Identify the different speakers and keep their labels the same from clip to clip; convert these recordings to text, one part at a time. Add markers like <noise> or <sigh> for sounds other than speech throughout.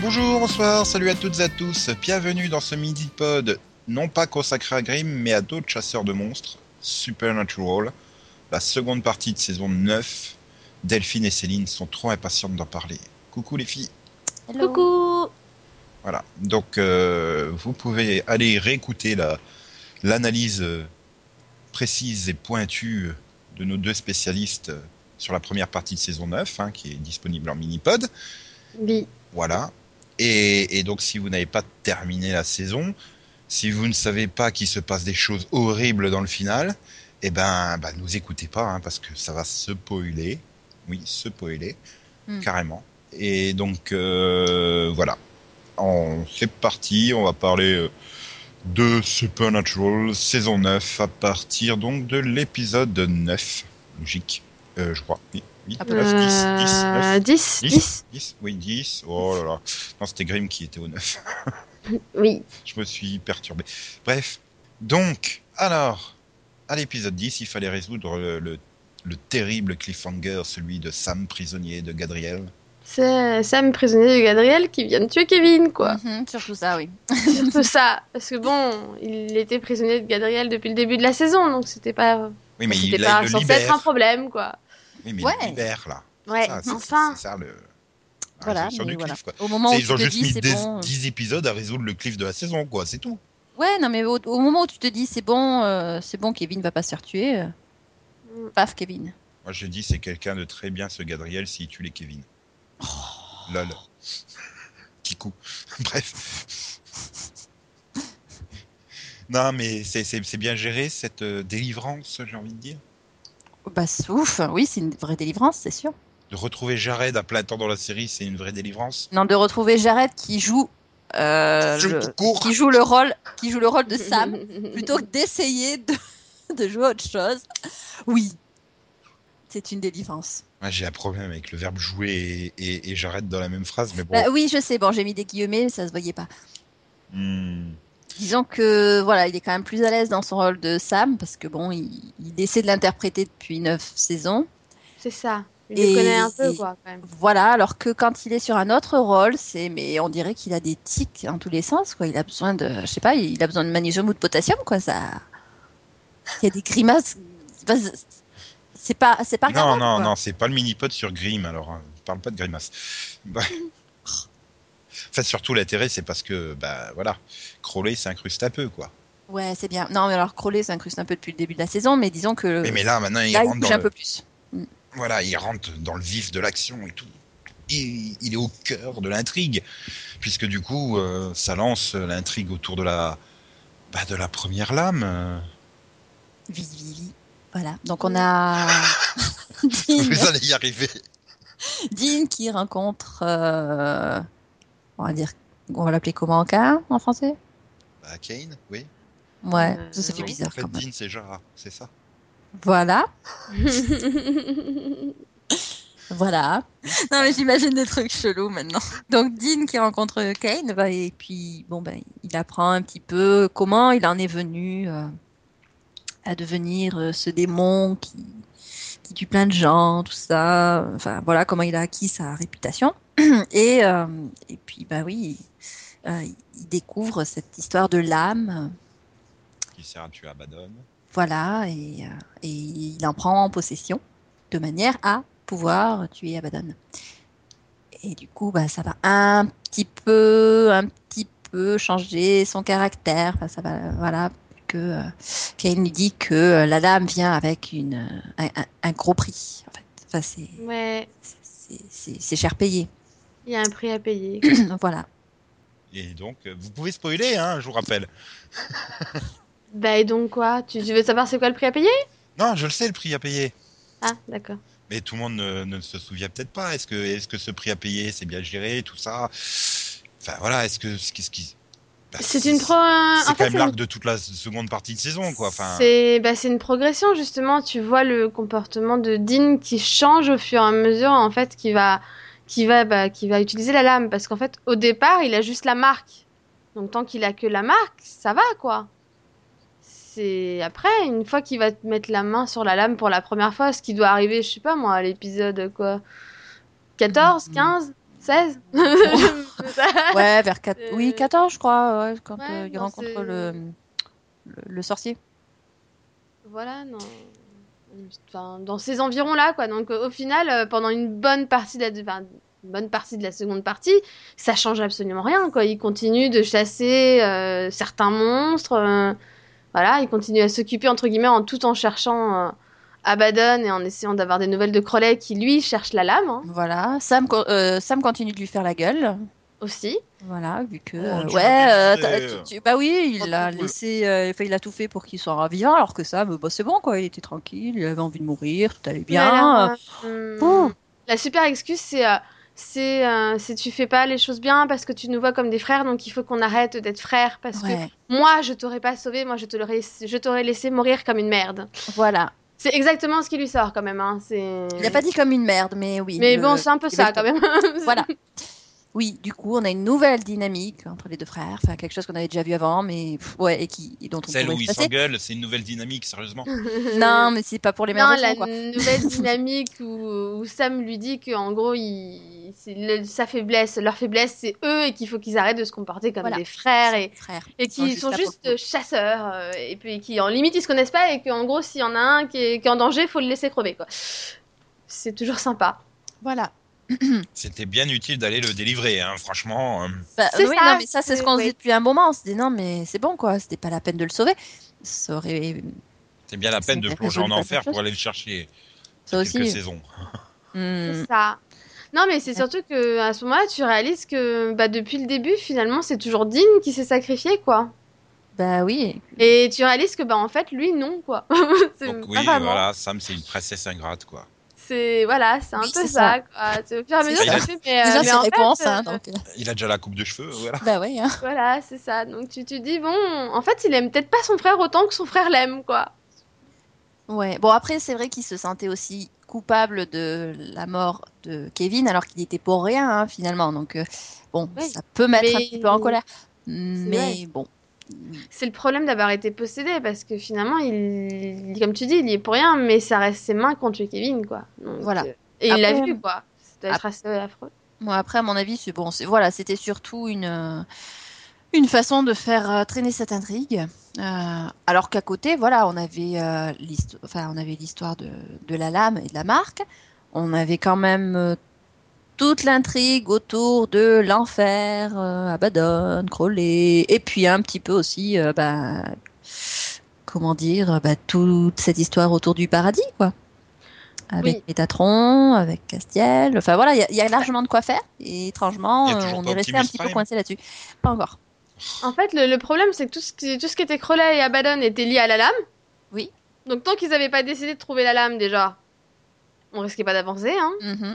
Speaker 1: Bonjour, bonsoir, salut à toutes et à tous. Bienvenue dans ce midi pod, non pas consacré à Grimm, mais à d'autres chasseurs de monstres, Supernatural, la seconde partie de saison 9. Delphine et Céline sont trop impatientes d'en parler. Coucou les filles.
Speaker 2: Hello.
Speaker 3: Coucou
Speaker 1: Voilà, donc euh, vous pouvez aller réécouter la- l'analyse euh, précise et pointue de nos deux spécialistes euh, sur la première partie de saison 9, hein, qui est disponible en mini-pod.
Speaker 2: Oui.
Speaker 1: Voilà. Et, et donc, si vous n'avez pas terminé la saison, si vous ne savez pas qu'il se passe des choses horribles dans le final, eh ben, bah, nous écoutez pas, hein, parce que ça va se poiler. Oui, se poiler,
Speaker 3: Hmm.
Speaker 1: carrément. Et donc, euh, voilà. On- C'est parti, on va parler euh, de Supernatural saison 9 à partir donc de l'épisode 9. Logique, Euh, je crois. Oui, oui,
Speaker 3: Ah,
Speaker 1: 9, 10, 10,
Speaker 2: Euh,
Speaker 1: 9.
Speaker 2: 10,
Speaker 1: 10
Speaker 2: 10,
Speaker 1: 10 Oui, 10. Oh là là. Non, c'était Grimm qui était au 9.
Speaker 2: oui.
Speaker 1: <laughs> Je me suis perturbé. Bref. Donc, alors, à l'épisode 10, il fallait résoudre le, le- le terrible cliffhanger, celui de Sam prisonnier de Gadriel.
Speaker 2: C'est Sam, prisonnier de Gadriel, qui vient de tuer
Speaker 3: <laughs>
Speaker 2: Kevin, quoi.
Speaker 3: Mhm, Surtout ça, oui.
Speaker 2: Surtout ça. Parce que bon, il était prisonnier de Gadriel depuis le début de la saison, donc c'était pas,
Speaker 1: Oui, mais il,
Speaker 2: c'était
Speaker 1: là,
Speaker 2: pas
Speaker 1: il le
Speaker 2: censé être un
Speaker 1: libère.
Speaker 2: problème, quoi.
Speaker 1: Oui, mais
Speaker 3: Ouais.
Speaker 1: il le libère, là.
Speaker 2: Ouais,
Speaker 1: Ça, c'est-
Speaker 2: enfin.
Speaker 1: C'est ça, le... la
Speaker 3: Voilà,
Speaker 1: résolution
Speaker 3: mais
Speaker 1: du
Speaker 3: voilà.
Speaker 1: cliff, quoi.
Speaker 3: Au moment où
Speaker 1: C'est-
Speaker 3: tu
Speaker 1: Ils ont
Speaker 3: te
Speaker 1: juste
Speaker 3: dis
Speaker 1: mis
Speaker 3: c'est
Speaker 1: des-
Speaker 3: bon. euh,
Speaker 1: 10 épisodes à résoudre le cliff de la saison, quoi. C'est tout.
Speaker 3: Ouais, non, mais au, au moment où tu te dis c'est bon, euh, c'est bon, Kevin va pas se faire tuer. euh,
Speaker 2: Mm.
Speaker 3: Paf, Kevin.
Speaker 1: Moi, j'ai dit, c'est quelqu'un de très bien, ce Gadriel, s'il tue les Kevin. Lol. Petit coup. <laughs> Bref. Non, mais c'est- c'est c'est bien géré, cette euh, délivrance, j'ai envie de dire.
Speaker 3: Bah, c'est ouf. Oui, c'est une vraie délivrance, c'est sûr.
Speaker 1: De retrouver Jared à plein temps dans la série, c'est une vraie délivrance.
Speaker 3: Non, de retrouver Jared qui joue, euh,
Speaker 1: Je
Speaker 3: le,
Speaker 1: te cours.
Speaker 3: qui joue le rôle, qui joue le rôle de Sam,
Speaker 2: <laughs>
Speaker 3: plutôt que d'essayer de, <laughs> de jouer à autre chose. Oui, c'est une délivrance.
Speaker 1: Moi, j'ai un problème avec le verbe jouer et, et, et Jared dans la même phrase, mais bon.
Speaker 3: Bah, oui, je sais. Bon, j'ai mis des guillemets, ça se voyait pas.
Speaker 1: Hmm.
Speaker 3: Disons que voilà, il est quand même plus à l'aise dans son rôle de Sam parce que bon, il, il essaie de l'interpréter depuis neuf saisons.
Speaker 2: C'est ça. Il
Speaker 3: Et-
Speaker 2: le connaît un peu,
Speaker 3: et-
Speaker 2: quoi,
Speaker 3: <laughs>
Speaker 2: quand même.
Speaker 3: Voilà, alors que quand il est sur un autre rôle, c'est mais on dirait qu'il a des tics en tous les sens quoi. Il a besoin de, je sais pas, il a besoin de magnésium ou de potassium quoi. Ça, il y a des grimaces. Bah, C'est pas- C'est pas, c'est pas.
Speaker 1: non,
Speaker 3: agréable,
Speaker 1: non,
Speaker 3: quoi.
Speaker 1: non, c'est pas le mini-pod sur Grimm, alors. hein. Parle pas de grimace. Bah. enfin, surtout l'intérêt, c'est parce que, bah voilà, Crowley s'incruste un peu, quoi.
Speaker 3: Ouais, c'est bien. Non, mais alors Crowley s'incruste un peu depuis le début de la saison, mais disons que
Speaker 1: Mais, mais là, maintenant, il
Speaker 3: Euh, là, il
Speaker 1: rentre
Speaker 3: bouge
Speaker 1: dans
Speaker 3: un
Speaker 1: le...
Speaker 3: peu plus.
Speaker 1: voilà, il rentre dans le vif de l'action et tout. Il, il est au cœur de l'intrigue, puisque du coup, euh, ça lance l'intrigue autour de la, bah, de la première lame. euh.
Speaker 3: Vive, vive. Voilà. Donc on
Speaker 1: <laughs>
Speaker 3: a. Dean.
Speaker 1: Vous allez y arriver.
Speaker 3: Dean qui rencontre, euh, on va dire, on va l'appeler comment, Cain en français
Speaker 1: Bah, Kane, oui.
Speaker 3: Ouais,
Speaker 2: Euh,
Speaker 3: ça, ça fait
Speaker 2: oui.
Speaker 1: En
Speaker 3: bizarre
Speaker 1: fait,
Speaker 3: quand même.
Speaker 1: Dean, c'est Jara, c'est ça.
Speaker 3: Voilà, voilà. Non mais j'imagine des trucs chelous maintenant. Donc Dean qui rencontre Kane, bah, et puis bon ben il apprend un petit peu comment il en est venu euh, à devenir euh, ce démon qui qui tue plein de gens, tout ça. Enfin voilà comment il a acquis sa réputation. Et euh, et puis bah oui, euh, il découvre cette histoire de l'âme.
Speaker 1: Qui sert à tuer Abaddon.
Speaker 3: Voilà, et, euh, et il en prend en possession de manière à pouvoir tuer Abaddon. Et du coup, bah, ça va un petit peu, un petit peu changer son caractère. Enfin, ça va, voilà, que euh, Kane lui dit que euh, la lame vient avec une, euh, un, un- un gros prix. En fait, enfin, c'est,
Speaker 2: ouais,
Speaker 3: c'est, c'est- c'est cher payé. <coughs>
Speaker 2: il y a un prix à payer.
Speaker 3: voilà.
Speaker 1: Et donc, euh, vous pouvez spoiler, hein, je vous rappelle.
Speaker 2: bah, et donc, quoi tu, tu veux savoir c'est quoi le prix à payer
Speaker 1: Non, je le sais, le prix à payer.
Speaker 2: Ah, d'accord.
Speaker 1: Mais tout le monde ne, ne se souvient peut-être pas. Est-ce que, est-ce que ce prix à payer, c'est bien géré, tout ça Enfin voilà, est-ce que ce qui, ce qui- bah,
Speaker 2: C'est une pro. un-
Speaker 1: C'est
Speaker 2: en
Speaker 1: quand
Speaker 2: fait,
Speaker 1: même
Speaker 2: c'est une
Speaker 1: l'arc de toute la seconde partie de saison, quoi. Enfin,
Speaker 2: C'est bah, c'est une progression justement. Tu vois le comportement de Dean qui change au fur et à mesure en fait, qui va, qui va, bah, qui va utiliser la lame parce qu'en fait au départ il a juste la marque. Donc tant qu'il a que la marque, ça va quoi. C'est après une fois qu'il va te mettre la main sur la lame pour la première fois, ce qui doit arriver, je sais pas moi, à l'épisode quoi, 14, 15, 16. Je-
Speaker 3: Ouais, vers 4...
Speaker 2: C'est-
Speaker 3: oui, 14, je crois, ouais, quand
Speaker 2: Ouais,
Speaker 3: euh, il
Speaker 2: non,
Speaker 3: rencontre
Speaker 2: c'est-
Speaker 3: le... le- le sorcier.
Speaker 2: Voilà, non. Enfin, dans ces environs-là, quoi. Donc, euh, au final, euh, pendant une bonne partie de la, enfin, une bonne partie de la seconde partie, ça change absolument rien, quoi. Ils continuent de chasser euh, certains monstres. euh, voilà, ils continuent à s'occuper, entre guillemets, en tout en cherchant euh, Abaddon et en essayant d'avoir des nouvelles de Crowley qui, lui, cherche la lame, hein,
Speaker 3: Voilà, Sam, co- euh, Sam continue de lui faire la gueule.
Speaker 2: aussi.
Speaker 3: Voilà, vu que.
Speaker 1: Oh,
Speaker 3: euh,
Speaker 1: tu
Speaker 3: ouais,
Speaker 1: m'as
Speaker 3: euh,
Speaker 1: fait
Speaker 3: t'as-
Speaker 1: rire.
Speaker 3: tu- tu- bah oui,
Speaker 1: Oh,
Speaker 3: il a
Speaker 1: cool.
Speaker 3: laissé. euh, enfin, il a tout fait pour qu'il soit vivant, alors que Sam, bah, c'est bon, quoi. Il était tranquille, il avait envie de mourir, tout allait bien.
Speaker 2: Voilà, euh,
Speaker 3: Bon.
Speaker 2: La super excuse, c'est euh, c'est euh, c'est tu fais pas les choses bien parce que tu nous vois comme des frères, donc il faut qu'on arrête d'être frères parce que
Speaker 3: Ouais,
Speaker 2: moi je t'aurais pas sauvé, moi je te l'aurais- je t'aurais laissé mourir comme une merde.
Speaker 3: voilà.
Speaker 2: C'est exactement ce qui lui sort quand même. Hein. C'est.
Speaker 3: Il a pas dit comme une merde, mais oui.
Speaker 2: Mais
Speaker 3: le-
Speaker 2: bon, c'est un peu
Speaker 3: il
Speaker 2: ça
Speaker 3: veut-
Speaker 2: quand même.
Speaker 3: <laughs>
Speaker 2: <laughs>
Speaker 3: Voilà. Oui, du coup, on a une nouvelle dynamique entre les deux frères, enfin quelque chose qu'on avait déjà vu avant, mais pff, ouais, et qui et dont on
Speaker 1: Celle
Speaker 3: pourrait
Speaker 1: où
Speaker 3: se
Speaker 1: ils
Speaker 3: passer.
Speaker 1: s'engueulent, c'est une nouvelle dynamique, sérieusement.
Speaker 2: Hmm.
Speaker 3: Non, mais c'est pas pour les mêmes
Speaker 2: Non,
Speaker 3: raisons,
Speaker 2: la
Speaker 3: quoi. <laughs>
Speaker 2: nouvelle dynamique où, où Sam lui dit que en gros, il, c'est le- sa faiblesse, leur faiblesse, c'est eux et qu'il faut qu'ils arrêêtent de se comporter comme
Speaker 3: Voilà.
Speaker 2: des frères et,
Speaker 3: Frère.
Speaker 2: et qui sont
Speaker 3: là pour
Speaker 2: juste
Speaker 3: le coup.
Speaker 2: chasseurs euh, et puis qui en limite ils se connaissent pas et qu'en gros s'il y en a un qui est, qui est en danger faut le laisser crever quoi. C'est toujours sympa.
Speaker 3: Voilà.
Speaker 1: C'était bien utile d'aller le délivrer, hein, franchement. hein.
Speaker 3: Bah,
Speaker 2: C'est
Speaker 3: oui,
Speaker 2: ça,
Speaker 3: non, mais ça, c'est ce
Speaker 2: c'est-
Speaker 3: qu'on
Speaker 2: oui.
Speaker 3: disait depuis un moment. On se dit non, mais c'est bon, quoi. C'était pas la peine de le sauver. Ça aurait.
Speaker 1: C'est bien la
Speaker 3: Ça
Speaker 1: peine de
Speaker 3: aurait
Speaker 1: plonger
Speaker 3: résolu
Speaker 1: en
Speaker 3: pas
Speaker 1: enfer
Speaker 3: grand-chose.
Speaker 1: pour aller le chercher.
Speaker 3: Ça
Speaker 1: quelques
Speaker 3: aussi.
Speaker 1: saisons.
Speaker 3: hmm,
Speaker 2: C'est ça. Non mais c'est
Speaker 3: Ouais.
Speaker 2: surtout que à ce moment-là tu réalises que bah, depuis le début finalement c'est toujours Dean qui s'est sacrifié quoi.
Speaker 3: Bah oui.
Speaker 2: Et tu réalises que bah en fait lui non quoi. <laughs> c'est
Speaker 1: Donc
Speaker 2: pas
Speaker 1: oui,
Speaker 2: vraiment.
Speaker 1: voilà, Sam, c'est une princesse ingrate, quoi.
Speaker 2: C'est voilà c'est un
Speaker 3: Oui,
Speaker 2: peu
Speaker 3: c'est
Speaker 2: ça. quoi. C'est Au fur et à
Speaker 3: C'est
Speaker 2: mesure
Speaker 1: ça.
Speaker 2: tu fais, mais, euh,
Speaker 3: Déjà,
Speaker 2: mais
Speaker 3: c'est
Speaker 2: en fait,
Speaker 3: réponse, hein,
Speaker 2: euh,
Speaker 3: donc. <laughs> euh,
Speaker 1: Il a déjà la coupe de cheveux, voilà.
Speaker 3: Bah oui. Hein.
Speaker 2: Voilà c'est ça. Donc tu te dis bon en fait il aime peut-être pas son frère autant que son frère l'aime quoi.
Speaker 3: Ouais. Bon, après, c'est vrai qu'il se sentait aussi coupable de la mort de Kevin, alors qu'il était pour rien, hein, finalement. Donc, euh, bon,
Speaker 2: Oui.
Speaker 3: ça peut mettre un
Speaker 2: Mais-
Speaker 3: petit peu en colère. Mais bon.
Speaker 2: C'est le problème d'avoir été possédé parce que finalement, il, il- comme tu dis, il y est pour rien, mais ça reste ses mains qui ont tué Kevin, quoi. Donc,
Speaker 3: Voilà.
Speaker 2: euh, Et il l'a
Speaker 3: Après-
Speaker 2: vu, quoi. Ça doit être assez affreux.
Speaker 3: Moi, après, à mon avis, c'est bon. c'est- Voilà, c'était surtout une, euh, une façon de faire euh, traîner cette intrigue. Euh, alors qu'à côté, voilà, on avait euh, l'histo- enfin, on avait l'histoire de, de la lame et de la marque. On avait quand même euh, toute l'intrigue autour de l'enfer, euh, Abaddon, Crowley, et puis un petit peu aussi, euh, bah, comment dire, euh, bah, toute cette histoire autour du paradis, quoi. Avec
Speaker 2: Oui.
Speaker 3: Métatron, avec Castiel. Enfin voilà, il y a- il y, a largement de quoi faire. Et étrangement,
Speaker 1: Il y a
Speaker 3: euh,
Speaker 1: toujours
Speaker 3: on
Speaker 1: pas
Speaker 3: est resté
Speaker 1: Optimus
Speaker 3: un petit peu
Speaker 1: Prime.
Speaker 3: coincé là-dessus. Pas encore.
Speaker 2: En fait, le, le problème, c'est que tout ce, qui, tout ce qui était Crowley et Abaddon était lié à la lame.
Speaker 3: Oui.
Speaker 2: Donc, tant qu'ils n'avaient pas décidé de trouver la lame, déjà, on risquait pas d'avancer, hein.
Speaker 3: Mhm.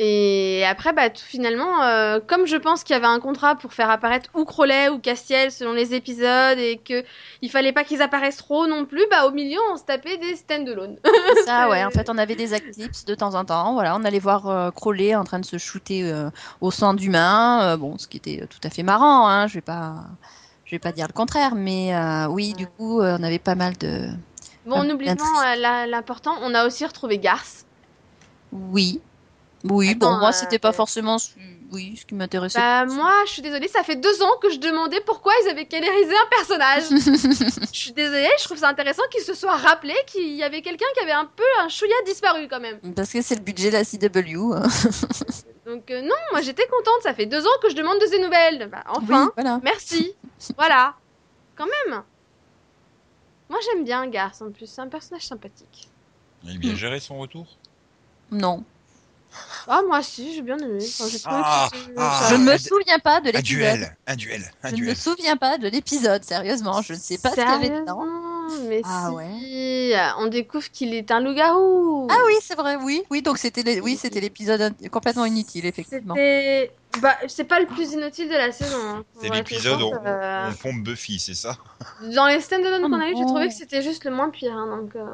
Speaker 2: Et après, bah, tout, finalement, euh, comme je pense qu'il y avait un contrat pour faire apparaître ou Crowley ou Castiel selon les épisodes et que il fallait pas qu'ils apparaissent trop non plus, bah, au milieu, on se tapait des stand-alone.
Speaker 3: Ça, ouais. En fait, on avait des eclipses de temps en temps. Voilà, on allait voir euh, Crowley en train de se shooter euh, au sang d'humain. Euh, bon, ce qui était tout à fait marrant. Hein, je vais pas, je vais pas dire le contraire. Mais euh, oui, du coup, euh, on avait pas mal de.
Speaker 2: Bon,
Speaker 3: Ah,
Speaker 2: n'oublions
Speaker 3: l'intrigue.
Speaker 2: pas euh, la- l'important, on a aussi retrouvé Garce.
Speaker 3: Oui. Oui,
Speaker 2: Attends,
Speaker 3: bon, moi,
Speaker 2: euh, hmm.
Speaker 3: c'était pas forcément ce- oui, ce qui m'intéressait.
Speaker 2: Bah, moi, je suis désolée, ça fait deux ans que je demandais pourquoi ils avaient calérisé un
Speaker 3: <laughs>
Speaker 2: personnage. je suis désolée, je trouve ça intéressant qu'ils se soient rappelés qu'il y avait quelqu'un qui avait un peu un chouïa disparu quand même.
Speaker 3: Parce que c'est le budget de la CW. hein.
Speaker 2: Donc, euh, non, moi j'étais contente, ça fait deux ans que je demande de ces nouvelles. Bah, enfin,
Speaker 3: Oui, voilà.
Speaker 2: merci. voilà. Quand même. Moi j'aime bien Garce en plus, c'est un personnage sympathique.
Speaker 1: Il a bien
Speaker 2: Hmm.
Speaker 1: géré son retour.
Speaker 3: Non.
Speaker 2: Ah, moi si, j'ai bien aimé. Enfin, j'ai trouvé
Speaker 1: Ah,
Speaker 2: que-
Speaker 1: ah.
Speaker 3: je ne me
Speaker 1: un-
Speaker 3: souviens pas de
Speaker 1: Un
Speaker 3: l'épisode.
Speaker 1: duel, un duel, un
Speaker 3: Je ne me
Speaker 1: duel.
Speaker 3: souviens pas de l'épisode, sérieusement. Je ne sais pas ce qu'il y avait dedans.
Speaker 2: Sérieusement Mais
Speaker 3: Ah
Speaker 2: si, on découvre qu'il est un loup-garou.
Speaker 3: Ah oui, c'est vrai, oui. Oui, donc c'était les- oui, c'était l'épisode in- complètement inutile, effectivement.
Speaker 2: C'était. Bah, c'est pas le plus inutile de la saison. hein.
Speaker 1: C'est
Speaker 2: Ouais,
Speaker 1: l'épisode
Speaker 2: je
Speaker 1: où
Speaker 2: pense, euh,
Speaker 1: on, on pompe Buffy, c'est ça
Speaker 2: Dans les stand alone
Speaker 3: Oh
Speaker 2: qu'on a eu, j'ai
Speaker 3: non.
Speaker 2: trouvé que c'était juste le moins pire. hein, donc, euh,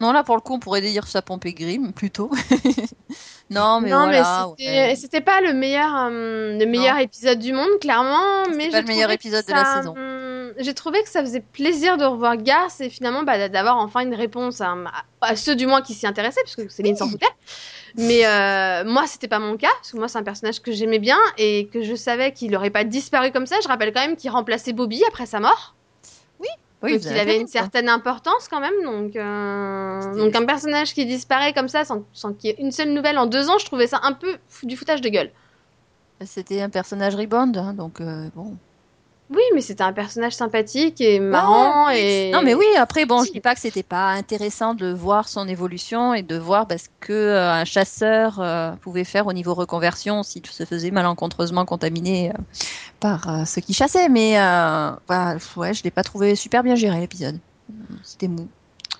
Speaker 3: Non, là, pour le coup, on pourrait dire ça pompé Grimm, plutôt. <laughs> non, mais
Speaker 2: non,
Speaker 3: voilà.
Speaker 2: mais c'était-
Speaker 3: ouais.
Speaker 2: c'était pas le meilleur, euh, le meilleur épisode du monde, clairement.
Speaker 3: C'était
Speaker 2: Mais
Speaker 3: pas
Speaker 2: j'ai
Speaker 3: le meilleur
Speaker 2: trouvé que
Speaker 3: épisode de la
Speaker 2: ça,
Speaker 3: saison.
Speaker 2: hum, j'ai trouvé que ça faisait plaisir de revoir Garth et finalement bah, d'avoir enfin une réponse à, à, ceux du moins qui s'y intéressaient, puisque Céline s'en foutait. Mais euh, moi, c'était pas mon cas, parce que moi, c'est un personnage que j'aimais bien et que je savais qu'il n'aurait pas disparu comme ça. Je rappelle quand même qu'il remplaçait Bobby après sa mort.
Speaker 3: Oui,
Speaker 2: oui donc il avait une certaine importance quand même. Donc, euh, donc un personnage qui disparaît comme ça, sans, sans qu'il y ait une seule nouvelle en deux ans, je trouvais ça un peu du foutage de gueule.
Speaker 3: C'était un personnage rebound, hein, donc euh, bon.
Speaker 2: Oui, mais c'était un personnage sympathique et marrant
Speaker 3: ouais,
Speaker 2: et.
Speaker 3: Non, mais oui. Après, bon, je dis pas que c'était pas intéressant de voir son évolution et de voir parce que euh, un chasseur euh, pouvait faire au niveau reconversion s'il se faisait malencontreusement contaminé euh, par ceux qui chassaient. Mais bah, ouais, je l'ai pas trouvé super bien géré l'épisode. C'était mou.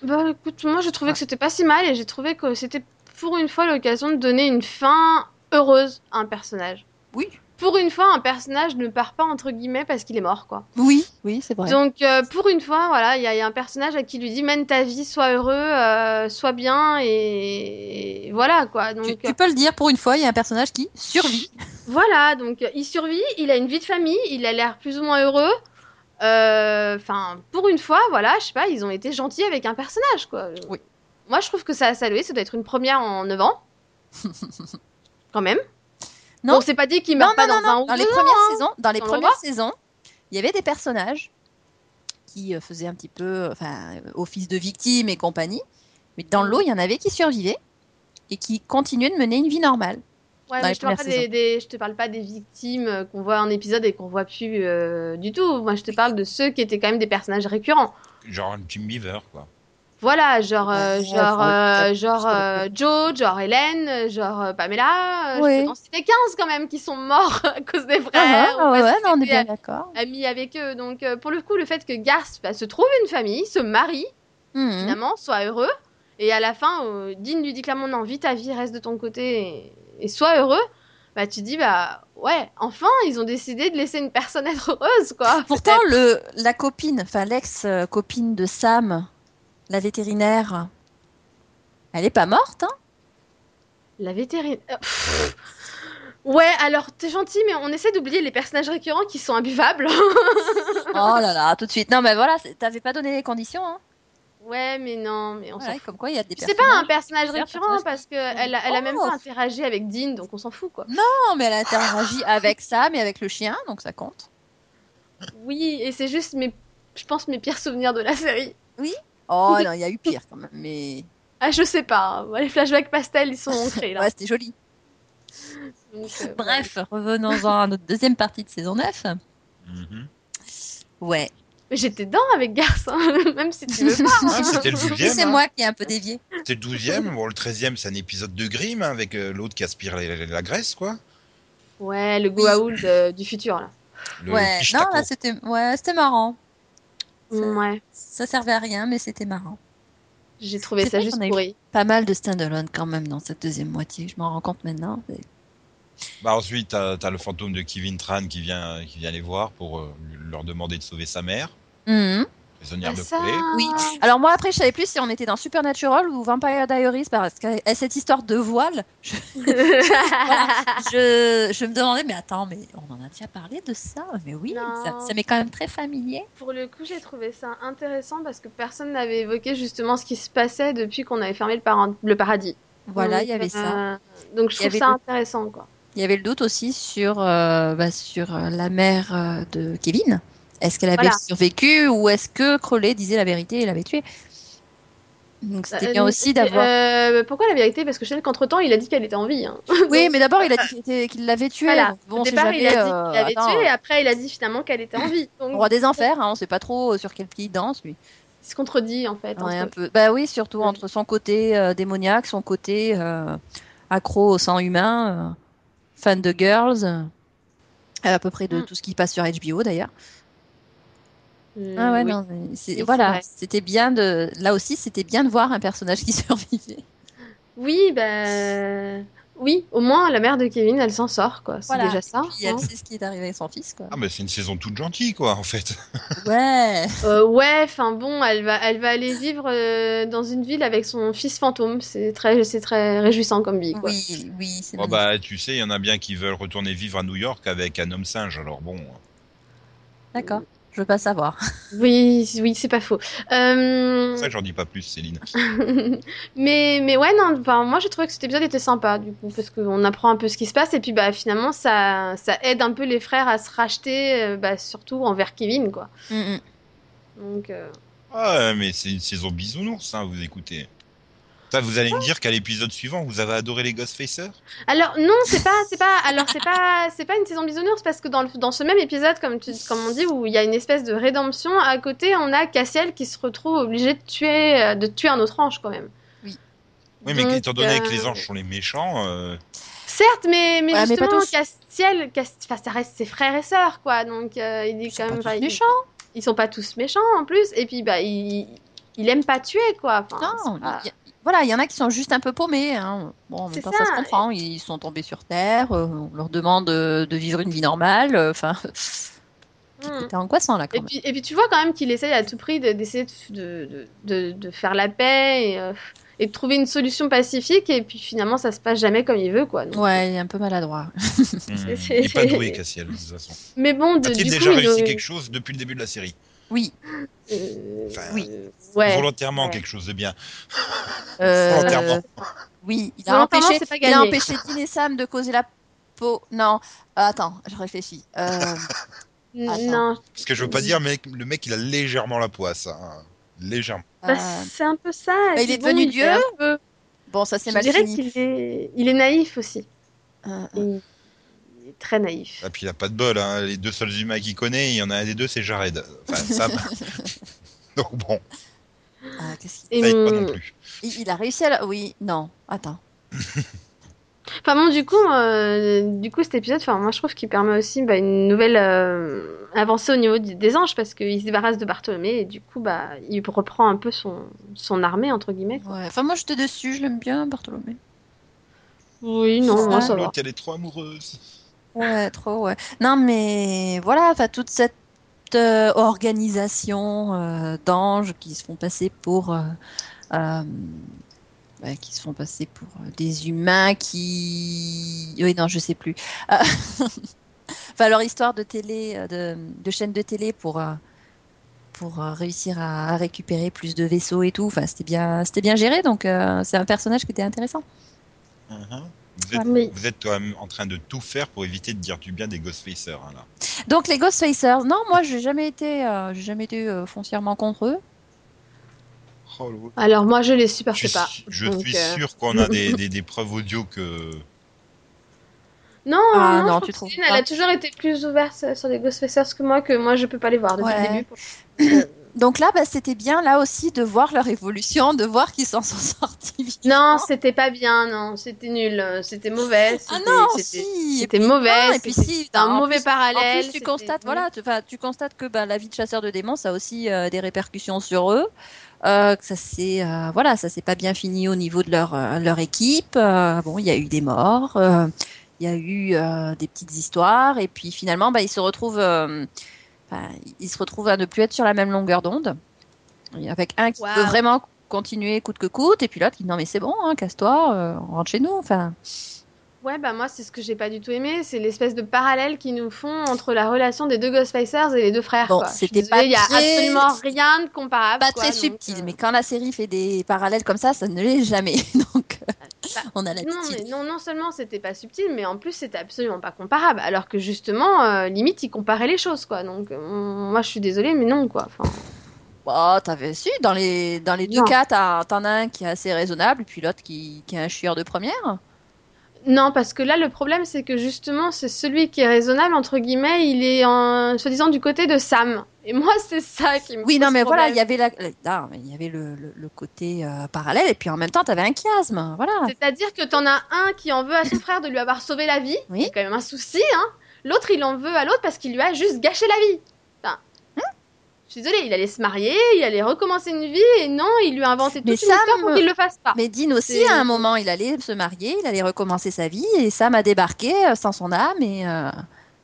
Speaker 2: Bah écoute, moi je trouvais ouais. que c'était pas si mal et j'ai trouvé que c'était pour une fois l'occasion de donner une fin heureuse à un personnage.
Speaker 3: Oui,
Speaker 2: pour une fois, un personnage ne part pas entre guillemets parce qu'il est mort, quoi.
Speaker 3: Oui, oui, c'est vrai.
Speaker 2: Donc, euh, pour une fois, voilà, il y, y, a un personnage à qui lui dit mène ta vie, sois heureux, euh, sois bien, et... et voilà, quoi. Donc,
Speaker 3: tu, tu, peux le dire, pour une fois, il y a un personnage qui survit.
Speaker 2: voilà, donc euh, il survit, il a une vie de famille, il a l'air plus ou moins heureux. Euh, Enfin, pour une fois, voilà, je sais pas, ils ont été gentils avec un personnage, quoi.
Speaker 3: Oui.
Speaker 2: Moi, je trouve que ça a salué, ça doit être une première en 9
Speaker 3: <laughs>
Speaker 2: ans. Quand même. Non, bon, c'est pas dit qu'il meurt pas non, dans non. un ou
Speaker 3: dans les
Speaker 2: ans,
Speaker 3: premières
Speaker 2: hein.
Speaker 3: saisons. Dans les dans premières saisons, il y avait des personnages qui euh, faisaient un petit peu, enfin, euh, office de victime et compagnie. Mais
Speaker 2: Mm.
Speaker 3: dans l'eau, il y en avait qui survivaient et qui continuaient de mener une vie normale.
Speaker 2: Ouais,
Speaker 3: Bah,
Speaker 2: mais je, te parle pas des, des, je te parle pas des victimes euh, qu'on voit en épisode et qu'on voit plus euh, du tout. Moi, je te parle de ceux qui étaient quand même des personnages récurrents.
Speaker 1: Genre Jim Beaver, quoi.
Speaker 2: Voilà, genre, euh, ouais, genre, euh, genre euh, Joe, genre Hélène, euh, genre Pamela. euh, Oui. C'était 15 quand même qui sont morts <laughs> à cause des frères.
Speaker 3: Ah, ah, ouais, non, on est bien d'accord.
Speaker 2: Amis avec eux. Donc, euh, pour le coup, le fait que Garth bah, se trouve une famille, se marie, mm -hmm. finalement, soit heureux, et à la fin, euh, Dean lui dit clairement non, vite ta vie, reste de ton côté et, et sois heureux. Bah, tu dis, bah ouais, enfin, ils ont décidé de laisser une personne être heureuse, quoi.
Speaker 3: Pourtant, le, la copine, enfin, l'ex-copine de Sam, la vétérinaire, elle est pas morte,
Speaker 2: <laughs>
Speaker 3: hein
Speaker 2: La vétérinaire. Euh, ouais, alors t'es gentil, mais on essaie d'oublier les personnages récurrents qui sont imbuvables. <laughs>
Speaker 3: oh là là, tout de suite. Non, mais voilà, t'avais pas donné les conditions, hein
Speaker 2: Ouais, mais non, mais on
Speaker 3: voilà, Comme quoi, il y a des.
Speaker 2: C'est pas un personnage récurrent parce que elle, a, elle a même oh, pas interagi avec Dean, donc on s'en fout, quoi.
Speaker 3: Non, mais elle a interagi avec Sam et avec le chien, donc ça compte.
Speaker 2: Oui, et c'est juste mes, je pense mes pires souvenirs de la série.
Speaker 3: Oui, Oh non, il y a eu pire quand même, mais.
Speaker 2: Ah, je sais pas. Hein. Les flashbacks pastel, <laughs> ils sont ancrés là.
Speaker 3: ouais, c'était joli. Donc, euh, Bref, ouais. revenons-en à notre deuxième partie de saison 9. Mm -hmm. Ouais.
Speaker 2: J'étais dedans avec Garçon, <laughs> même si tu veux pas.
Speaker 1: Hein. <laughs> Ah, c'était le 12
Speaker 3: C'est hein. moi qui ai un peu dévié.
Speaker 1: C'était le 12e. Bon, le 13e, c'est un épisode de Grimm avec euh, l'autre qui aspire la, la, la, graisse, quoi.
Speaker 2: Ouais, le Goa'uld euh, du futur, là.
Speaker 3: Le ouais, non, là, c'était ouais, marrant.
Speaker 2: Ça, ouais.
Speaker 3: ça servait à rien, mais c'était marrant.
Speaker 2: J'ai trouvé ça juste pourri.
Speaker 3: Pas mal de stand-alone quand même dans cette deuxième moitié. Je m'en rends compte maintenant. Mais...
Speaker 1: Bah ensuite, t'as as le fantôme de Kevin Tran qui vient, qui vient les voir pour euh, leur demander de sauver sa mère.
Speaker 3: Mm -hmm.
Speaker 1: Prisonnière bah de poulet.
Speaker 3: Oui. Alors moi après, je savais plus si on était dans Supernatural ou Vampire Diaries parce que eh, cette histoire de voile, <laughs> je... je... je, me demandais mais attends, mais on en a déjà parlé de ça Mais oui, non. ça, ça m'est quand même très familier.
Speaker 2: Pour le coup, j'ai trouvé ça intéressant parce que personne n'avait évoqué justement ce qui se passait depuis qu'on avait fermé le, par le paradis.
Speaker 3: Voilà, il y avait euh...
Speaker 2: ça. Donc je trouve ça le... intéressant quoi.
Speaker 3: Il y avait le doute aussi sur, euh, bah, sur la mère euh, de Kevin. Est-ce qu'elle avait voilà. survécu ou est-ce que Crowley disait la vérité et l'avait tuée Donc c'était euh, bien aussi d'avoir.
Speaker 2: Euh, pourquoi la vérité Parce que je sais qu'entre temps, il a dit qu'elle était en vie. Hein.
Speaker 3: Oui, mais d'abord, il a dit qu'il l'avait tuée. Voilà.
Speaker 2: Bon, Au départ, jamais, il a dit euh... qu'il l'avait tuée euh, et après, il a dit finalement qu'elle était
Speaker 3: <laughs>
Speaker 2: en vie.
Speaker 3: Donc... Roi des enfers, hein, on ne sait pas trop sur quel pied il danse, lui.
Speaker 2: Il se contredit en fait.
Speaker 3: Ouais, un peu. Bah oui, surtout ouais. entre son côté euh, démoniaque, son côté euh, accro au sang humain, euh, fan de girls, euh, à peu près de
Speaker 2: Hmm.
Speaker 3: mm. tout ce qui passe sur HBO d'ailleurs. Ah
Speaker 2: Hmm.
Speaker 3: ouais, oui. non, voilà, c'était bien de. Là aussi, c'était bien de voir un personnage qui <laughs> survivait.
Speaker 2: Oui, bah. Oui, au moins la mère de Kevin, elle s'en sort, quoi. C'est
Speaker 3: voilà.
Speaker 2: déjà ça. hein.
Speaker 3: Et elle sait ce qui est arrivé à son fils, quoi.
Speaker 1: Ah, mais c'est une saison toute gentille, quoi, en fait.
Speaker 3: Ouais.
Speaker 2: euh, ouais, enfin bon, elle va, elle va aller vivre euh, dans une ville avec son fils fantôme. C'est très, c'est très réjouissant comme vie, quoi.
Speaker 3: Oui, oui.
Speaker 1: Oh, magnifique. bah, tu sais, il y en a bien qui veulent retourner vivre à New York avec un homme singe, alors bon.
Speaker 3: D'accord. Je veux pas savoir.
Speaker 2: Oui, oui, c'est pas faux. Euh,
Speaker 3: Mm.
Speaker 1: C'est ça que j'en dis pas plus, Céline.
Speaker 2: <laughs> mais, mais ouais, non, enfin, moi j'ai trouvé que cet épisode était sympa, du coup, parce qu'on apprend un peu ce qui se passe, et puis bah, finalement, ça, ça aide un peu les frères à se racheter, euh, bah, surtout envers Kevin, quoi.
Speaker 3: Mm, mm.
Speaker 2: Donc, euh,
Speaker 1: Ah, mais c'est une saison bisounours, hein, vous écoutez. Ça, vous allez me dire qu'à l'épisode suivant, vous avez adoré les Ghostfacers
Speaker 2: Alors, non, c'est pas, c'est pas, alors, c'est pas, c'est pas une saison bisounours, parce que dans, le- dans ce même épisode, comme, tu, comme on dit, où il y a une espèce de rédemption, à côté, on a Cassiel qui se retrouve obligé de tuer, euh, de tuer un autre ange, quand même.
Speaker 3: Oui.
Speaker 1: Oui, mais
Speaker 2: Donc,
Speaker 1: étant donné que les
Speaker 2: euh,
Speaker 1: anges sont les méchants, euh,
Speaker 2: Certes, mais, mais
Speaker 3: Ouais, mais
Speaker 2: justement,
Speaker 3: pas tous.
Speaker 2: Castiel, Cast... enfin, ça reste ses frères et sœurs, quoi. Donc, euh, il est
Speaker 3: sont
Speaker 2: quand même
Speaker 3: pas tous
Speaker 2: ils-
Speaker 3: méchants.
Speaker 2: Ils sont pas tous méchants en plus. Et puis, bah, il, il aime pas tuer, quoi. Enfin,
Speaker 3: <laughs> Non,
Speaker 2: c'est pas-
Speaker 3: y- y- voilà, il y en a qui sont juste un peu paumés. hein. Bon, en même
Speaker 2: C'est
Speaker 3: temps, ça.
Speaker 2: ça,
Speaker 3: se comprend. Ils sont tombés sur Terre. euh, on leur demande euh, de vivre une vie normale. euh, Enfin,
Speaker 2: Hmm.
Speaker 3: <laughs> c'était angoissant là quand
Speaker 2: Et
Speaker 3: même.
Speaker 2: puis, et puis, tu vois quand même qu'il essaye à tout prix de- d'essayer de, de, de, de- de faire la paix et, euh, et de trouver une solution pacifique. Et puis, finalement, ça se passe jamais comme il veut, quoi. Donc,
Speaker 3: Ouais, il est un peu maladroit.
Speaker 1: hmm,
Speaker 2: c'est-
Speaker 1: il n'est pas doué, Cassiel, de toute façon.
Speaker 2: Mais bon, de,
Speaker 1: A-t-il
Speaker 2: du
Speaker 1: déjà
Speaker 2: coup, il
Speaker 1: réussi
Speaker 2: aurait-
Speaker 1: quelque chose depuis le début de la série
Speaker 3: Oui.
Speaker 2: euh,
Speaker 1: Enfin,
Speaker 2: oui. ouais.
Speaker 1: Volontairement,
Speaker 2: Ouais.
Speaker 1: quelque chose de bien.
Speaker 3: Euh,
Speaker 1: Volontairement.
Speaker 3: oui, il a
Speaker 2: Volontairement,
Speaker 3: empêché.
Speaker 2: c'est pas
Speaker 3: Il a
Speaker 2: gagné.
Speaker 3: empêché Dean et Sam de causer la peau. Non, euh, attends, je réfléchis. Euh,
Speaker 2: N-
Speaker 3: Attends. euh,
Speaker 2: Non,
Speaker 1: Parce que je veux pas dire, mais le mec, il a légèrement la poisse. hein. Légèrement.
Speaker 2: bah,
Speaker 3: euh,
Speaker 2: c'est un peu ça.
Speaker 3: bah, il
Speaker 2: Puis
Speaker 3: est devenu
Speaker 2: il
Speaker 3: Dieu.
Speaker 2: est un peu-
Speaker 3: bon, ça c'est
Speaker 2: Je
Speaker 3: mal
Speaker 2: dirais
Speaker 3: fini.
Speaker 2: qu'il est... Il est naïf aussi.
Speaker 3: Euh, euh,
Speaker 2: Il il est très naïf.
Speaker 1: Et puis, il a pas de bol. hein. Les deux seuls humains qu'il connaît, il y en a un des deux, c'est Jared. Enfin,
Speaker 2: <laughs>
Speaker 1: Sam. <laughs> Donc bon,
Speaker 3: ah, qu'est-ce qu'il-
Speaker 2: Et
Speaker 1: ça aide pas
Speaker 2: mon-
Speaker 1: non plus.
Speaker 3: il, il a réussi à. la- Oui, non, attends.
Speaker 2: Enfin bon, du coup, euh, du coup, cet épisode, enfin moi je trouve qu'il permet aussi bah, une nouvelle euh, avancée au niveau du- des anges parce qu'il se débarrasse de Bartholomé et du coup, bah, il reprend un peu son, son armée entre guillemets.
Speaker 3: Ouais, Enfin, moi j'étais dessus. Je l'aime bien, Bartholomé.
Speaker 2: Oui, non,
Speaker 3: C'est
Speaker 2: moi,
Speaker 3: ça.
Speaker 2: ça va.
Speaker 1: L'autre, elle est trop amoureuse.
Speaker 3: Ouais, trop, ouais. Non, mais voilà, enfin, toute cette euh, organisation euh, d'anges qui se font passer pour. euh, euh, ouais, qui se font passer pour euh, des humains qui. Oui, non, je sais plus. Euh, <laughs> enfin, leur histoire de télé, euh, de, de chaîne de télé pour. euh, pour euh, réussir à à récupérer plus de vaisseaux et tout, enfin c'était bien, c'était bien géré, donc euh, c'est un personnage qui était intéressant.
Speaker 1: Mhm. Vous êtes,
Speaker 2: Mais
Speaker 1: vous êtes quand même en train de tout faire pour éviter de dire du bien des Ghostfacers. hein, là.
Speaker 3: Donc les Ghostfacers, non, moi j'ai jamais été, euh, j'ai jamais été euh, foncièrement contre eux.
Speaker 1: Oh, l'autre.
Speaker 2: alors moi je les supporte
Speaker 1: je suis,
Speaker 2: pas.
Speaker 1: je
Speaker 2: Donc,
Speaker 1: suis
Speaker 2: euh,
Speaker 1: sûr qu'on a
Speaker 2: <laughs>
Speaker 1: des, des- des preuves audio que.
Speaker 2: Non,
Speaker 3: Ah,
Speaker 2: non,
Speaker 3: non,
Speaker 2: je
Speaker 3: tu
Speaker 2: trouve que
Speaker 3: trouves
Speaker 2: Céline, elle
Speaker 3: pas.
Speaker 2: a toujours été plus ouverte sur les Ghostfacers que moi, que moi je peux pas les voir depuis
Speaker 3: Ouais.
Speaker 2: le début. Euh,
Speaker 3: Donc là, bah, c'était bien là aussi de voir leur évolution, de voir qu'ils s'en sont <laughs> sortis. vivants.
Speaker 2: non, c'était pas bien, non, c'était nul, euh, c'était mauvais.
Speaker 3: ah
Speaker 2: c'était-
Speaker 3: non,
Speaker 2: c'était-
Speaker 3: si.
Speaker 2: C'était mauvais,
Speaker 3: non, et puis
Speaker 2: c'était-
Speaker 3: si,
Speaker 2: c'était un
Speaker 3: en
Speaker 2: mauvais
Speaker 3: plus-
Speaker 2: parallèle.
Speaker 3: en plus, tu
Speaker 2: c'était-
Speaker 3: constates, voilà, tu, enfin, tu constates que bah, la vie de chasseur de démons, ça a aussi euh, des répercussions sur eux. Euh, que ça s'est, euh, voilà, ça s'est pas bien fini au niveau de leur euh, leur équipe. Euh, bon, il y a eu des morts, euh, il y a eu euh, des petites histoires, et puis finalement, bah, ils se retrouvent, euh, enfin, ils se retrouvent à ne plus être sur la même longueur d'onde. Et Avec un qui
Speaker 2: Waouh.
Speaker 3: veut vraiment continuer coûte que coûte, et puis l'autre qui dit non mais c'est bon, hein, casse-toi, euh, on rentre chez nous. Enfin,
Speaker 2: Ouais, bah moi, c'est ce que j'ai pas du tout aimé. C'est l'espèce de parallèle qu'ils nous font entre la relation des deux Ghostfacers et les deux frères.
Speaker 3: Bon,
Speaker 2: quoi. Je suis
Speaker 3: c'était
Speaker 2: désolée,
Speaker 3: pas
Speaker 2: Il y a
Speaker 3: très-
Speaker 2: absolument rien de comparable.
Speaker 3: pas
Speaker 2: quoi,
Speaker 3: Ah bah, très
Speaker 2: donc,
Speaker 3: subtil,
Speaker 2: euh,
Speaker 3: mais quand la série fait des parallèles comme ça, ça ne l'est jamais. <laughs> Donc, euh,
Speaker 2: bah,
Speaker 3: on a
Speaker 2: Non,
Speaker 3: l'habitude.
Speaker 2: mais non, non seulement c'était pas subtil, mais en plus c'était absolument pas comparable. Alors que justement, euh, limite, ils comparaient les choses, quoi. Donc, euh, moi, je suis désolée, mais non, quoi. Enfin,
Speaker 3: Bah, t'avais su, dans les, dans les deux
Speaker 2: Non.
Speaker 3: cas, t'as- t'en as un qui est assez raisonnable, et puis l'autre qui, qui est un chieur de première.
Speaker 2: Non, parce que là, le problème, c'est que justement, c'est celui qui est raisonnable, entre guillemets, il est en soi-disant du côté de Sam. Et moi, c'est ça qui me
Speaker 3: Oui,
Speaker 2: pose
Speaker 3: non, mais voilà,
Speaker 2: problème.
Speaker 3: il y avait, la, là, il y avait le, le- le côté euh, parallèle, et puis en même temps, t'avais un chiasme. Voilà.
Speaker 2: C'est-à-dire que t'en as un qui en veut à son frère de lui avoir sauvé la vie,
Speaker 3: Oui.
Speaker 2: c'est quand même un souci, hein. L'autre, il en veut à l'autre parce qu'il lui a juste gâché la vie. Enfin,
Speaker 3: Hein
Speaker 2: je suis désolée, il allait se marier, il allait recommencer une vie, et non, il lui a inventé toute
Speaker 3: Mais
Speaker 2: une
Speaker 3: Sam,
Speaker 2: histoire pour qu'il le fasse pas.
Speaker 3: Mais Dean aussi,
Speaker 2: C'est-
Speaker 3: à un moment, il allait se marier, il allait recommencer sa vie, et Sam a débarqué euh, sans son âme, et. euh,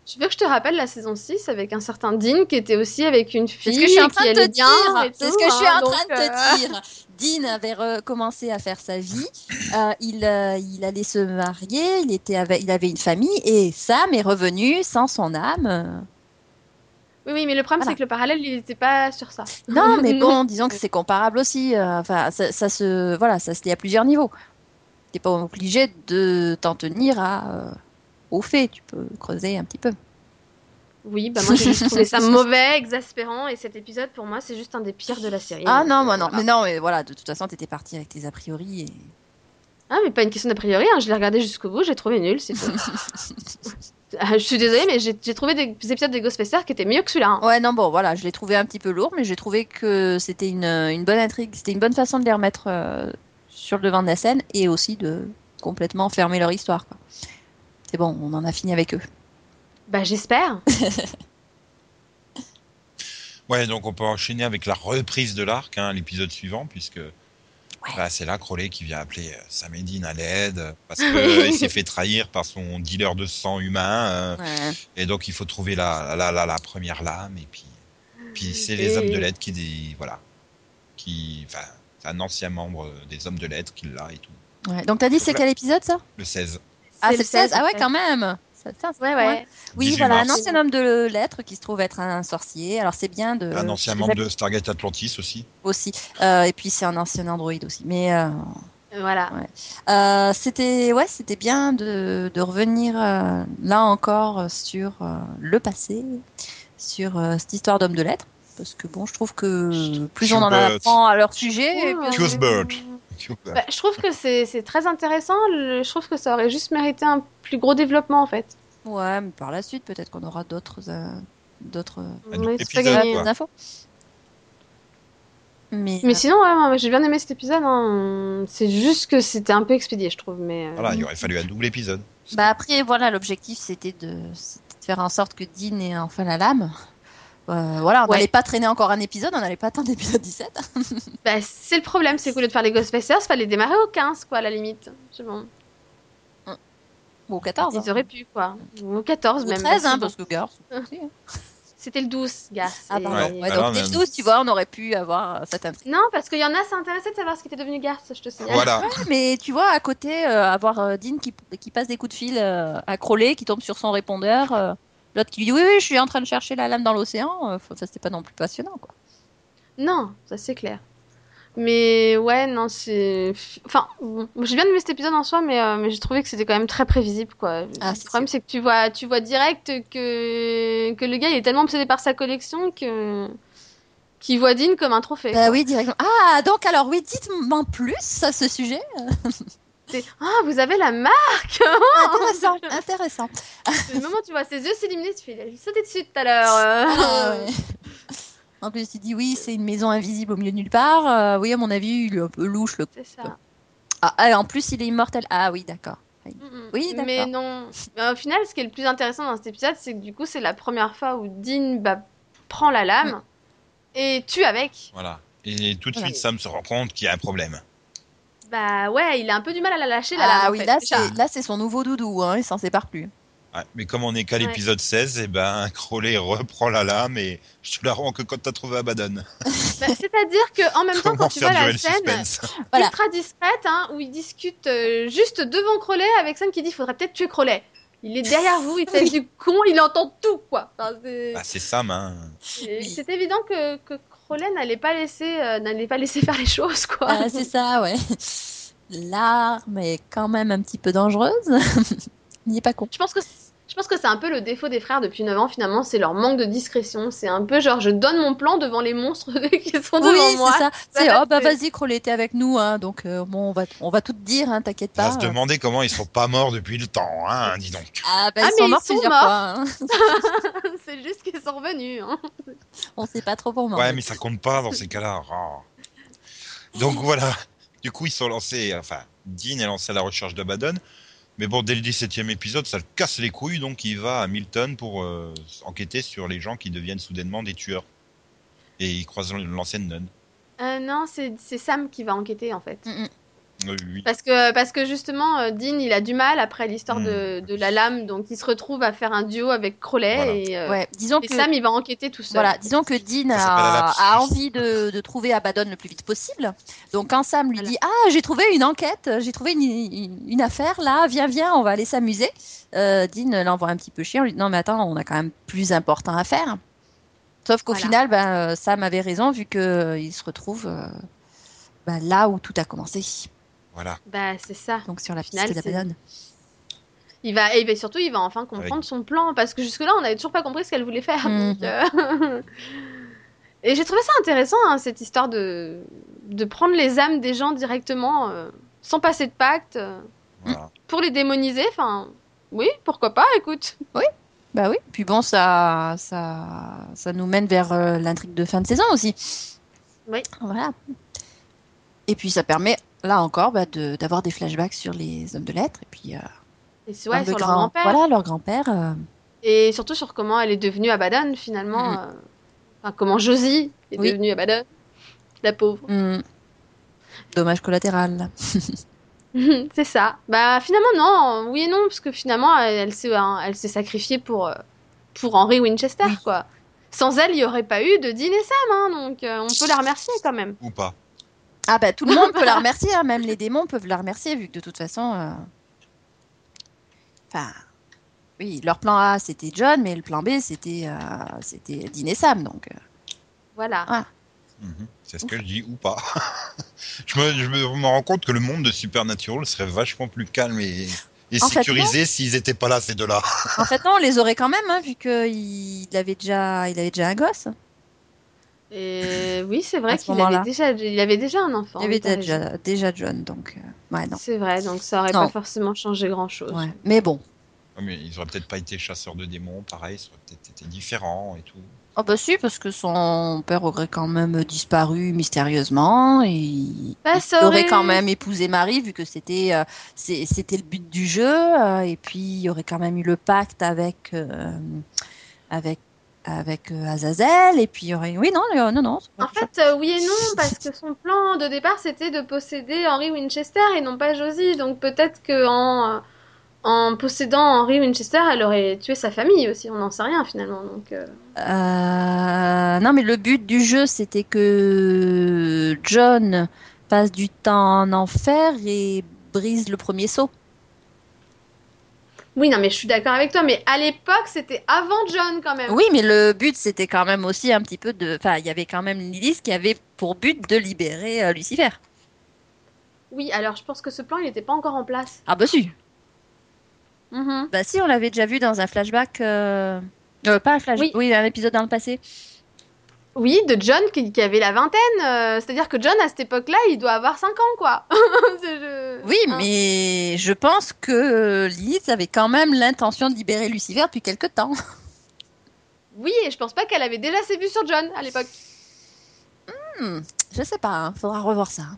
Speaker 2: Tu veux que je te rappelle la saison 6 avec un certain Dean qui était aussi avec une
Speaker 3: C'est
Speaker 2: fille
Speaker 3: ce que je suis en train
Speaker 2: qui
Speaker 3: de
Speaker 2: allait
Speaker 3: te
Speaker 2: bien
Speaker 3: dire.
Speaker 2: et
Speaker 3: C'est ce
Speaker 2: tout,
Speaker 3: que je suis
Speaker 2: hein,
Speaker 3: en train
Speaker 2: donc,
Speaker 3: de
Speaker 2: euh,
Speaker 3: te
Speaker 2: <laughs>
Speaker 3: dire. Dean avait recommencé à faire sa vie. Euh, il, euh, il allait se marier. Il était avec, il avait une famille et Sam est revenu sans son âme. euh,
Speaker 2: Oui, oui, mais le problème,
Speaker 3: Voilà.
Speaker 2: c'est que le parallèle, il n'était pas sur ça. <laughs>
Speaker 3: Non, mais bon, disons que c'est comparable aussi. euh, Enfin, ça, ça se, voilà, ça se dit à plusieurs niveaux. T'es pas obligé de t'en tenir à euh, au fait. Tu peux creuser un petit peu.
Speaker 2: Oui, bah
Speaker 3: <laughs>
Speaker 2: moi j'ai juste trouvé ça mauvais, exaspérant, et cet épisode pour moi c'est juste un des pires de la série.
Speaker 3: Ah
Speaker 2: Donc,
Speaker 3: non,
Speaker 2: euh,
Speaker 3: moi non,
Speaker 2: voilà.
Speaker 3: mais non, mais voilà, de toute façon, t'étais parti avec tes a priori. Et...
Speaker 2: <laughs> Ah mais pas une question d'a priori, hein, je l'ai regardé jusqu'au bout, j'ai trouvé nul,
Speaker 3: <laughs>
Speaker 2: c'est tout. Ah, je suis désolée, mais j'ai j'ai trouvé des épisodes de Ghostbusters qui étaient mieux que celui-là. hein.
Speaker 3: Ouais, non, bon, voilà, je l'ai trouvé un petit peu lourd, mais j'ai trouvé que c'était une, une bonne intrigue, c'était une bonne façon de les remettre euh, sur le devant de la scène et aussi de complètement fermer leur histoire. quoi. C'est bon, on en a fini avec eux.
Speaker 2: Bah j'espère.
Speaker 1: Ouais, donc on peut enchaîner avec la reprise de l'arc, hein, l'épisode suivant, puisque bah, c'est là Crowley qui vient appeler euh, Samedine à l'aide, parce
Speaker 2: <laughs>
Speaker 1: qu'il s'est fait trahir par son dealer de sang humain, euh, et donc il faut trouver la, la, la, la première lame, et puis, puis c'est les
Speaker 2: Et-
Speaker 1: hommes de l'aide qui... dé- Voilà, qui... Enfin, c'est un ancien membre des hommes de l'aide qui l'a et tout,
Speaker 3: Ouais. Donc t'as dit
Speaker 1: Bah,
Speaker 3: c'est quel épisode ça
Speaker 1: le 16.
Speaker 3: Ah,
Speaker 2: le
Speaker 3: c'est le 16 Ah ouais,
Speaker 2: en fait.
Speaker 3: quand même Ça- ça, c'est
Speaker 2: Ouais,
Speaker 3: loin.
Speaker 2: ouais.
Speaker 3: Oui,
Speaker 1: 18
Speaker 3: voilà, un
Speaker 1: mars.
Speaker 3: ancien homme de lettres qui se trouve être un sorcier. Alors c'est bien
Speaker 2: Euh,
Speaker 3: de...
Speaker 1: un ancien membre de Stargate Atlantis aussi. <laughs>
Speaker 3: Aussi. Euh, et puis c'est un ancien androïde aussi. Mais... euh,
Speaker 2: Voilà.
Speaker 3: Euh, c'était ouais, c'était bien de, de revenir euh, là encore euh, sur euh, le passé, sur euh, cette histoire d'homme de lettres, parce que bon, je trouve que plus on en
Speaker 1: Schubert.
Speaker 3: apprend à leur sujet, et
Speaker 2: Ouais.
Speaker 3: plus-
Speaker 1: Cuthbert. euh,
Speaker 2: Bah, je trouve que c'est c'est très intéressant, le- je trouve que ça aurait juste mérité un plus gros développement en fait.
Speaker 3: ouais, mais par la suite peut-être qu'on aura d'autres euh, d'autres euh,
Speaker 1: Un autre
Speaker 2: Ouais, c'est pas
Speaker 1: épisode,
Speaker 2: gagné.
Speaker 1: quoi.
Speaker 3: infos. Mais,
Speaker 2: Mais sinon, ouais, moi, j'ai bien aimé cet épisode. hein. C'est juste que c'était un peu expédié, je trouve. Mais euh,
Speaker 1: Voilà, il aurait fallu un double épisode.
Speaker 3: Bah après, voilà, l'objectif c'était de, c'était de faire en sorte que Dean ait enfin la lame. Euh, voilà, on
Speaker 2: Ouais.
Speaker 3: n'allait pas traîner encore un épisode, on n'allait pas attendre l'épisode 17.
Speaker 2: bah, c'est le problème, c'est qu'au lieu de faire les Ghostbusters, fallait démarrer au 15, quoi, à la limite. C'est bon.
Speaker 3: Ou au 14. hein.
Speaker 2: Ils auraient pu, quoi. Ou au 14
Speaker 3: Ou
Speaker 2: même.
Speaker 3: 13,
Speaker 2: bah,
Speaker 3: hein,
Speaker 2: c'est bon.
Speaker 3: parce que Garth.
Speaker 2: C'était le 12, gars.
Speaker 3: Ah,
Speaker 2: c'est-
Speaker 3: pardon.
Speaker 1: Ouais,
Speaker 3: Ouais,
Speaker 1: alors,
Speaker 3: donc, t'es
Speaker 1: même.
Speaker 3: 12, tu vois, on aurait pu avoir euh, cette intrigue.
Speaker 2: Non, parce qu'il y en a, ça intéressait de savoir ce qu'était devenu Garth, je te signale.
Speaker 1: Voilà.
Speaker 2: <laughs>
Speaker 3: Mais tu vois, à côté, euh, avoir euh, Dean qui, qui passe des coups de fil euh, à Crowley, qui tombe sur son répondeur, euh, l'autre qui lui dit Oui, oui, je suis en train de chercher la lame dans l'océan. euh, faut- ça, c'était pas non plus passionnant, quoi.
Speaker 2: Non, ça c'est clair. Mais ouais, non, c'est. Enfin, bon, j'ai bien aimé cet épisode en soi, mais, euh, mais j'ai trouvé que c'était quand même très prévisible, quoi.
Speaker 3: Ah,
Speaker 2: le
Speaker 3: c'est
Speaker 2: problème, c'est que tu vois, tu vois direct que... que le gars, il est tellement obsédé par sa collection que. qu'il voit Dean comme un trophée.
Speaker 3: Bah
Speaker 2: quoi.
Speaker 3: oui, directement. Ah, donc, alors, oui, dites-moi en plus à ce sujet.
Speaker 2: C'est, Ah, vous avez la marque
Speaker 3: Ah, intéressant, intéressant.
Speaker 2: Le moment où tu vois ses yeux s'illuminer, tu fais, il a sauté dessus tout à l'heure. euh.
Speaker 3: Ah, ouais. En plus, il dit Oui, c'est une maison invisible au milieu de nulle part. Euh, oui, à mon avis, il est un peu louche, le.
Speaker 2: C'est
Speaker 1: Bah,
Speaker 2: ça.
Speaker 3: Ah, ah, en plus, il est immortel. Ah, oui, d'accord.
Speaker 2: Mm-mm.
Speaker 3: Oui, d'accord.
Speaker 2: Mais non. Mais au final, ce qui est le plus intéressant dans cet épisode, c'est que du coup, c'est la première fois où Dean bah, prend la
Speaker 3: Mm.
Speaker 2: lame et tue avec.
Speaker 1: Voilà. Et tout de
Speaker 3: Voilà.
Speaker 1: suite, Sam se rend compte qu'il y a un problème.
Speaker 2: Bah ouais, il a un peu du mal à la lâcher la lame.
Speaker 3: Ah
Speaker 2: en
Speaker 3: oui,
Speaker 2: fait,
Speaker 3: là
Speaker 2: déjà.
Speaker 3: c'est là c'est son nouveau doudou, hein, il s'en sépare plus.
Speaker 1: Ouais, mais comme on est qu'à
Speaker 2: Ouais.
Speaker 1: l'épisode 16, et ben, Crowley reprend la lame et je te la rends que quand t'as trouvé Abaddon.
Speaker 2: Bah, C'est-à-dire que en même temps,
Speaker 1: <laughs>
Speaker 2: quand
Speaker 1: Comment
Speaker 2: tu vois
Speaker 1: faire durer
Speaker 2: la
Speaker 1: le
Speaker 2: scène
Speaker 1: suspense
Speaker 3: Voilà.
Speaker 2: ultra discrète, hein, où il discute euh, juste devant Crowley avec Sam qui dit faudrait peut-être tuer Crowley. Il est derrière vous, il fait du con, il entend tout quoi. Enfin, c'est-
Speaker 1: Ah, c'est Sam, hein.
Speaker 2: c'est c'est évident que, que Crowley n'allait pas laisser euh, n'allait pas laisser faire les choses quoi.
Speaker 3: Ah, c'est ça, ouais. L'arme est quand même un petit peu dangereuse. <laughs> il n'est pas con.
Speaker 2: Je pense que c'est- je pense que c'est un peu le défaut des frères depuis 9 ans finalement, c'est leur manque de discrétion. C'est un peu genre je donne mon plan devant les monstres <laughs> qui sont
Speaker 3: Oui,
Speaker 2: devant moi.
Speaker 3: c'est ça. C'est
Speaker 2: Voilà,
Speaker 3: oh bah
Speaker 2: c'est-
Speaker 3: vas-y, Crowley, t'es avec nous, hein, donc euh, bon, on va on va tout te dire, hein, t'inquiète
Speaker 1: On va
Speaker 2: Bah,
Speaker 3: pas.
Speaker 1: se demander comment ils sont pas morts depuis le temps, hein, dis donc.
Speaker 3: Ah bah
Speaker 2: Ah,
Speaker 3: ils
Speaker 2: mais
Speaker 3: sont
Speaker 2: ils
Speaker 3: morts
Speaker 2: sont
Speaker 3: plusieurs
Speaker 2: morts.
Speaker 3: fois. hein.
Speaker 2: <laughs>
Speaker 3: <laughs>
Speaker 2: c'est juste qu'ils sont revenus. hein.
Speaker 3: On sait pas trop pour moi.
Speaker 1: Ouais, mais ça compte pas dans ces cas-là. Oh.
Speaker 3: <laughs>
Speaker 1: Donc voilà. Du coup, ils sont lancés, enfin, Dean est lancé à la recherche d'Abaddon. Mais bon, dès le 17e épisode, ça le casse les couilles, donc il va à Milton pour euh, enquêter sur les gens qui deviennent soudainement des tueurs. Et il croise l'ancienne nonne.
Speaker 2: Euh, non, c'est c'est Sam qui va enquêter en fait.
Speaker 1: Euh, oui.
Speaker 2: Parce que, parce que justement, euh, Dean, il a du mal après l'histoire
Speaker 1: Mm.
Speaker 2: de, de la lame, donc il se retrouve à faire un duo avec Crowley
Speaker 1: Voilà.
Speaker 2: et, euh,
Speaker 3: Ouais, disons
Speaker 2: et
Speaker 3: que
Speaker 2: Sam, il va enquêter tout seul.
Speaker 3: Voilà, disons que Dean
Speaker 1: Ça s'appelle un
Speaker 3: a,
Speaker 1: lapsus.
Speaker 3: a envie de, de trouver Abaddon le plus vite possible. Donc quand Sam lui dit Ah, j'ai trouvé une enquête, j'ai trouvé une, une- une affaire là, viens, viens, on va aller s'amuser. Euh, Dean l'envoie un petit peu chier en lui dit Non, mais attends, on a quand même plus important à faire. Sauf qu'au
Speaker 2: Voilà.
Speaker 3: final, ben, euh, Sam avait raison vu qu'il se retrouve euh, ben, là où tout a commencé,
Speaker 1: Voilà.
Speaker 2: Bah, c'est ça.
Speaker 3: donc sur la
Speaker 2: Au
Speaker 3: piste
Speaker 2: final,
Speaker 3: de la
Speaker 2: c'est-
Speaker 3: banane.
Speaker 2: Il va, et ben, surtout, il va enfin comprendre son plan, parce que jusque-là, on n'avait toujours pas compris ce qu'elle voulait faire.
Speaker 3: Mhm.
Speaker 2: donc, euh, <laughs> et j'ai trouvé ça intéressant, hein, cette histoire de... de prendre les âmes des gens directement, euh, sans passer de pacte, euh,
Speaker 3: <laughs>
Speaker 1: voilà.
Speaker 2: pour les démoniser. Enfin, oui, pourquoi pas, écoute.
Speaker 3: Bah oui, puis bon, ça, ça, ça nous mène vers euh, l'intrigue de fin de saison aussi.
Speaker 2: Oui.
Speaker 3: Voilà. Et puis ça permet, là encore, bah, de- d'avoir des flashbacks sur les hommes de lettres et puis euh,
Speaker 2: Et c'est- ouais,
Speaker 3: leur
Speaker 2: sur leur
Speaker 3: grand-
Speaker 2: grand-père.
Speaker 3: Voilà, leur grand-père. euh,
Speaker 2: Et surtout sur comment elle est devenue Abaddon, finalement. euh, Enfin, comment Josie est
Speaker 3: Oui.
Speaker 2: devenue Abaddon. La pauvre.
Speaker 3: hmm. Dommage collatéral.
Speaker 2: <laughs> c'est ça. Bah finalement non, oui et non, parce que finalement elle, elle s'est hein, elle s'est sacrifiée pour euh, pour Henry Winchester
Speaker 3: Oui.
Speaker 2: quoi. Sans elle, il n'y aurait pas eu de Dean et Sam, hein, donc euh, on peut la remercier quand même.
Speaker 1: Ou pas.
Speaker 3: Ah bah
Speaker 2: <laughs>
Speaker 3: tout le monde peut la remercier, hein, même les démons peuvent la remercier vu que de toute façon... euh, Enfin... Oui, leur plan A c'était John, mais le plan B c'était euh, c'était Dean et Sam, donc... euh,
Speaker 2: Voilà.
Speaker 3: Ah.
Speaker 1: Mhm. C'est ce que je dis, ou pas. <laughs> je me, je me- me rends compte que le monde de Supernatural serait vachement plus calme et, et
Speaker 3: En fait,
Speaker 1: sécurisé s'ils étaient pas là, ces deux-là.
Speaker 3: En fait, non, on les aurait quand même, hein, vu qu'il avait déjà, il avait déjà un gosse. <laughs>
Speaker 2: Et oui, c'est vrai
Speaker 3: À ce
Speaker 2: qu'il
Speaker 3: moment-là.
Speaker 2: avait déjà il avait déjà un enfant.
Speaker 3: il avait
Speaker 2: t'as raison.
Speaker 3: déjà, déjà John, donc euh, ouais, non.
Speaker 2: C'est vrai, donc ça aurait
Speaker 3: Non.
Speaker 2: pas forcément changé grand-chose.
Speaker 3: Ouais. Mais bon,
Speaker 1: Ouais, mais ils auraient peut-être pas été chasseurs de démons, pareil, ça aurait peut-être été différent et tout.
Speaker 3: oh bah si, parce que son père aurait quand même disparu mystérieusement et il
Speaker 2: Bah, ça
Speaker 3: il
Speaker 2: aurait-
Speaker 3: aurait quand même épousé Marie, vu que c'était, euh, c'est- c'était le but du jeu, euh, et puis il y aurait quand même eu le pacte avec, euh, avec, avec euh, Azazel, et puis il y aurait, oui non, euh, non, non. c'est pas
Speaker 2: En
Speaker 3: tout ça.
Speaker 2: fait, euh, oui et non, parce que son plan de départ, c'était de posséder Henry Winchester et non pas Josie. Donc peut-être que en, euh, en possédant Henry Winchester, elle aurait tué sa famille aussi. On n'en sait rien finalement. Donc euh,
Speaker 3: Euh, non, mais le but du jeu, c'était que John passe du temps en enfer et brise le premier saut.
Speaker 2: oui, non, mais je suis d'accord avec toi. Mais à l'époque, c'était avant John quand même.
Speaker 3: Oui, mais le but, c'était quand même aussi un petit peu de... Enfin, il y avait quand même Lilith qui avait pour but de libérer euh, Lucifer.
Speaker 2: Oui, Alors je pense que ce plan, il n'était pas encore en place.
Speaker 3: Ah bah si.
Speaker 2: Mhm.
Speaker 3: Bah si, on l'avait déjà vu dans un flashback... euh, euh, pas un flashback,
Speaker 2: Oui.
Speaker 3: oui, un épisode dans le passé.
Speaker 2: Oui, de John qui, qui avait la vingtaine. euh, C'est-à-dire que John à cette époque-là, il doit avoir 5 ans quoi. <laughs> C'est- je-
Speaker 3: Oui,
Speaker 2: hein.
Speaker 3: mais je pense que Lilith avait quand même l'intention de libérer Lucifer depuis quelque temps. <laughs>
Speaker 2: Oui, et je pense pas qu'elle avait déjà ses vues sur John à l'époque.
Speaker 3: Je sais pas, hein, faudra revoir ça. hein.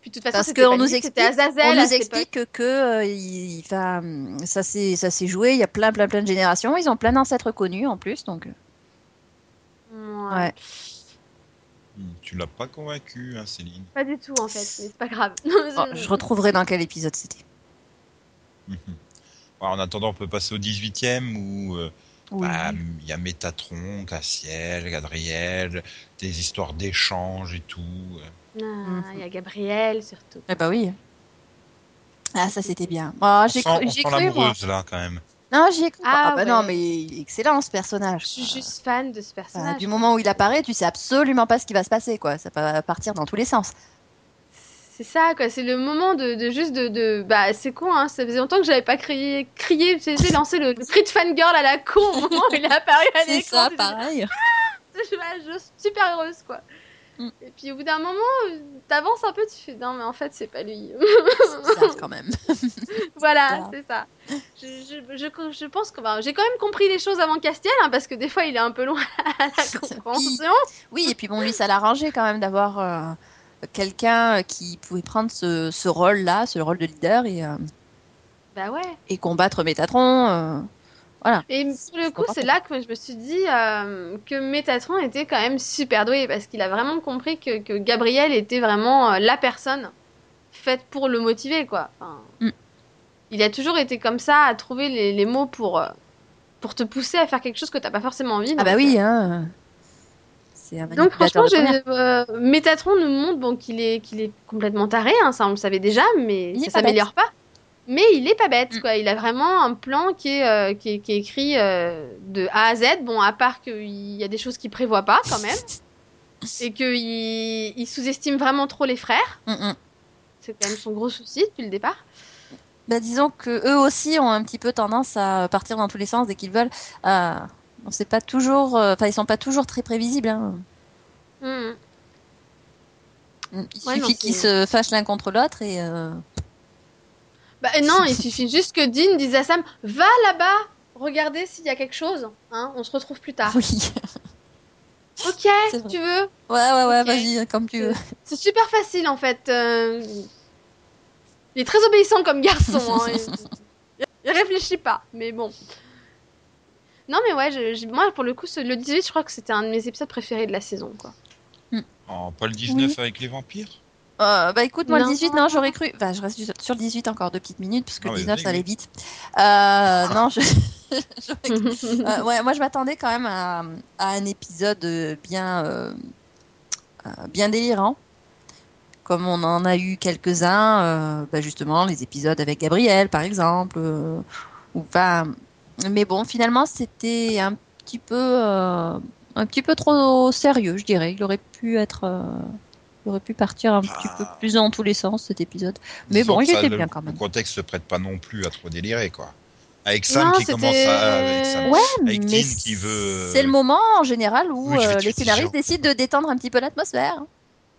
Speaker 2: Puis de toute façon,
Speaker 3: Parce
Speaker 2: c'était
Speaker 3: que
Speaker 2: pas
Speaker 3: on nous
Speaker 2: lui, c'était
Speaker 3: explique-
Speaker 2: Azazel
Speaker 3: On
Speaker 2: à
Speaker 3: nous
Speaker 2: cette époque.
Speaker 3: explique que euh, il- enfin, hum, ça s'est ça s'est joué, il y a plein plein plein de générations, ils ont plein d'ancêtres connus en plus, donc euh,
Speaker 2: Ouais.
Speaker 3: ouais.
Speaker 1: Hmm, Tu l'as pas convaincu, hein, Céline.
Speaker 2: Pas du tout en fait, mais c'est pas grave.
Speaker 3: Oh,
Speaker 2: Euh,
Speaker 3: je retrouverai dans quel épisode c'était.
Speaker 1: Mhm. Ouais, En attendant, on peut passer au 18e où euh,
Speaker 3: Oui.
Speaker 1: bah, il y a Métatron, Cassiel, Gadriel, des histoires d'échanges et tout. euh.
Speaker 2: Non, Il y a Gabriel surtout.
Speaker 3: Eh bah oui. Ah ça c'était bien. Ah,
Speaker 1: On
Speaker 3: j'ai
Speaker 1: sent-
Speaker 3: cru,
Speaker 1: on sent
Speaker 3: j'ai cru moi.
Speaker 1: l'amoureuse là quand même.
Speaker 3: Non, j'y ai cru.
Speaker 2: Ah
Speaker 3: Ah, bah non,
Speaker 2: ouais.
Speaker 3: mais il est excellent ce personnage.
Speaker 2: Je suis
Speaker 3: quoi.
Speaker 2: juste fan de ce
Speaker 3: Enfin,
Speaker 2: personnage.
Speaker 3: du moment où il apparaît, tu sais absolument pas ce qui va se passer quoi, ça va partir dans tous les sens.
Speaker 2: C'est ça quoi, c'est le moment de, de juste de, de- Bah c'est con hein, ça faisait longtemps que j'avais pas crié, crié, j'ai j'ai lancé le, le cri de fangirl à la con au moment où il est apparu à
Speaker 3: C'est
Speaker 2: l'écran.
Speaker 3: ça pareil.
Speaker 2: Je, suis là, je suis super heureuse quoi.
Speaker 3: Mm.
Speaker 2: Et puis au bout d'un moment, euh, t'avances un peu, tu fais non mais en fait c'est pas lui.
Speaker 3: <laughs> C'est bizarre quand même.
Speaker 2: Voilà,
Speaker 3: Voilà.
Speaker 2: c'est ça. Je, je, je, je pense que bah, j'ai quand même compris les choses avant Castiel, hein, parce que des fois il est un peu loin <laughs> à
Speaker 3: <laughs>
Speaker 2: la compréhension.
Speaker 3: Oui, et puis bon, lui, ça l'arrangeait quand même d'avoir euh, quelqu'un euh, qui pouvait prendre ce, ce rôle-là, ce rôle de leader et, euh,
Speaker 2: Bah ouais.
Speaker 3: et combattre Métatron. euh.
Speaker 2: Et pour le
Speaker 3: Je
Speaker 2: coup,
Speaker 3: comprends
Speaker 2: c'est
Speaker 3: pas.
Speaker 2: là que je me suis dit euh, que Métatron était quand même super doué, parce qu'il a vraiment compris que, que Gabriel était vraiment euh, la personne faite pour le motiver, quoi. Enfin,
Speaker 3: Mm.
Speaker 2: Il a toujours été comme ça, à trouver les, les mots pour, euh, pour te pousser à faire quelque chose que t'as pas forcément envie.
Speaker 3: Ah bah
Speaker 2: donc,
Speaker 3: oui, hein. euh, C'est un
Speaker 2: Donc
Speaker 3: manipulateur
Speaker 2: franchement,
Speaker 3: de première.
Speaker 2: j'ai- euh, Métatron nous montre bon qu'il est qu'il est complètement taré, hein, ça on le savait déjà, mais
Speaker 3: Il est
Speaker 2: ça
Speaker 3: pas Mm.
Speaker 2: s'améliore pas. Mais il est pas bête, quoi. Il a vraiment un plan qui est, euh, qui est, qui est écrit euh, de A à Z. Bon, à part qu'il y a des choses qu'il prévoit pas,
Speaker 3: <laughs>
Speaker 2: quand même. Et qu'il il sous-estime vraiment trop les frères.
Speaker 3: Mm, mm.
Speaker 2: C'est quand même son gros souci depuis le départ.
Speaker 3: Bah, disons que eux aussi ont un petit peu tendance à partir dans tous les sens dès qu'ils veulent. Euh, on sait pas toujours, euh, enfin ils sont pas toujours très prévisibles. hein.
Speaker 2: Mm.
Speaker 3: Il
Speaker 2: Ouais, non,
Speaker 3: suffit qu'ils
Speaker 2: c'est-
Speaker 3: se fâchent l'un contre l'autre et euh,
Speaker 2: Bah euh,
Speaker 3: <laughs>
Speaker 2: non, il suffit juste que Dean dise à Sam Va là-bas, regardez s'il y a quelque chose. Hein, on se retrouve plus tard.
Speaker 3: <laughs> oui.
Speaker 2: Ok,
Speaker 3: C'est vrai.
Speaker 2: tu veux
Speaker 3: Ouais ouais ouais,
Speaker 2: Ok.
Speaker 3: vas-y comme tu veux.
Speaker 2: C'est super facile en fait. euh, Il est très obéissant comme garçon. hein, il... il réfléchit pas, mais bon. Non mais ouais, je- je- moi pour le coup, ce- le 18, je crois que c'était un de mes épisodes préférés de la saison.
Speaker 3: <laughs>
Speaker 2: Quoi.
Speaker 1: Oh, pas le 19
Speaker 3: Oui.
Speaker 1: avec les vampires
Speaker 3: Euh, bah écoute, moi
Speaker 2: Non.
Speaker 3: le 18, non, j'aurais cru. Enfin, je reste sur- sur le 18 encore deux petites minutes, parce que
Speaker 1: Ah,
Speaker 3: le
Speaker 1: mais
Speaker 3: 19,
Speaker 1: vas-y,
Speaker 3: ça allait
Speaker 1: oui.
Speaker 3: vite. Euh, non, je. j'aurais-
Speaker 1: <laughs>
Speaker 2: ouais,
Speaker 3: Euh, ouais, moi je m'attendais quand même à, à un épisode euh, bien, euh, euh, bien délirant, comme on en a eu quelques-uns, euh, bah, justement les épisodes avec Gabriel par exemple, euh, ou pas. Mais bon, finalement c'était un petit peu, euh, un petit peu trop sérieux, je dirais. Il aurait pu être, euh, il aurait pu partir un petit
Speaker 1: Ah.
Speaker 3: peu plus dans tous les sens cet épisode. Mais
Speaker 1: Disons
Speaker 3: bon,
Speaker 1: que
Speaker 3: il
Speaker 1: ça,
Speaker 3: était
Speaker 1: le-
Speaker 3: bien quand même.
Speaker 1: Le contexte se prête pas non plus à trop délirer, quoi. Avec Sam
Speaker 2: Non,
Speaker 1: qui commence à. Avec Sam.
Speaker 2: c'était-
Speaker 3: Ouais,
Speaker 1: Avec
Speaker 3: mais
Speaker 1: Dean qui veut- euh,
Speaker 3: c'est le moment en général où
Speaker 1: Oui, je vais
Speaker 3: euh,
Speaker 1: tuer
Speaker 3: les
Speaker 1: des gens.
Speaker 3: scénaristes décident de détendre un petit peu l'atmosphère.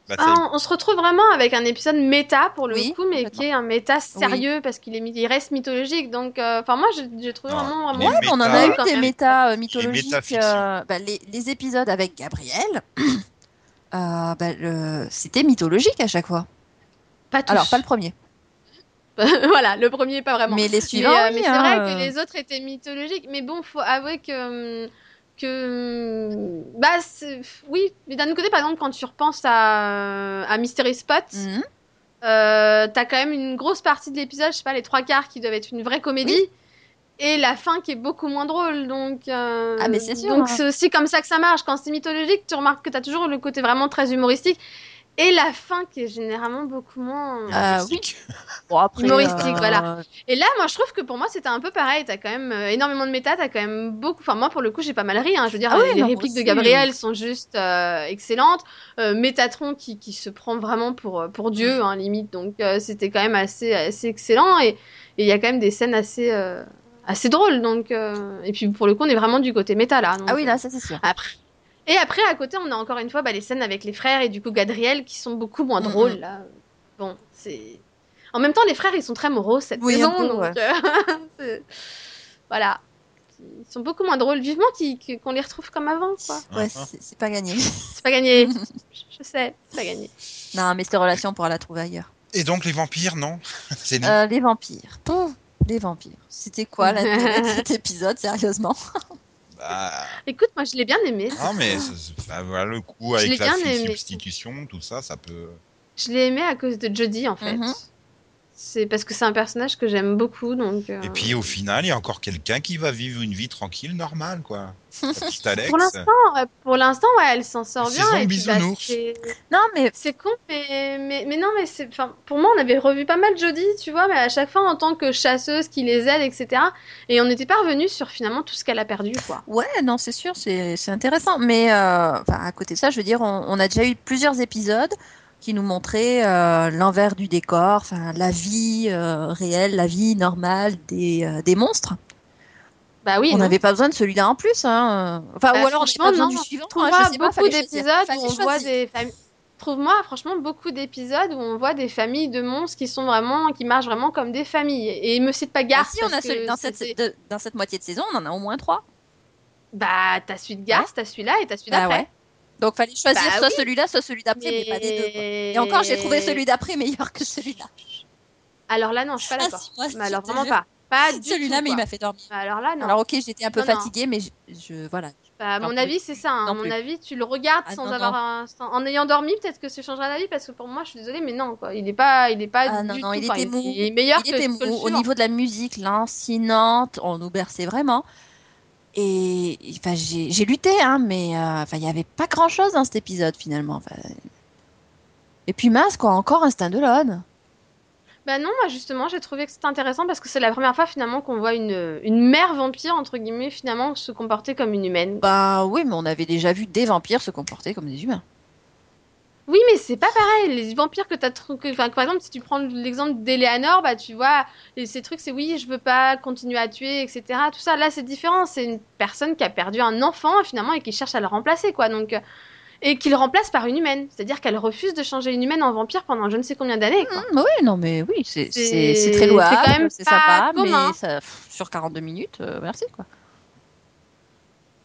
Speaker 1: Bah,
Speaker 2: Ah, on, on se retrouve vraiment avec un épisode méta pour le
Speaker 3: Oui,
Speaker 2: coup, mais qui est un méta sérieux parce qu'il est, mi- il reste mythologique. Donc, euh, enfin moi, je- j'ai trouvé
Speaker 1: Non,
Speaker 2: vraiment
Speaker 1: il
Speaker 2: vraiment.
Speaker 1: est Ouais,
Speaker 3: Ouais, mais on en
Speaker 1: méta-
Speaker 3: a eu
Speaker 2: quand
Speaker 3: des
Speaker 2: même.
Speaker 3: méta euh,
Speaker 1: Les
Speaker 3: mythologiques.
Speaker 1: métafictions.
Speaker 3: euh, bah, les, les épisodes avec Gabriel, <clears throat> euh, bah, le- c'était mythologique à chaque fois.
Speaker 2: Pas tous.
Speaker 3: Alors, pas le premier,
Speaker 2: <laughs> voilà, le premier pas vraiment.
Speaker 3: mais les suivants.
Speaker 2: mais euh,
Speaker 3: oui,
Speaker 2: mais c'est
Speaker 3: hein,
Speaker 2: vrai
Speaker 3: euh,
Speaker 2: que les autres étaient mythologiques. Mais bon, faut avouer que. hum, que hum, bah, c'est- oui, mais d'un autre côté, par exemple, quand tu repenses à, à Mystery Spot,
Speaker 3: mhm.
Speaker 2: euh, t'as quand même une grosse partie de l'épisode, je sais pas, les trois quarts qui doivent être une vraie comédie. Et la fin qui est beaucoup moins drôle, donc. euh,
Speaker 3: Ah, mais c'est sûr,
Speaker 2: Donc
Speaker 3: hein.
Speaker 2: c'est aussi comme ça que ça marche. Quand c'est mythologique, tu remarques que t'as toujours le côté vraiment très humoristique et la fin qui est généralement beaucoup moins.
Speaker 3: Ah,
Speaker 1: humoristique.
Speaker 3: Bon, après,
Speaker 2: Humoristique,
Speaker 3: euh,
Speaker 2: voilà. Et là, moi, je trouve que pour moi, c'était un peu pareil. T'as quand même euh, énormément de méta, t'as quand même beaucoup. Enfin, moi, pour le coup, j'ai pas mal ri. hein. Je veux dire,
Speaker 3: Ah
Speaker 2: euh,
Speaker 3: ouais,
Speaker 2: les
Speaker 3: non, moi
Speaker 2: répliques de
Speaker 3: aussi. hein.
Speaker 2: Gabriel sont juste euh, excellentes. Euh, Métatron qui, qui se prend vraiment pour, euh, pour Dieu, hein, limite. Donc, euh, c'était quand même assez, assez excellent. Et et il y a quand même des scènes assez, euh, assez drôles. Donc, euh, Et puis, pour le coup, on est vraiment du côté méta là. donc,
Speaker 3: Ah oui, là, ça c'est sûr.
Speaker 2: après. Et après, à côté, on a encore une fois bah, les scènes avec les frères et du coup Gadriel qui sont beaucoup moins
Speaker 3: Mhm.
Speaker 2: drôles. Là. Bon, c'est. En même temps, les frères, ils sont très moraux cette
Speaker 3: Oui, un
Speaker 2: saison.
Speaker 3: peu,
Speaker 2: donc,
Speaker 3: ouais.
Speaker 2: euh, <laughs> c'est- voilà. Ils sont beaucoup moins drôles. Vivement qu'ils- que- qu'on les retrouve comme avant, quoi.
Speaker 3: Ouais,
Speaker 1: Ah, ah.
Speaker 3: c'est c'est pas gagné. <laughs>
Speaker 2: C'est pas gagné. je je sais, c'est pas gagné.
Speaker 3: non, mais cette relation, on pourra la trouver ailleurs.
Speaker 1: Et donc les vampires, non <laughs> C'est dit.
Speaker 3: Euh, les vampires. Pouf, les vampires. C'était quoi <laughs> la durée de cet épisode, sérieusement
Speaker 1: Bah,
Speaker 2: Écoute, moi, je l'ai bien aimé.
Speaker 1: non, mais ça- ça- ça voilà, le coup
Speaker 2: l'ai
Speaker 1: avec la
Speaker 2: bien
Speaker 1: fille
Speaker 2: aimé.
Speaker 1: substitution, tout ça, ça peut.
Speaker 2: Je l'ai aimé à cause de Jodie, en fait.
Speaker 3: Mhm.
Speaker 2: C'est parce que c'est un personnage que j'aime beaucoup, donc. euh,
Speaker 1: Et puis au final, il y a encore quelqu'un qui va vivre une vie tranquille, normale,
Speaker 2: <laughs>
Speaker 1: quoi. La petite Alex.
Speaker 2: Pour ouais, pour l'instant, ouais, elle s'en sort
Speaker 1: Saison
Speaker 2: bien. et puis, bah,
Speaker 1: bisounours.
Speaker 2: c'est-
Speaker 3: Non, mais
Speaker 2: C'est con, mais, mais, mais non, mais c'est. Enfin, pour moi, on avait revu pas mal Jodie, tu vois, mais à chaque fois en tant que chasseuse qui les aide, etc. Et on n'était pas revenu sur finalement tout ce qu'elle a perdu, quoi.
Speaker 3: ouais, non, c'est sûr, c'est c'est intéressant. Mais euh, enfin, à côté de ça, je veux dire, on, on a déjà eu plusieurs épisodes qui nous montraient euh, l'envers du décor, enfin la vie euh, réelle, la vie normale des, euh, des monstres.
Speaker 2: Bah oui,
Speaker 3: on
Speaker 2: non.
Speaker 3: n'avait pas besoin de celui-là en plus. Hein. Enfin,
Speaker 2: Bah,
Speaker 3: ou alors on n'avait
Speaker 2: franchement,
Speaker 3: pas besoin
Speaker 2: non.
Speaker 3: du suivant.
Speaker 2: On
Speaker 3: hein,
Speaker 2: voit
Speaker 3: je sais pas,
Speaker 2: beaucoup
Speaker 3: fallait choisir,
Speaker 2: d'épisodes où
Speaker 3: fallait
Speaker 2: on voit
Speaker 3: choisir.
Speaker 2: des familles. Trouve-moi, franchement, beaucoup d'épisodes où on voit des familles de monstres qui sont vraiment. qui marchent vraiment comme des familles. Et me cite pas
Speaker 3: Ah,
Speaker 2: Garth.
Speaker 3: si on a
Speaker 2: parce
Speaker 3: celui
Speaker 2: que
Speaker 3: dans cette,
Speaker 2: c'était-
Speaker 3: de- dans cette moitié de saison, on en a au moins trois.
Speaker 2: Bah, t'as celui de Garth, t'as celui-là et t'as celui
Speaker 3: Bah
Speaker 2: d'après.
Speaker 3: ouais. Donc fallait choisir
Speaker 2: Bah
Speaker 3: soit
Speaker 2: oui.
Speaker 3: celui-là, soit celui d'après, mais... pas les deux. quoi. Et encore, j'ai trouvé celui d'après meilleur que celui-là.
Speaker 2: Alors là, non, je suis pas
Speaker 3: <laughs> Ah,
Speaker 2: d'accord.
Speaker 3: si, moi,
Speaker 2: Mais alors
Speaker 3: je te
Speaker 2: vraiment
Speaker 3: jure.
Speaker 2: pas. Pas Ah, du
Speaker 3: Celui-là,
Speaker 2: tout,
Speaker 3: mais il
Speaker 2: quoi.
Speaker 3: m'a fait dormir.
Speaker 2: Alors là, non.
Speaker 3: Alors ok, j'étais un peu
Speaker 2: Non, non.
Speaker 3: fatiguée, mais je, je- voilà.
Speaker 2: Bah, à
Speaker 3: Non
Speaker 2: mon
Speaker 3: plus.
Speaker 2: avis, c'est ça. hein.
Speaker 3: Non
Speaker 2: À mon
Speaker 3: plus.
Speaker 2: avis, tu le regardes
Speaker 3: Ah,
Speaker 2: sans
Speaker 3: non,
Speaker 2: avoir un... sans- en ayant dormi, peut-être que ça changera d'avis parce que pour moi, je suis désolée, mais non, quoi. Il est pas, il est pas
Speaker 3: Ah,
Speaker 2: du
Speaker 3: non, non,
Speaker 2: tout.
Speaker 3: il
Speaker 2: enfin,
Speaker 3: était mou.
Speaker 2: Il est meilleur
Speaker 3: Il
Speaker 2: que,
Speaker 3: était
Speaker 2: que
Speaker 3: mou
Speaker 2: le
Speaker 3: au
Speaker 2: suivant.
Speaker 3: niveau de la musique, lancinante, on nous berçait vraiment. Et et, enfin, j'ai j'ai lutté, hein, mais euh, enfin, il n'y avait pas grand-chose dans cet épisode finalement. Enfin, Et puis mince, quoi, encore un stand-alone.
Speaker 2: Bah Bah non, moi justement, j'ai trouvé que c'était intéressant parce que c'est la première fois finalement qu'on voit une, une mère vampire, entre guillemets, finalement, se comporter comme une humaine.
Speaker 3: Bah oui, mais on avait déjà vu des vampires se comporter comme des humains.
Speaker 2: Oui, mais c'est pas pareil. Les vampires que t'as trou- que- enfin, par exemple, si tu prends l'exemple d'Eleanor, bah tu vois, et ces trucs, c'est oui, je veux pas continuer à tuer, etc. Tout ça, là, c'est différent. C'est une personne qui a perdu un enfant finalement et qui cherche à le remplacer, quoi. Donc, euh, et qui le remplace par une humaine. C'est-à-dire qu'elle refuse de changer une humaine en vampire pendant je ne sais combien d'années, quoi.
Speaker 3: Mmh, bah oui, non, mais oui, c'est
Speaker 2: C'est-
Speaker 3: c'est- c'est
Speaker 2: c'est
Speaker 3: très louable,
Speaker 2: quand même
Speaker 3: c'est
Speaker 2: pas
Speaker 3: sympa,
Speaker 2: commun.
Speaker 3: mais ça, pff, sur 42 minutes, euh, merci quoi.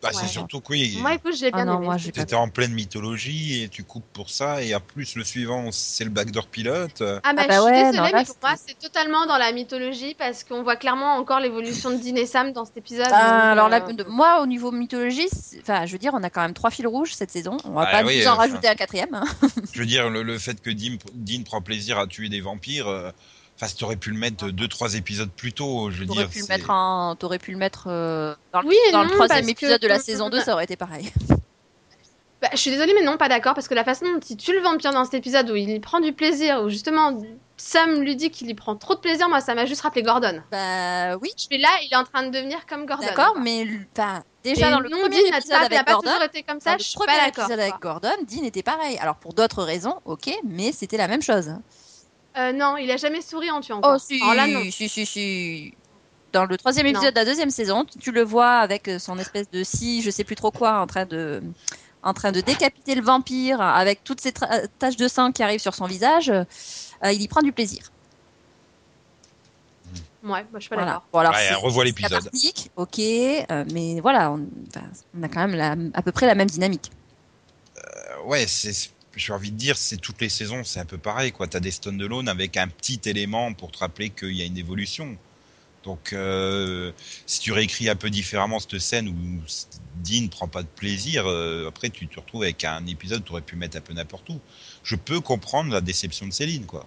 Speaker 1: Bah, C'est
Speaker 2: Ouais.
Speaker 1: surtout que oui,
Speaker 2: Moi, écoute, j'ai
Speaker 3: Ah
Speaker 2: bien
Speaker 3: non,
Speaker 2: aimé.
Speaker 3: moi, j'ai pas-
Speaker 1: t'étais en pleine mythologie et tu coupes pour ça, et en plus, le suivant, c'est le backdoor
Speaker 2: <laughs>
Speaker 1: pilote.
Speaker 2: Ah bah,
Speaker 3: Ah bah
Speaker 2: je suis
Speaker 3: ouais,
Speaker 2: désolée,
Speaker 3: non, là,
Speaker 2: mais pour
Speaker 3: c'est-
Speaker 2: moi, c'est totalement dans la mythologie parce qu'on voit clairement encore l'évolution de Dean et Sam dans cet épisode.
Speaker 3: Ah,
Speaker 2: donc,
Speaker 3: alors là,
Speaker 2: euh,
Speaker 3: de- moi, au niveau mythologie, c'est- enfin, je veux dire, on a quand même trois fils rouges cette saison. On va
Speaker 1: Ah
Speaker 3: pas
Speaker 1: oui,
Speaker 3: nous en
Speaker 1: enfin.
Speaker 3: rajouter un quatrième. hein.
Speaker 1: Je veux dire, le, le fait que Dean, Dean prend plaisir à tuer des vampires, euh, enfin, t'aurais pu le mettre deux, trois épisodes plus tôt, je veux
Speaker 3: T'aurais
Speaker 1: dire.
Speaker 3: pu le
Speaker 1: c'est-
Speaker 3: mettre, en... t'aurais pu le mettre euh, dans le,
Speaker 2: Oui et
Speaker 3: dans le
Speaker 2: non, parce
Speaker 3: troisième
Speaker 2: que-
Speaker 3: épisode de la saison 2, ça aurait été
Speaker 2: <laughs>
Speaker 3: pareil.
Speaker 2: Bah, je suis désolée, mais non, pas d'accord, parce que la façon dont il tue le vampire dans cet épisode où il y prend du plaisir, où justement Sam lui dit qu'il y prend trop de plaisir, moi ça m'a juste rappelé Gordon.
Speaker 3: Bah oui,
Speaker 2: Mais là, il est en train de devenir comme Gordon.
Speaker 3: d'accord,
Speaker 2: quoi.
Speaker 3: mais le- enfin,
Speaker 2: Et
Speaker 3: déjà dans le
Speaker 2: non,
Speaker 3: premier
Speaker 2: Dean n'a
Speaker 3: épisode
Speaker 2: pas- n'a
Speaker 3: avec
Speaker 2: pas
Speaker 3: Gordon,
Speaker 2: toujours été comme
Speaker 3: dans
Speaker 2: ça,
Speaker 3: le
Speaker 2: je suis
Speaker 3: premier
Speaker 2: pas d'accord.
Speaker 3: épisode avec
Speaker 2: quoi.
Speaker 3: Gordon, Dean était pareil. Alors pour d'autres raisons, ok, mais c'était la même chose.
Speaker 2: Euh, non, il a jamais souri en tuant.
Speaker 3: Oh
Speaker 2: quoi.
Speaker 3: si,
Speaker 2: Alors là, non.
Speaker 3: si, si, si. Dans le troisième
Speaker 2: Non.
Speaker 3: épisode de la deuxième saison, tu- tu le vois avec euh, son espèce de scie, je sais plus trop quoi, en train de, en train de décapiter le vampire, avec toutes ces tra- taches de sang qui arrivent sur son visage. euh, il y prend du plaisir.
Speaker 2: Ouais, moi je suis pas
Speaker 3: Voilà.
Speaker 2: d'accord.
Speaker 3: Bon, alors,
Speaker 1: Ouais,
Speaker 3: c'est-
Speaker 1: revois
Speaker 3: c'est
Speaker 1: l'épisode.
Speaker 3: sympathique, Ok, euh, mais voilà, on, enfin, on a quand même la- à peu près la même dynamique.
Speaker 1: Euh, ouais, c'est. J'ai envie de dire, c'est toutes les saisons, c'est un peu pareil, quoi. T'as des standalone avec un petit élément pour te rappeler qu'il y a une évolution. Donc, euh, si tu réécris un peu différemment cette scène où Dean prend pas de plaisir, euh, après tu te retrouves avec un épisode, tu aurais pu mettre un peu n'importe où. Je peux comprendre la déception de Céline, quoi.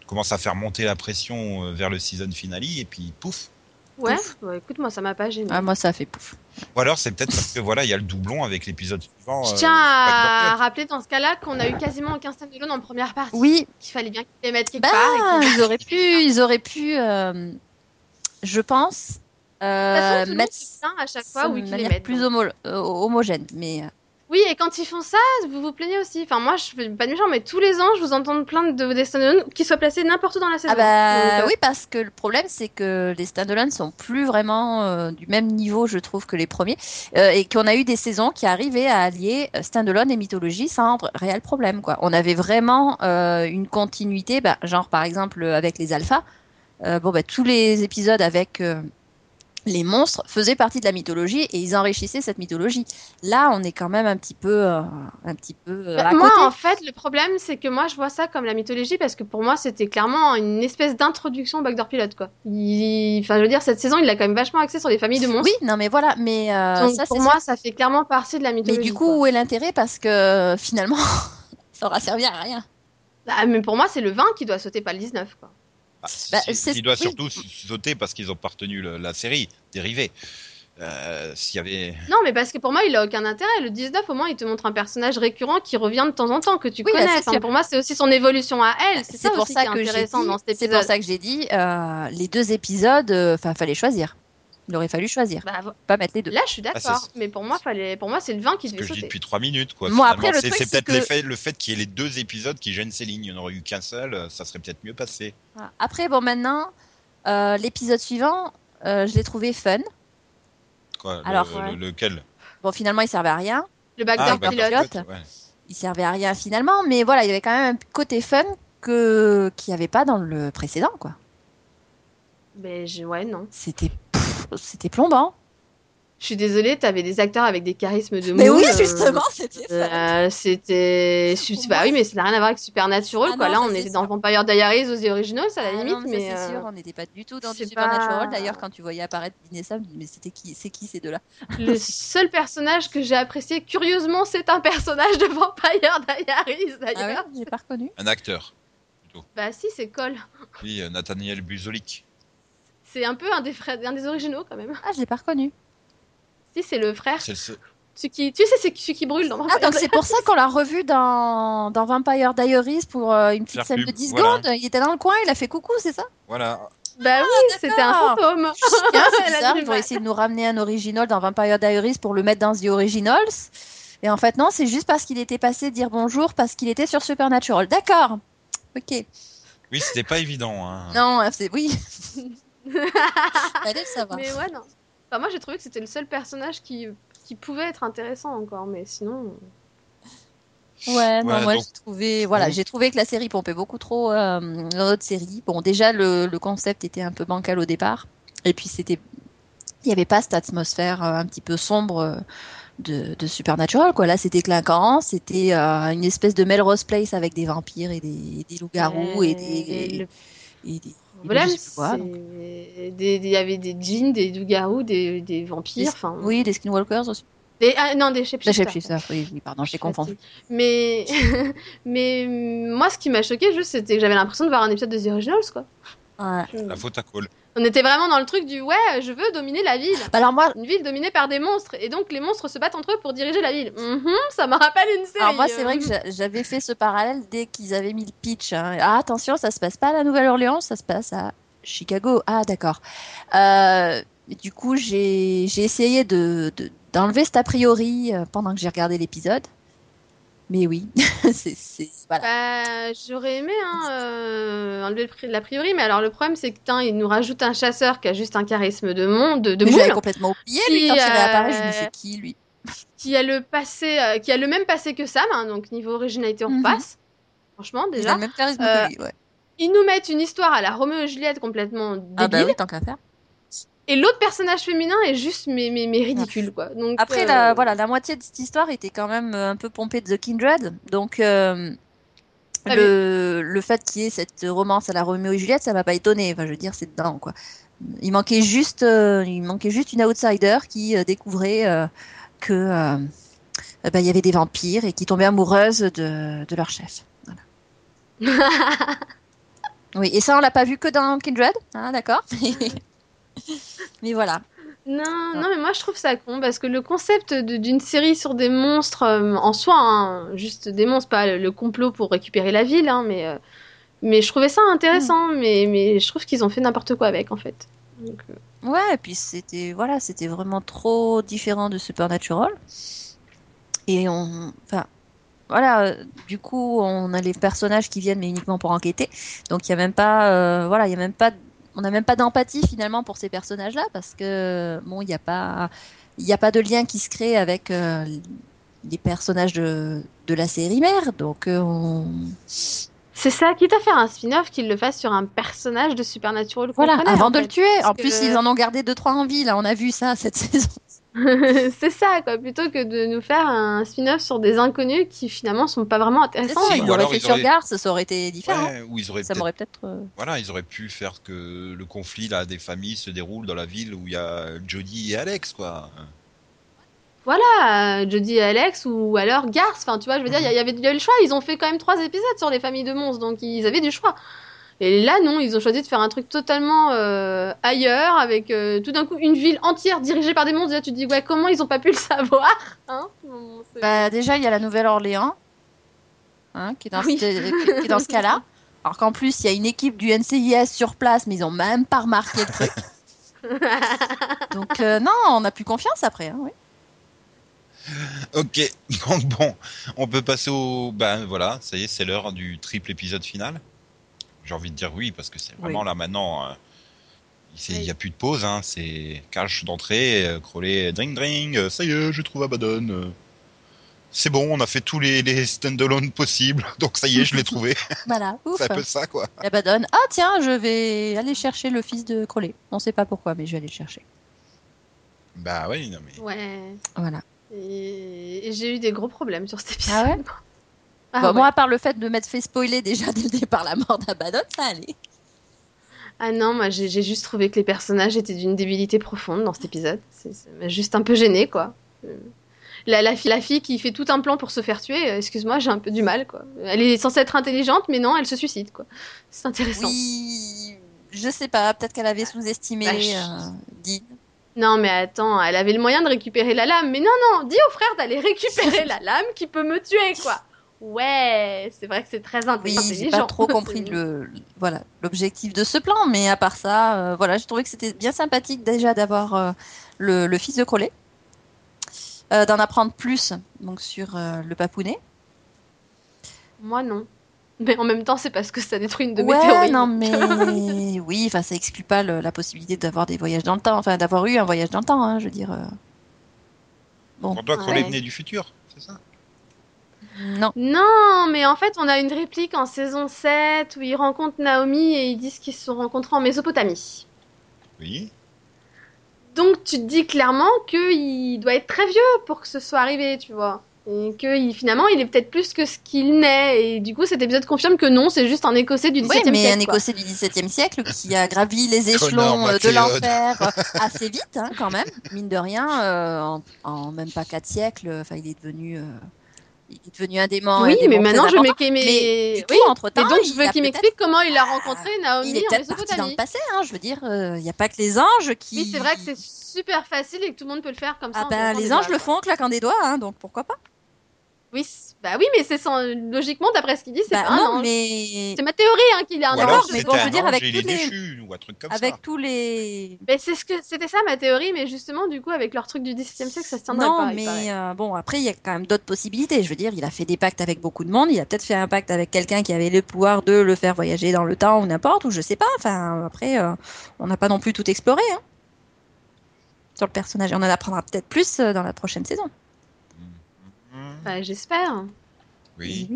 Speaker 1: Tu commences à faire monter la pression euh, vers le season finale et puis pouf.
Speaker 2: Ouais, bah, écoute, moi ça m'a pas gêné.
Speaker 3: Ah, moi, ça a fait pouf.
Speaker 1: Ou alors c'est peut-être parce que voilà, il y a le doublon avec l'épisode suivant.
Speaker 2: Je
Speaker 1: euh,
Speaker 2: tiens
Speaker 1: Black
Speaker 2: à
Speaker 1: Bucket.
Speaker 2: rappeler dans ce cas-là qu'on a eu quasiment aucun standalone en première partie.
Speaker 3: Oui,
Speaker 2: Qu'il fallait bien qu'ils les mettent quelque
Speaker 3: Bah,
Speaker 2: part. et que-
Speaker 3: ils auraient pu, ils auraient pu, euh, je pense,
Speaker 2: De toute façon,
Speaker 3: euh,
Speaker 2: tout le monde
Speaker 3: mettre
Speaker 2: se plaint à chaque
Speaker 3: ça
Speaker 2: fois où
Speaker 3: de
Speaker 2: ils les hein.
Speaker 3: manière
Speaker 2: mettent.
Speaker 3: plus homo- euh, homogène. Mais euh,
Speaker 2: Oui, et quand ils font ça, vous vous plaignez aussi. Enfin, moi, je suis pas méchant, mais tous les ans, je vous entends plaindre de des standalone qui soient placés n'importe où dans la saison.
Speaker 3: ah bah
Speaker 2: Donc, euh,
Speaker 3: oui, parce que le problème c'est que les standalone sont plus vraiment euh, du même niveau, je trouve, que les premiers, euh, et qu'on a eu des saisons qui arrivaient à allier euh, standalone et mythologie sans r- réel problème. Quoi. On avait vraiment euh, une continuité, bah, genre par exemple euh, avec les alphas. Euh, bon, bah, tous les épisodes avec euh, les monstres faisaient partie de la mythologie et ils enrichissaient cette mythologie. Là, on est quand même un petit peu, euh, un petit peu euh,
Speaker 2: bah,
Speaker 3: à
Speaker 2: moi,
Speaker 3: côté.
Speaker 2: en fait, le problème, c'est que moi, je vois ça comme la mythologie parce que pour moi, c'était clairement une espèce d'introduction au backdoor pilote, quoi. Il- Enfin, je veux dire, cette saison, il a quand même vachement axé sur les familles de monstres.
Speaker 3: Oui, non, mais voilà, mais euh,
Speaker 2: Hein Donc,
Speaker 3: ça, c'est
Speaker 2: pour
Speaker 3: sûr.
Speaker 2: moi, ça fait clairement partie de la
Speaker 3: Mais
Speaker 2: mythologie.
Speaker 3: du coup,
Speaker 2: quoi.
Speaker 3: où est l'intérêt Parce que euh, finalement, <laughs> ça aura servi à rien.
Speaker 2: Bah, mais pour moi, c'est le 20 qui doit sauter, pas le 19, quoi.
Speaker 1: Bah, si-
Speaker 3: Bah,
Speaker 1: si-
Speaker 3: c'est-
Speaker 1: il doit
Speaker 3: oui.
Speaker 1: surtout s- sauter parce qu'ils ont pas retenu le- la série dérivée. Euh, S'il y avait.
Speaker 2: Non, mais parce que pour moi, il a aucun intérêt. Le 19, au moins, il te montre un personnage récurrent qui revient de temps en temps, que tu
Speaker 3: Oui, bah,
Speaker 2: connais.
Speaker 3: c'est
Speaker 2: Enfin,
Speaker 3: sûr. Bah,
Speaker 2: pour moi, c'est aussi son évolution à elle. C'est ça
Speaker 3: pour
Speaker 2: aussi
Speaker 3: ça
Speaker 2: qui est
Speaker 3: que j'ai
Speaker 2: intéressant
Speaker 3: dit-
Speaker 2: dans cet
Speaker 3: C'est
Speaker 2: épisode.
Speaker 3: pour ça que j'ai dit euh, les deux épisodes. euh, Enfin, fallait choisir. Il aurait fallu choisir,
Speaker 2: Bah, vo-
Speaker 3: pas mettre les deux.
Speaker 2: là, je suis d'accord.
Speaker 1: Ah, c'est-
Speaker 2: mais pour moi, fallait... pour moi c'est le 20 qui
Speaker 1: Ce que
Speaker 2: devait
Speaker 1: je dis
Speaker 2: sauter.
Speaker 1: depuis trois minutes, quoi.
Speaker 3: Moi,
Speaker 1: finalement.
Speaker 3: après, le
Speaker 1: C'est-
Speaker 3: truc,
Speaker 1: c'est
Speaker 3: c'est
Speaker 1: peut-être
Speaker 3: que-
Speaker 1: l'effet- le fait qu'il y ait les deux épisodes qui gênent Céline. Il n'y en aurait eu qu'un seul, euh, ça serait peut-être mieux passé.
Speaker 2: Ah.
Speaker 3: Voilà. Après, bon, maintenant, euh, l'épisode suivant, euh, je l'ai trouvé fun.
Speaker 1: Quoi, le-
Speaker 3: Alors,
Speaker 1: le-
Speaker 2: ouais.
Speaker 1: lequel
Speaker 3: Bon, finalement, il servait à rien.
Speaker 2: Le
Speaker 1: Ah,
Speaker 2: backdoor
Speaker 1: bah,
Speaker 2: pilote.
Speaker 3: pilote.
Speaker 1: parfait, ouais.
Speaker 3: il servait à rien finalement, mais voilà, il y avait quand même un côté fun que qu'il n'y avait pas dans le précédent, quoi.
Speaker 2: Mais je- ouais, non.
Speaker 3: C'était pff, c'était plombant.
Speaker 2: Je suis désolée, t'avais des acteurs avec des charismes de
Speaker 3: Mais
Speaker 2: moule,
Speaker 3: oui,
Speaker 2: euh,
Speaker 3: justement, c'était fun.
Speaker 2: euh, c'était. je
Speaker 3: Pour
Speaker 2: suis- Bah
Speaker 3: moi,
Speaker 2: oui, mais ça n'a rien à voir avec Supernatural,
Speaker 3: Ah
Speaker 2: quoi.
Speaker 3: non,
Speaker 2: là,
Speaker 3: ça,
Speaker 2: on
Speaker 3: c'est
Speaker 2: était dans
Speaker 3: sûr.
Speaker 2: Vampire Diaries aux originaux, ça à la
Speaker 3: Ah
Speaker 2: limite,
Speaker 3: non, mais ça,
Speaker 2: mais.
Speaker 3: c'est
Speaker 2: euh,
Speaker 3: sûr, on n'était pas du tout dans du
Speaker 2: c'est
Speaker 3: Supernatural.
Speaker 2: pas-
Speaker 3: D'ailleurs, quand tu voyais apparaître Dean et Sam, tu dis, mais c'était qui, c'est qui ces deux-là <laughs>
Speaker 2: Le seul personnage que j'ai apprécié, curieusement, c'est un personnage de Vampire Diaries,
Speaker 3: Ah
Speaker 2: d'ailleurs.
Speaker 3: ouais, j'ai pas reconnu.
Speaker 1: Un acteur.
Speaker 2: Bah si, c'est Cole.
Speaker 1: Oui, euh, Nathaniel Buzolik.
Speaker 2: C'est un peu un des, frères, un des originaux, quand même.
Speaker 3: Ah, je l'ai pas reconnu.
Speaker 2: Si, c'est le frère.
Speaker 1: C'est le seul-
Speaker 2: Celui qui... Tu sais, c'est celui qui brûle dans
Speaker 3: Ah, donc c'est pour ça qu'on l'a revu dans, dans Vampire Diaries pour euh, une petite
Speaker 1: Faire
Speaker 3: scène
Speaker 1: pub,
Speaker 3: de 10
Speaker 1: voilà.
Speaker 3: secondes. Il était dans le coin, il a fait coucou, c'est <laughs> ça
Speaker 1: Voilà.
Speaker 2: Bah oui, c'était un
Speaker 3: Ah, d'accord.
Speaker 2: fantôme.
Speaker 3: Tiens, hein, c'est
Speaker 2: Elle a
Speaker 3: bizarre,
Speaker 2: du
Speaker 3: ils vont
Speaker 2: mal.
Speaker 3: essayer de nous ramener un original dans Vampire Diaries pour le mettre dans The Originals. Et en fait, non, c'est juste parce qu'il était passé dire bonjour parce qu'il était sur Supernatural. D'accord. Ok.
Speaker 1: Oui, c'était pas évident. hein.
Speaker 3: Non, euh, c'est <laughs> oui. Allez le savoir.
Speaker 2: Mais ouais, non. Enfin, moi, j'ai trouvé que c'était le seul personnage qui, qui pouvait être intéressant encore, mais sinon.
Speaker 3: Ouais, non,
Speaker 1: Voilà,
Speaker 3: moi
Speaker 1: donc-
Speaker 3: j'ai trouvé, voilà,
Speaker 1: donc-
Speaker 3: j'ai trouvé que la série pompait beaucoup trop euh, dans notre série. Bon, déjà le, le concept était un peu bancal au départ, et puis c'était, il n'y avait pas cette atmosphère euh, un petit peu sombre euh, de, de Supernatural, quoi. Là, c'était clinquant, c'était euh, une espèce de Melrose Place avec des vampires et des, des loups-garous et
Speaker 2: euh, Et
Speaker 3: des,
Speaker 2: le
Speaker 3: et des-
Speaker 2: problème,
Speaker 3: je sais plus quoi,
Speaker 2: c'est. des- des- Il y avait des djinns, des loups-garous, des, des vampires, enfin.
Speaker 3: oui, des skinwalkers aussi.
Speaker 2: Des- ah, non, des
Speaker 3: Des
Speaker 2: shapeshifters.
Speaker 3: shapeshifters, oui, oui, pardon, je les confonds.
Speaker 2: Fatigue. Mais, <laughs> mais moi, ce qui m'a choqué, juste, c'était que j'avais l'impression de voir un épisode de The Originals, quoi.
Speaker 3: Ouais.
Speaker 1: La faute à Cole.
Speaker 2: On était vraiment dans le truc du ouais, je veux dominer la ville.
Speaker 3: Bah Alors moi,
Speaker 2: Une ville dominée par des monstres, et donc les monstres se battent entre eux pour diriger la ville. Mhm, ça me rappelle une série.
Speaker 3: Alors moi, c'est
Speaker 2: euh.
Speaker 3: vrai que j'a- j'avais fait ce parallèle dès qu'ils avaient mis le pitch. hein. Ah, attention, ça se passe pas à la Nouvelle-Orléans, ça se passe à Chicago. Ah, d'accord. Euh, du coup, j'ai j'ai essayé de de- d'enlever cet a priori euh, pendant que j'ai regardé l'épisode. Mais oui, <laughs> c'est c'est- voilà.
Speaker 2: Bah, j'aurais aimé hein, euh, enlever le pri- l'a priori, mais alors le problème c'est que tain, il nous rajoute un chasseur qui a juste un charisme de monde, de, de
Speaker 3: Mais j'avais
Speaker 2: moule,
Speaker 3: complètement oublié
Speaker 2: Qui,
Speaker 3: lui quand il est
Speaker 2: euh,
Speaker 3: apparu. Je me suis dit, qui lui
Speaker 2: qui a le passé, euh, qui a le même passé que Sam, hein, donc niveau originalité on
Speaker 3: Mhm.
Speaker 2: passe. Franchement
Speaker 3: Il a
Speaker 2: déjà,
Speaker 3: le même charisme
Speaker 2: euh,
Speaker 3: que lui. ouais.
Speaker 2: ils nous mettent une histoire à la Roméo et Juliette complètement débile,
Speaker 3: Ah bah oui, tant qu'à faire.
Speaker 2: et l'autre personnage féminin est juste mais mais, mais ridicule quoi. Donc
Speaker 3: Après,
Speaker 2: euh,
Speaker 3: la, voilà, la moitié de cette histoire était quand même euh, un peu pompée de The Kindred. Donc, euh,
Speaker 2: Ah
Speaker 3: le, le fait qu'il y ait cette romance à la Roméo et Juliette, ça m'a pas étonné. Enfin, je veux dire, c'est dedans, quoi. Il manquait juste, euh, il manquait juste une outsider qui euh, découvrait euh, que euh, eh ben, il y avait des vampires et qui tombait amoureuse de, de leur chef. Voilà.
Speaker 2: <laughs>
Speaker 3: oui, et ça, on l'a pas vu que dans Kindred, hein, d'accord <laughs> Mais voilà.
Speaker 2: Non, non, mais moi je trouve ça con parce que le concept de- d'une série sur des monstres euh, en soi, hein, juste des monstres, pas le, le complot pour récupérer la ville, hein, mais, euh, mais je trouvais ça intéressant,
Speaker 3: Mm.
Speaker 2: mais, mais je trouve qu'ils ont fait n'importe quoi avec en fait. Donc, euh,
Speaker 3: Ouais, et puis c'était voilà, c'était vraiment trop différent de Supernatural. Et on, enfin, voilà, euh, du coup, on a les personnages qui viennent mais uniquement pour enquêter. Donc il y a même pas, euh, voilà, il y a même pas, on n'a même pas d'empathie finalement pour ces personnages-là parce que bon, il n'y a pas, il n'y a pas de lien qui se crée avec euh, les personnages de, de la série mère. Donc euh, on,
Speaker 2: c'est ça, quitte à faire un spin-off, qu'ils le fassent sur un personnage de Supernatural. qu'on
Speaker 3: voilà,
Speaker 2: connaît,
Speaker 3: avant
Speaker 2: en
Speaker 3: de le
Speaker 2: fait.
Speaker 3: tuer. En
Speaker 2: que-
Speaker 3: plus, ils en ont gardé deux trois en vie. Là, on a vu ça cette <laughs> saison.
Speaker 2: <laughs> c'est ça, quoi, plutôt que de nous faire un spin-off sur des inconnus qui finalement sont pas vraiment intéressants.
Speaker 1: Si,
Speaker 3: Ils
Speaker 1: ou
Speaker 3: il aurait
Speaker 1: alors
Speaker 3: fait
Speaker 1: ils
Speaker 3: sur
Speaker 1: auraient-
Speaker 3: Garce, ça aurait été différent.
Speaker 1: Ouais, ou ils auraient
Speaker 3: ça
Speaker 1: peut-être
Speaker 3: m'aurait peut-être. euh,
Speaker 1: voilà, ils auraient pu faire que le conflit là des familles se déroule dans la ville où il y a Jody et Alex quoi.
Speaker 2: Voilà, euh, Jodie et Alex ou alors Garth. Enfin, tu vois, je veux dire, il y, a- il y avait il y avait le choix. Ils ont fait quand même trois épisodes sur les familles de monstres, donc ils avaient du choix. Et là, non, ils ont choisi de faire un truc totalement euh, ailleurs, avec euh, tout d'un coup une ville entière dirigée par des monstres. Et là, tu te dis, ouais, comment ils ont pas pu le savoir hein Bon, c'est-
Speaker 3: Bah, déjà, il y a la Nouvelle-Orléans, hein, qui est dans,
Speaker 2: Oui.
Speaker 3: cette- qui est dans ce <laughs> cas-là. Alors qu'en plus, il y a une équipe du NCIS sur place, mais ils ont même pas remarqué le <laughs> truc. Donc, euh, non, on n'a plus confiance après. hein, oui.
Speaker 1: Ok, <laughs> donc bon, on peut passer au ben voilà, ça y est, c'est l'heure du triple épisode final. J'ai envie de dire oui parce que c'est vraiment là maintenant. euh, c'est- Il n'y a plus de pause, hein, c'est cache d'entrée, euh, crawler, dring dring, euh, ça y est, je trouve Abaddon. euh. C'est bon, on a fait tous les, les stand-alone possibles, <laughs> donc ça y est, je l'ai
Speaker 3: <laughs>
Speaker 1: trouvé.
Speaker 3: Voilà, ouf.
Speaker 1: c'est un peu ça quoi.
Speaker 3: Et bah, donne. Ah, tiens, je vais aller chercher le fils de Crowley. On sait pas pourquoi, mais je vais aller le chercher.
Speaker 1: Bah oui, non mais.
Speaker 2: <laughs> Ouais.
Speaker 3: Voilà.
Speaker 2: Et, et j'ai eu des gros problèmes sur cet épisode.
Speaker 3: Ah ouais
Speaker 2: Ah
Speaker 3: Bon,
Speaker 2: ouais.
Speaker 3: Moi, à part le fait de m'être fait spoiler déjà dès le départ la mort d'Abaddon, ça allait.
Speaker 2: Ah non, moi j'ai j'ai juste trouvé que les personnages étaient d'une débilité profonde dans cet épisode. C'est- Ça m'a juste un peu gêné quoi. Euh, La, la, fi- la fille qui fait tout un plan pour se faire tuer, euh, excuse-moi, j'ai un peu du mal quoi. Elle est censée être intelligente, mais non, elle se suicide quoi. C'est intéressant.
Speaker 3: Oui, je sais pas, peut-être qu'elle avait sous-estimé
Speaker 2: Bah, je-
Speaker 3: euh, Dean.
Speaker 2: Non, mais attends, elle avait le moyen de récupérer la lame. Mais non, non, dis au frère d'aller récupérer la lame qui peut me tuer, quoi. Ouais, c'est vrai que c'est très
Speaker 3: Oui,
Speaker 2: intelligent.
Speaker 3: j'ai pas
Speaker 2: <laughs>
Speaker 3: trop compris le voilà l'objectif de ce plan, mais à part ça, euh, voilà, j'ai trouvé que c'était bien sympathique déjà d'avoir euh, le, le fils de Crowley, euh, d'en apprendre plus donc sur euh, le papounet.
Speaker 2: Moi, non. Mais en même temps, c'est parce que ça détruit une de mes
Speaker 3: ouais,
Speaker 2: théories. <laughs>
Speaker 3: non mais oui, enfin ça exclut pas le- la possibilité d'avoir des voyages dans le temps, enfin d'avoir eu un voyage dans le temps, hein, je veux dire. euh. Bon,
Speaker 1: On doit
Speaker 2: Ouais.
Speaker 1: coller venait du futur, c'est ça
Speaker 3: non.
Speaker 2: Non, mais en fait, on a une réplique en saison 7 où ils rencontrent Naomi et ils disent qu'ils se sont rencontrés en Mésopotamie.
Speaker 1: Oui.
Speaker 2: Donc, tu te dis clairement qu'il doit être très vieux pour que ce soit arrivé, tu vois. Et que il- finalement, il est peut-être plus que ce qu'il n'est. Et du coup, cet épisode confirme que non, c'est juste un Écossais du 17
Speaker 3: Oui, mais
Speaker 2: siècle.
Speaker 3: un
Speaker 2: quoi.
Speaker 3: Écossais du XVIIe siècle qui a gravi les échelons
Speaker 1: Connard,
Speaker 3: euh, de
Speaker 1: MacLeod.
Speaker 3: l'enfer euh, assez vite, hein, quand même, mine de rien, euh, en, en même pas quatre siècles. Enfin, il est devenu, euh, il est devenu un démon. un
Speaker 2: Oui,
Speaker 3: démon
Speaker 2: mais
Speaker 3: très
Speaker 2: maintenant, je
Speaker 3: important.
Speaker 2: mets mes...
Speaker 3: Mais du
Speaker 2: Mais
Speaker 3: coup, entre-temps,
Speaker 2: donc, je
Speaker 3: il
Speaker 2: veux
Speaker 3: a
Speaker 2: qu'il
Speaker 3: peut-être- Ah,
Speaker 2: m'explique comment il a rencontré Naomi
Speaker 3: Il est peut-être
Speaker 2: en
Speaker 3: parti dans le
Speaker 2: Mésopotamie.
Speaker 3: passé. Hein, je veux dire, euh, il n'y a pas que les anges qui.
Speaker 2: Oui, c'est vrai que c'est super facile et que tout le monde peut le faire comme ça.
Speaker 3: Ah
Speaker 2: en
Speaker 3: ben,
Speaker 2: claquant
Speaker 3: les
Speaker 2: des
Speaker 3: anges
Speaker 2: doigts,
Speaker 3: le
Speaker 2: quoi.
Speaker 3: font en claquant des doigts, hein, donc pourquoi pas
Speaker 2: Oui, c- bah oui, mais c'est sans... logiquement, d'après ce qu'il dit, c'est
Speaker 3: Bah
Speaker 2: pas un
Speaker 3: non,
Speaker 2: ange.
Speaker 3: mais
Speaker 2: C'est ma théorie hein, qu'il est un
Speaker 1: Ou
Speaker 3: non,
Speaker 1: alors
Speaker 2: ange.
Speaker 3: mais
Speaker 1: c'était
Speaker 3: bon, je veux
Speaker 1: un
Speaker 3: dire,
Speaker 1: ange
Speaker 3: avec
Speaker 1: et il est
Speaker 3: tous les-
Speaker 1: déchu, ou un truc comme
Speaker 3: avec
Speaker 1: ça.
Speaker 3: tous les.
Speaker 2: Mais c'est ce que c'était ça ma théorie, mais justement du coup avec leur truc du 17 e siècle, ça se tiendrait
Speaker 3: non,
Speaker 2: pas. il
Speaker 3: mais
Speaker 2: paraît.
Speaker 3: euh, bon, après, il y a quand même d'autres possibilités. Je veux dire, il a fait des pactes avec beaucoup de monde. Il a peut-être fait un pacte avec quelqu'un qui avait le pouvoir de le faire voyager dans le temps ou n'importe, ou je sais pas. Enfin, après, euh, on n'a pas non plus tout exploré hein, sur le personnage. Et on en apprendra peut-être plus euh, dans la prochaine saison.
Speaker 1: Mhm.
Speaker 2: Bah, j'espère.
Speaker 1: Oui.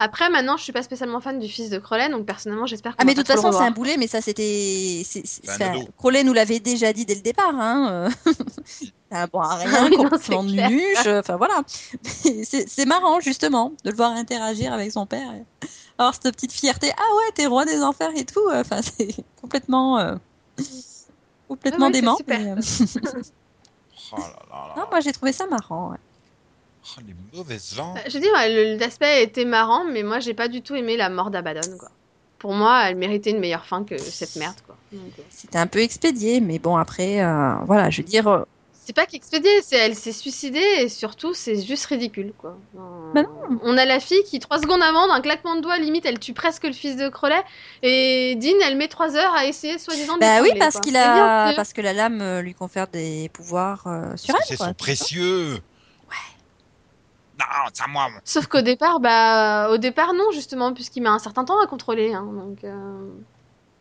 Speaker 2: Après maintenant, je suis pas spécialement fan du fils de Crowley, donc personnellement, j'espère.
Speaker 3: Ah,
Speaker 2: qu'on
Speaker 3: mais de
Speaker 2: va
Speaker 3: toute
Speaker 2: pas trop
Speaker 3: façon, c'est
Speaker 2: le
Speaker 3: un
Speaker 2: revoir.
Speaker 3: boulet, mais ça, c'était. c'est- c'est-
Speaker 1: C'est un
Speaker 3: enfin,
Speaker 1: dodo.
Speaker 3: Crowley nous l'avait déjà dit dès le départ. Hein. euh. <laughs> C'est un bon à rien,
Speaker 2: <laughs> Oui, non,
Speaker 3: complètement
Speaker 2: c'est clair.
Speaker 3: nunuche, Enfin, voilà. Mais C'est c'est marrant, justement, de le voir interagir avec son père. Alors, cette petite fierté. Ah ouais, t'es roi des enfers et tout. euh, Enfin, <laughs> c'est complètement. euh, Complètement
Speaker 2: Ouais, ouais, c'est
Speaker 3: dément.
Speaker 2: super.
Speaker 3: mais, euh, <laughs>
Speaker 1: Oh là là là.
Speaker 3: Non, moi, j'ai trouvé ça marrant. ouais.
Speaker 1: Oh, les mauvaises langues.
Speaker 2: Bah, Je dis, ouais, le- l'aspect était marrant, mais moi, j'ai pas du tout aimé la mort d'Abaddon. Quoi. Pour moi, elle méritait une meilleure fin que cette merde. Quoi. Donc, euh,
Speaker 3: C'était un peu expédié, mais bon, après, euh, voilà, je veux dire. euh,
Speaker 2: C'est pas qu'expédier, c'est elle s'est suicidée et surtout c'est juste ridicule quoi. Euh,
Speaker 3: Bah non.
Speaker 2: On a la fille qui trois secondes avant d'un claquement de doigts limite elle tue presque le fils de Crowley et Dean elle met trois heures à essayer soi-disant de
Speaker 3: Bah
Speaker 2: le
Speaker 3: oui,
Speaker 2: brûler,
Speaker 3: parce
Speaker 2: quoi.
Speaker 3: qu'il
Speaker 2: C'est bien
Speaker 3: a,
Speaker 2: que-
Speaker 3: parce que la lame euh, lui confère des pouvoirs euh, sur
Speaker 1: Parce que C'est
Speaker 3: elle. quoi.
Speaker 1: son précieux. Non, c'est à moi.
Speaker 2: Sauf qu'au départ bah au départ non justement puisqu'il met un certain temps à contrôler hein, donc. euh,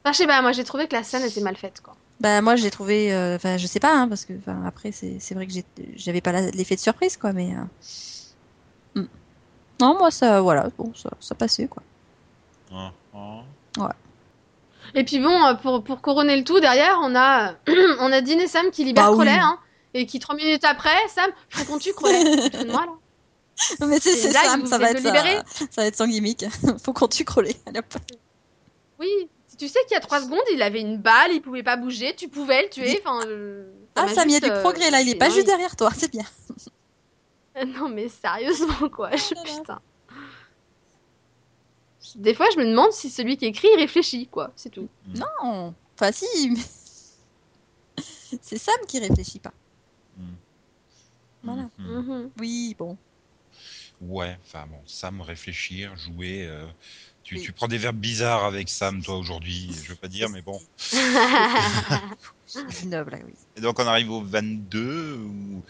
Speaker 2: Enfin, je sais pas, moi j'ai trouvé que la scène était mal faite quoi.
Speaker 3: Bah moi j'ai trouvé, euh, enfin je sais pas, hein, parce que enfin, après c'est c'est vrai que j'ai- j'avais pas la- l'effet de surprise quoi, mais euh, mm. non moi ça voilà bon ça, ça passait quoi.
Speaker 1: Hein, hein.
Speaker 2: Et puis bon euh, pour, pour couronner le tout derrière on a <clears throat> on a Dean et Sam qui libèrent
Speaker 3: Bah oui.
Speaker 2: Crowley hein, et qui trois minutes après Sam faut qu'on
Speaker 3: <laughs>
Speaker 2: tue Crowley. Tu te fous de moi là.
Speaker 3: Mais c'est
Speaker 2: C'est
Speaker 3: c'est
Speaker 2: là que
Speaker 3: Sam,
Speaker 2: vous
Speaker 3: ça
Speaker 2: voulez
Speaker 3: va
Speaker 2: le
Speaker 3: être sa-
Speaker 2: libérer
Speaker 3: ça, va être son gimmick. <laughs> Faut qu'on tue Crowley. Allez, hop.
Speaker 2: Oui, si tu sais qu'il y a 3 secondes, il avait une balle, il pouvait pas bouger, tu pouvais le tuer. Enfin, euh,
Speaker 3: Ah
Speaker 2: m'a
Speaker 3: Sam, il y a
Speaker 2: juste,
Speaker 3: du
Speaker 2: euh,
Speaker 3: progrès là, il est
Speaker 2: c'est
Speaker 3: pas juste
Speaker 2: dingue.
Speaker 3: derrière toi, c'est bien.
Speaker 2: <laughs> Non, mais sérieusement, quoi. je-
Speaker 3: Oh là là.
Speaker 2: Putain. Des fois, je me demande si celui qui écrit il réfléchit, quoi. C'est tout.
Speaker 3: Non, enfin si. mais- <laughs> c'est Sam qui réfléchit pas.
Speaker 1: Hmm.
Speaker 3: Voilà.
Speaker 1: Mhm.
Speaker 2: Mhm.
Speaker 3: Oui bon.
Speaker 1: Ouais, enfin bon, Sam, réfléchir, jouer. euh, tu,
Speaker 3: Oui.
Speaker 1: tu prends des verbes bizarres avec Sam, toi, aujourd'hui. Je veux pas dire, mais bon.
Speaker 3: Villeneuve là oui.
Speaker 1: Et donc, on arrive au 22, où...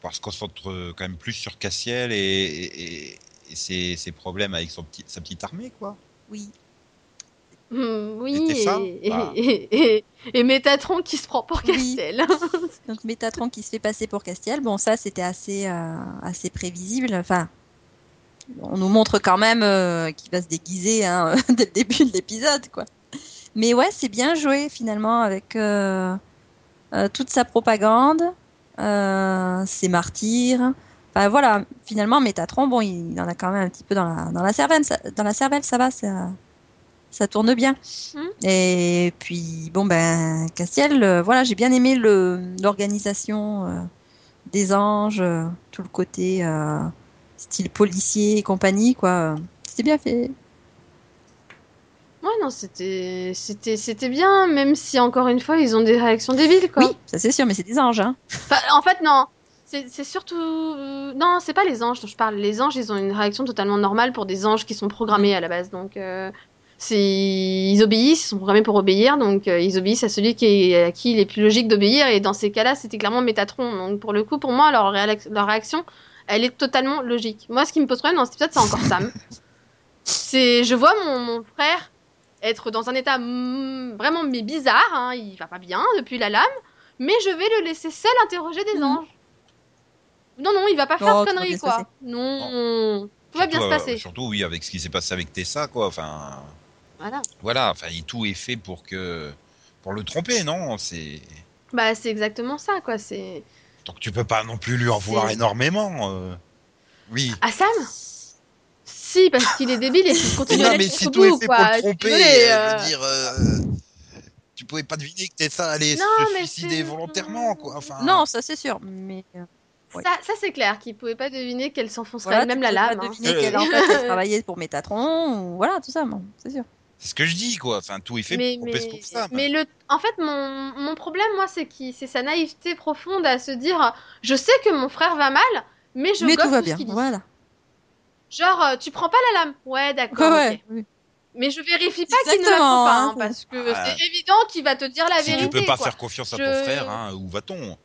Speaker 1: parce qu'on se concentre quand même plus sur Cassiel et, et- et ses, ses problèmes avec son petit, sa petite armée, quoi.
Speaker 3: Oui. Mm-hmm.
Speaker 1: <laughs>
Speaker 2: Mm, <laughs> oui,
Speaker 1: C'était ça
Speaker 2: et,
Speaker 1: Bah.
Speaker 2: et, et- et Métatron qui se prend pour
Speaker 3: Oui.
Speaker 2: Castel.
Speaker 3: Donc Métatron qui se fait passer pour Castiel, bon ça c'était assez euh, assez prévisible. Enfin, on nous montre quand même euh, qu'il va se déguiser hein, <laughs> dès le début de l'épisode, quoi. Mais ouais, c'est bien joué finalement avec euh, euh, toute sa propagande, euh, ses martyrs. Enfin voilà, finalement Métatron, bon il, il en a quand même un petit peu dans la dans la cervelle, ça, dans la cervelle ça va, ça ça tourne bien.
Speaker 2: Mhm.
Speaker 3: Et puis, bon, ben, Castiel, euh, voilà, j'ai bien aimé le- l'organisation euh, des anges, euh, tout le côté euh, style policier et compagnie, quoi. C'était bien fait.
Speaker 2: <laughs> Ouais, non, c'était, c'était, c'était bien, même si encore une fois, ils ont des réactions débiles, quoi.
Speaker 3: Oui, ça c'est sûr, mais c'est des anges. Hein.
Speaker 2: Enfin, en fait, non. C'est c'est surtout. euh, Non, c'est pas les anges dont je parle. Les anges, ils ont une réaction totalement normale pour des anges qui sont programmés à la base. Donc, euh, c'est- ils obéissent, ils sont programmés pour obéir. Donc, euh, ils obéissent à celui qui est- à qui il est plus logique d'obéir. Et dans ces cas-là, c'était clairement Métatron. Donc, pour le coup, pour moi, leur, réac- leur réaction, elle est totalement logique. Moi, ce qui me pose problème dans cet épisode, c'est encore Sam. c'est. Je vois mon, mon frère être dans un état mm, vraiment mais bizarre. hein. Il va pas bien depuis la lame. Mais je vais le laisser seul interroger des
Speaker 3: Mhm.
Speaker 2: anges. Non, non, il va pas faire
Speaker 3: Non,
Speaker 2: de
Speaker 3: tout va bien
Speaker 2: conneries,
Speaker 3: se
Speaker 2: quoi.
Speaker 3: passer.
Speaker 2: Non, tout va bien
Speaker 1: Surtout,
Speaker 2: se
Speaker 1: euh,
Speaker 2: passer.
Speaker 1: Surtout, oui, avec ce qui s'est passé avec Tessa, quoi. Enfin,
Speaker 2: Voilà.
Speaker 1: voilà, enfin, il- tout est fait pour que. pour le tromper, non C'est.
Speaker 2: Bah, c'est exactement ça, quoi. C'est.
Speaker 1: Donc tu peux pas non plus lui en
Speaker 2: C'est-
Speaker 1: vouloir énormément. euh. Oui.
Speaker 2: Ah, Sam Si, parce qu'il est débile et qu'il
Speaker 1: Mais
Speaker 2: continue à
Speaker 1: non,
Speaker 2: aller
Speaker 1: mais si
Speaker 2: jusqu'au
Speaker 1: tout est
Speaker 2: bout,
Speaker 1: fait
Speaker 2: quoi.
Speaker 1: pour le
Speaker 2: Je suis
Speaker 1: tromper,
Speaker 2: désolée,
Speaker 1: euh, je
Speaker 2: euh,
Speaker 1: veux dire, euh, tu pouvais pas deviner que Tessa allait
Speaker 2: Non,
Speaker 1: se
Speaker 2: mais c'est-
Speaker 1: suicider volontairement, quoi. Enfin,
Speaker 3: Non, ça c'est sûr, mais euh,
Speaker 1: ah,
Speaker 3: Ouais.
Speaker 2: Ça, ça, c'est clair qu'il pouvait pas deviner qu'elle s'enfoncerait
Speaker 3: voilà, tu
Speaker 2: elle-même la
Speaker 3: peux pas
Speaker 2: lame. hein.
Speaker 3: deviner
Speaker 1: Euh,
Speaker 3: qu'elle en fait
Speaker 2: <laughs>
Speaker 3: elle travaillait pour Métatron, ou voilà tout ça, bon, c'est sûr.
Speaker 1: c'est ce que je dis, quoi. Enfin, tout est fait
Speaker 2: mais,
Speaker 1: pour
Speaker 2: mais,
Speaker 1: tromper ce pauvre Sam.
Speaker 2: mais le, en fait, mon, mon problème, moi, c'est qu'il- c'est sa naïveté profonde à se dire je sais que mon frère va mal, mais je
Speaker 3: mais
Speaker 2: gobe
Speaker 3: tout va
Speaker 2: ce
Speaker 3: bien,
Speaker 2: qu'il dit.
Speaker 3: voilà.
Speaker 2: Genre, euh, tu prends pas la lame. Ouais,
Speaker 3: Ouais,
Speaker 2: d'accord. ok.
Speaker 3: ouais, oui.
Speaker 2: Mais je vérifie pas qu'il ne la
Speaker 3: Exactement,
Speaker 2: prend pas,
Speaker 3: hein,
Speaker 2: hein,
Speaker 3: c'est-
Speaker 2: parce que
Speaker 1: Ah.
Speaker 2: c'est évident qu'il va te dire la
Speaker 1: si
Speaker 2: vérité.
Speaker 1: tu peux pas
Speaker 2: quoi.
Speaker 1: faire confiance à ton
Speaker 2: Je-
Speaker 1: frère, hein, où va-t-on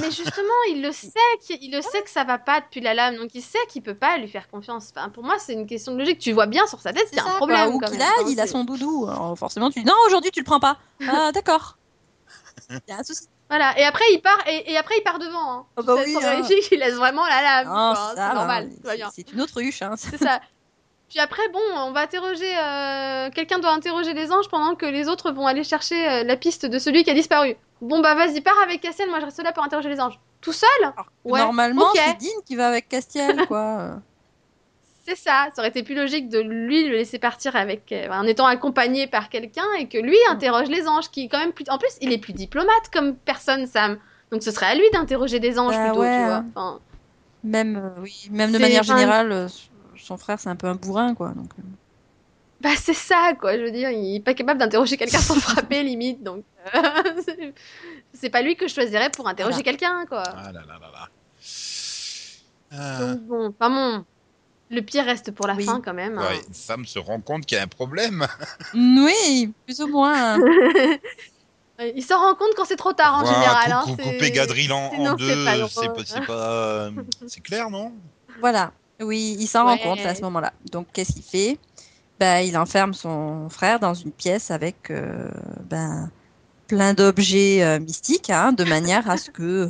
Speaker 2: Mais justement, il le sait, qu'il- il le sait que ça va pas depuis la lame, donc il sait qu'il peut pas lui faire confiance. Enfin, pour moi, c'est une question de logique. Tu vois bien sur sa tête,
Speaker 3: C'est
Speaker 2: il y a
Speaker 3: ça,
Speaker 2: un
Speaker 3: quoi,
Speaker 2: problème.
Speaker 3: Bah, Où
Speaker 2: quand
Speaker 3: qu'il
Speaker 2: même,
Speaker 3: aille,
Speaker 2: hein,
Speaker 3: il a
Speaker 2: c'est-
Speaker 3: son doudou. Alors, forcément, tu dis non, aujourd'hui tu le prends pas. Ah, d'accord. Il y a un souci.
Speaker 2: Voilà. Et après, il part, et, et après, il part devant. Hein.
Speaker 3: Ah bah
Speaker 2: Ça,
Speaker 3: oui,
Speaker 2: sans
Speaker 3: hein.
Speaker 2: vérifier <laughs> qu'il laisse vraiment la lame.
Speaker 3: Non,
Speaker 2: quoi, hein,
Speaker 3: ça,
Speaker 2: c'est normal.
Speaker 3: hein,
Speaker 2: tout va bien.
Speaker 3: c'est une autruche. Hein.
Speaker 2: C'est ça. Puis après, bon, on va interroger. euh, Quelqu'un doit interroger les anges pendant que les autres vont aller chercher euh, la piste de celui qui a disparu. Bon, bah vas-y, pars avec Cassiel, moi je reste là pour interroger les anges. Tout seul
Speaker 3: Alors que
Speaker 2: Ouais,
Speaker 3: <laughs> Normalement,
Speaker 2: ok.
Speaker 3: c'est Dean qui va avec Castiel,
Speaker 2: <laughs>
Speaker 3: quoi.
Speaker 2: C'est ça. Ça aurait été plus logique de lui le laisser partir avec, euh, en étant accompagné par quelqu'un et que lui
Speaker 3: Mm.
Speaker 2: interroge les anges, qui est quand même plus. En plus, il est plus diplomate comme personne, Sam. Donc ce serait à lui d'interroger des anges
Speaker 3: Bah
Speaker 2: plutôt,
Speaker 3: ouais.
Speaker 2: tu vois. Enfin,
Speaker 3: Même, euh, oui, même de
Speaker 2: C'est
Speaker 3: manière
Speaker 2: fin-
Speaker 3: générale, euh, son frère, c'est un peu un bourrin, quoi. Donc, euh,
Speaker 2: bah c'est ça, quoi. Je veux dire, il est pas capable d'interroger quelqu'un
Speaker 3: <laughs>
Speaker 2: sans frapper, limite. Donc euh, <laughs> c'est- c'est pas lui que je choisirais pour interroger
Speaker 3: Voilà.
Speaker 2: quelqu'un, quoi.
Speaker 1: Ah là là là là. Euh,
Speaker 2: Donc bon, enfin bon. Le pire reste pour la
Speaker 3: Oui.
Speaker 2: fin quand même. hein.
Speaker 1: Ah. ouais, Sam se rend compte qu'il y a un problème.
Speaker 2: <laughs> Mm,
Speaker 3: Oui, euh. plus ou moins. hein.
Speaker 2: Euh, Il s'en rend compte quand c'est trop tard en
Speaker 1: Voilà,
Speaker 2: général. hein,
Speaker 1: cou- cou-
Speaker 2: c'est-
Speaker 1: couper Gadril en,
Speaker 2: c'est-
Speaker 1: en
Speaker 2: non, c'est
Speaker 1: deux,
Speaker 2: pas
Speaker 1: c'est
Speaker 2: drôle.
Speaker 1: pas- c'est pas, euh, c'est clair, non
Speaker 3: voilà. Oui, il s'en
Speaker 2: Ouais.
Speaker 3: rend compte là, à ce moment-là. Donc, qu'est-ce qu'il fait ben, Il enferme son frère dans une pièce avec euh, ben, plein d'objets euh, mystiques, hein, de manière à ce que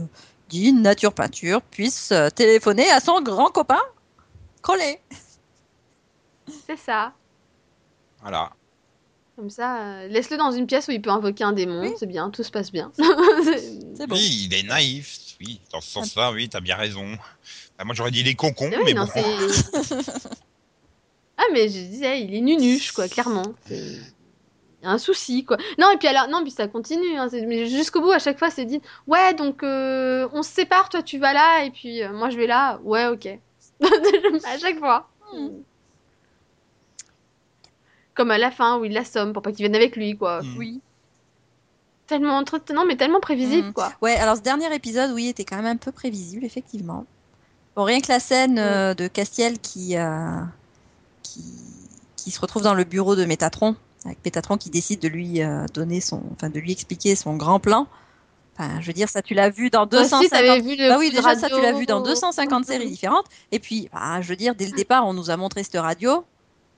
Speaker 3: Dean, nature peinture, puisse euh, téléphoner à son grand copain, Crowley.
Speaker 2: C'est ça.
Speaker 1: Voilà.
Speaker 2: Comme ça, euh, laisse-le dans une pièce où il peut invoquer un démon,
Speaker 3: Oui.
Speaker 2: c'est bien, tout se passe bien.
Speaker 3: C'est bon.
Speaker 1: Oui, il est naïf. Oui, dans ce sens-là, oui, t'as bien raison. Ah, moi, j'aurais dit les concons,
Speaker 2: Ah
Speaker 1: mais
Speaker 2: oui, non,
Speaker 1: bon.
Speaker 2: c'est- ah, mais je disais, il est nunuche, quoi, clairement. C'est- Il y a un souci, quoi. Non, et puis alors, non, puis ça continue. hein, c'est- mais jusqu'au bout, à chaque fois, c'est dit Ouais, donc euh, on se sépare, toi tu vas là, et puis euh, moi je vais là. Ouais, ok. <laughs> à chaque fois.
Speaker 3: Hmm.
Speaker 2: Comme à la fin où il l'assomme pour pas qu'il vienne avec lui, quoi.
Speaker 1: Mm.
Speaker 3: Oui.
Speaker 2: Tellement entretenant, mais tellement prévisible,
Speaker 3: Mm.
Speaker 2: quoi.
Speaker 3: <laughs> Ouais, alors ce dernier épisode, oui, était quand même un peu prévisible, effectivement. Bon, rien que la
Speaker 2: Mm.
Speaker 3: scène euh, de Castiel qui, euh, qui, qui se retrouve dans le bureau de Métatron, avec Métatron qui décide de lui euh, donner son, enfin, de lui expliquer son grand plan. Enfin, je veux dire, ça tu l'as vu dans
Speaker 2: Toi aussi,
Speaker 3: 250
Speaker 2: t'avais vu le
Speaker 3: bah oui,
Speaker 2: coup de
Speaker 3: déjà ça tu l'as
Speaker 2: radio.
Speaker 3: vu dans 250 séries différentes. Et puis, bah, je veux dire, dès le départ, on nous a montré cette radio.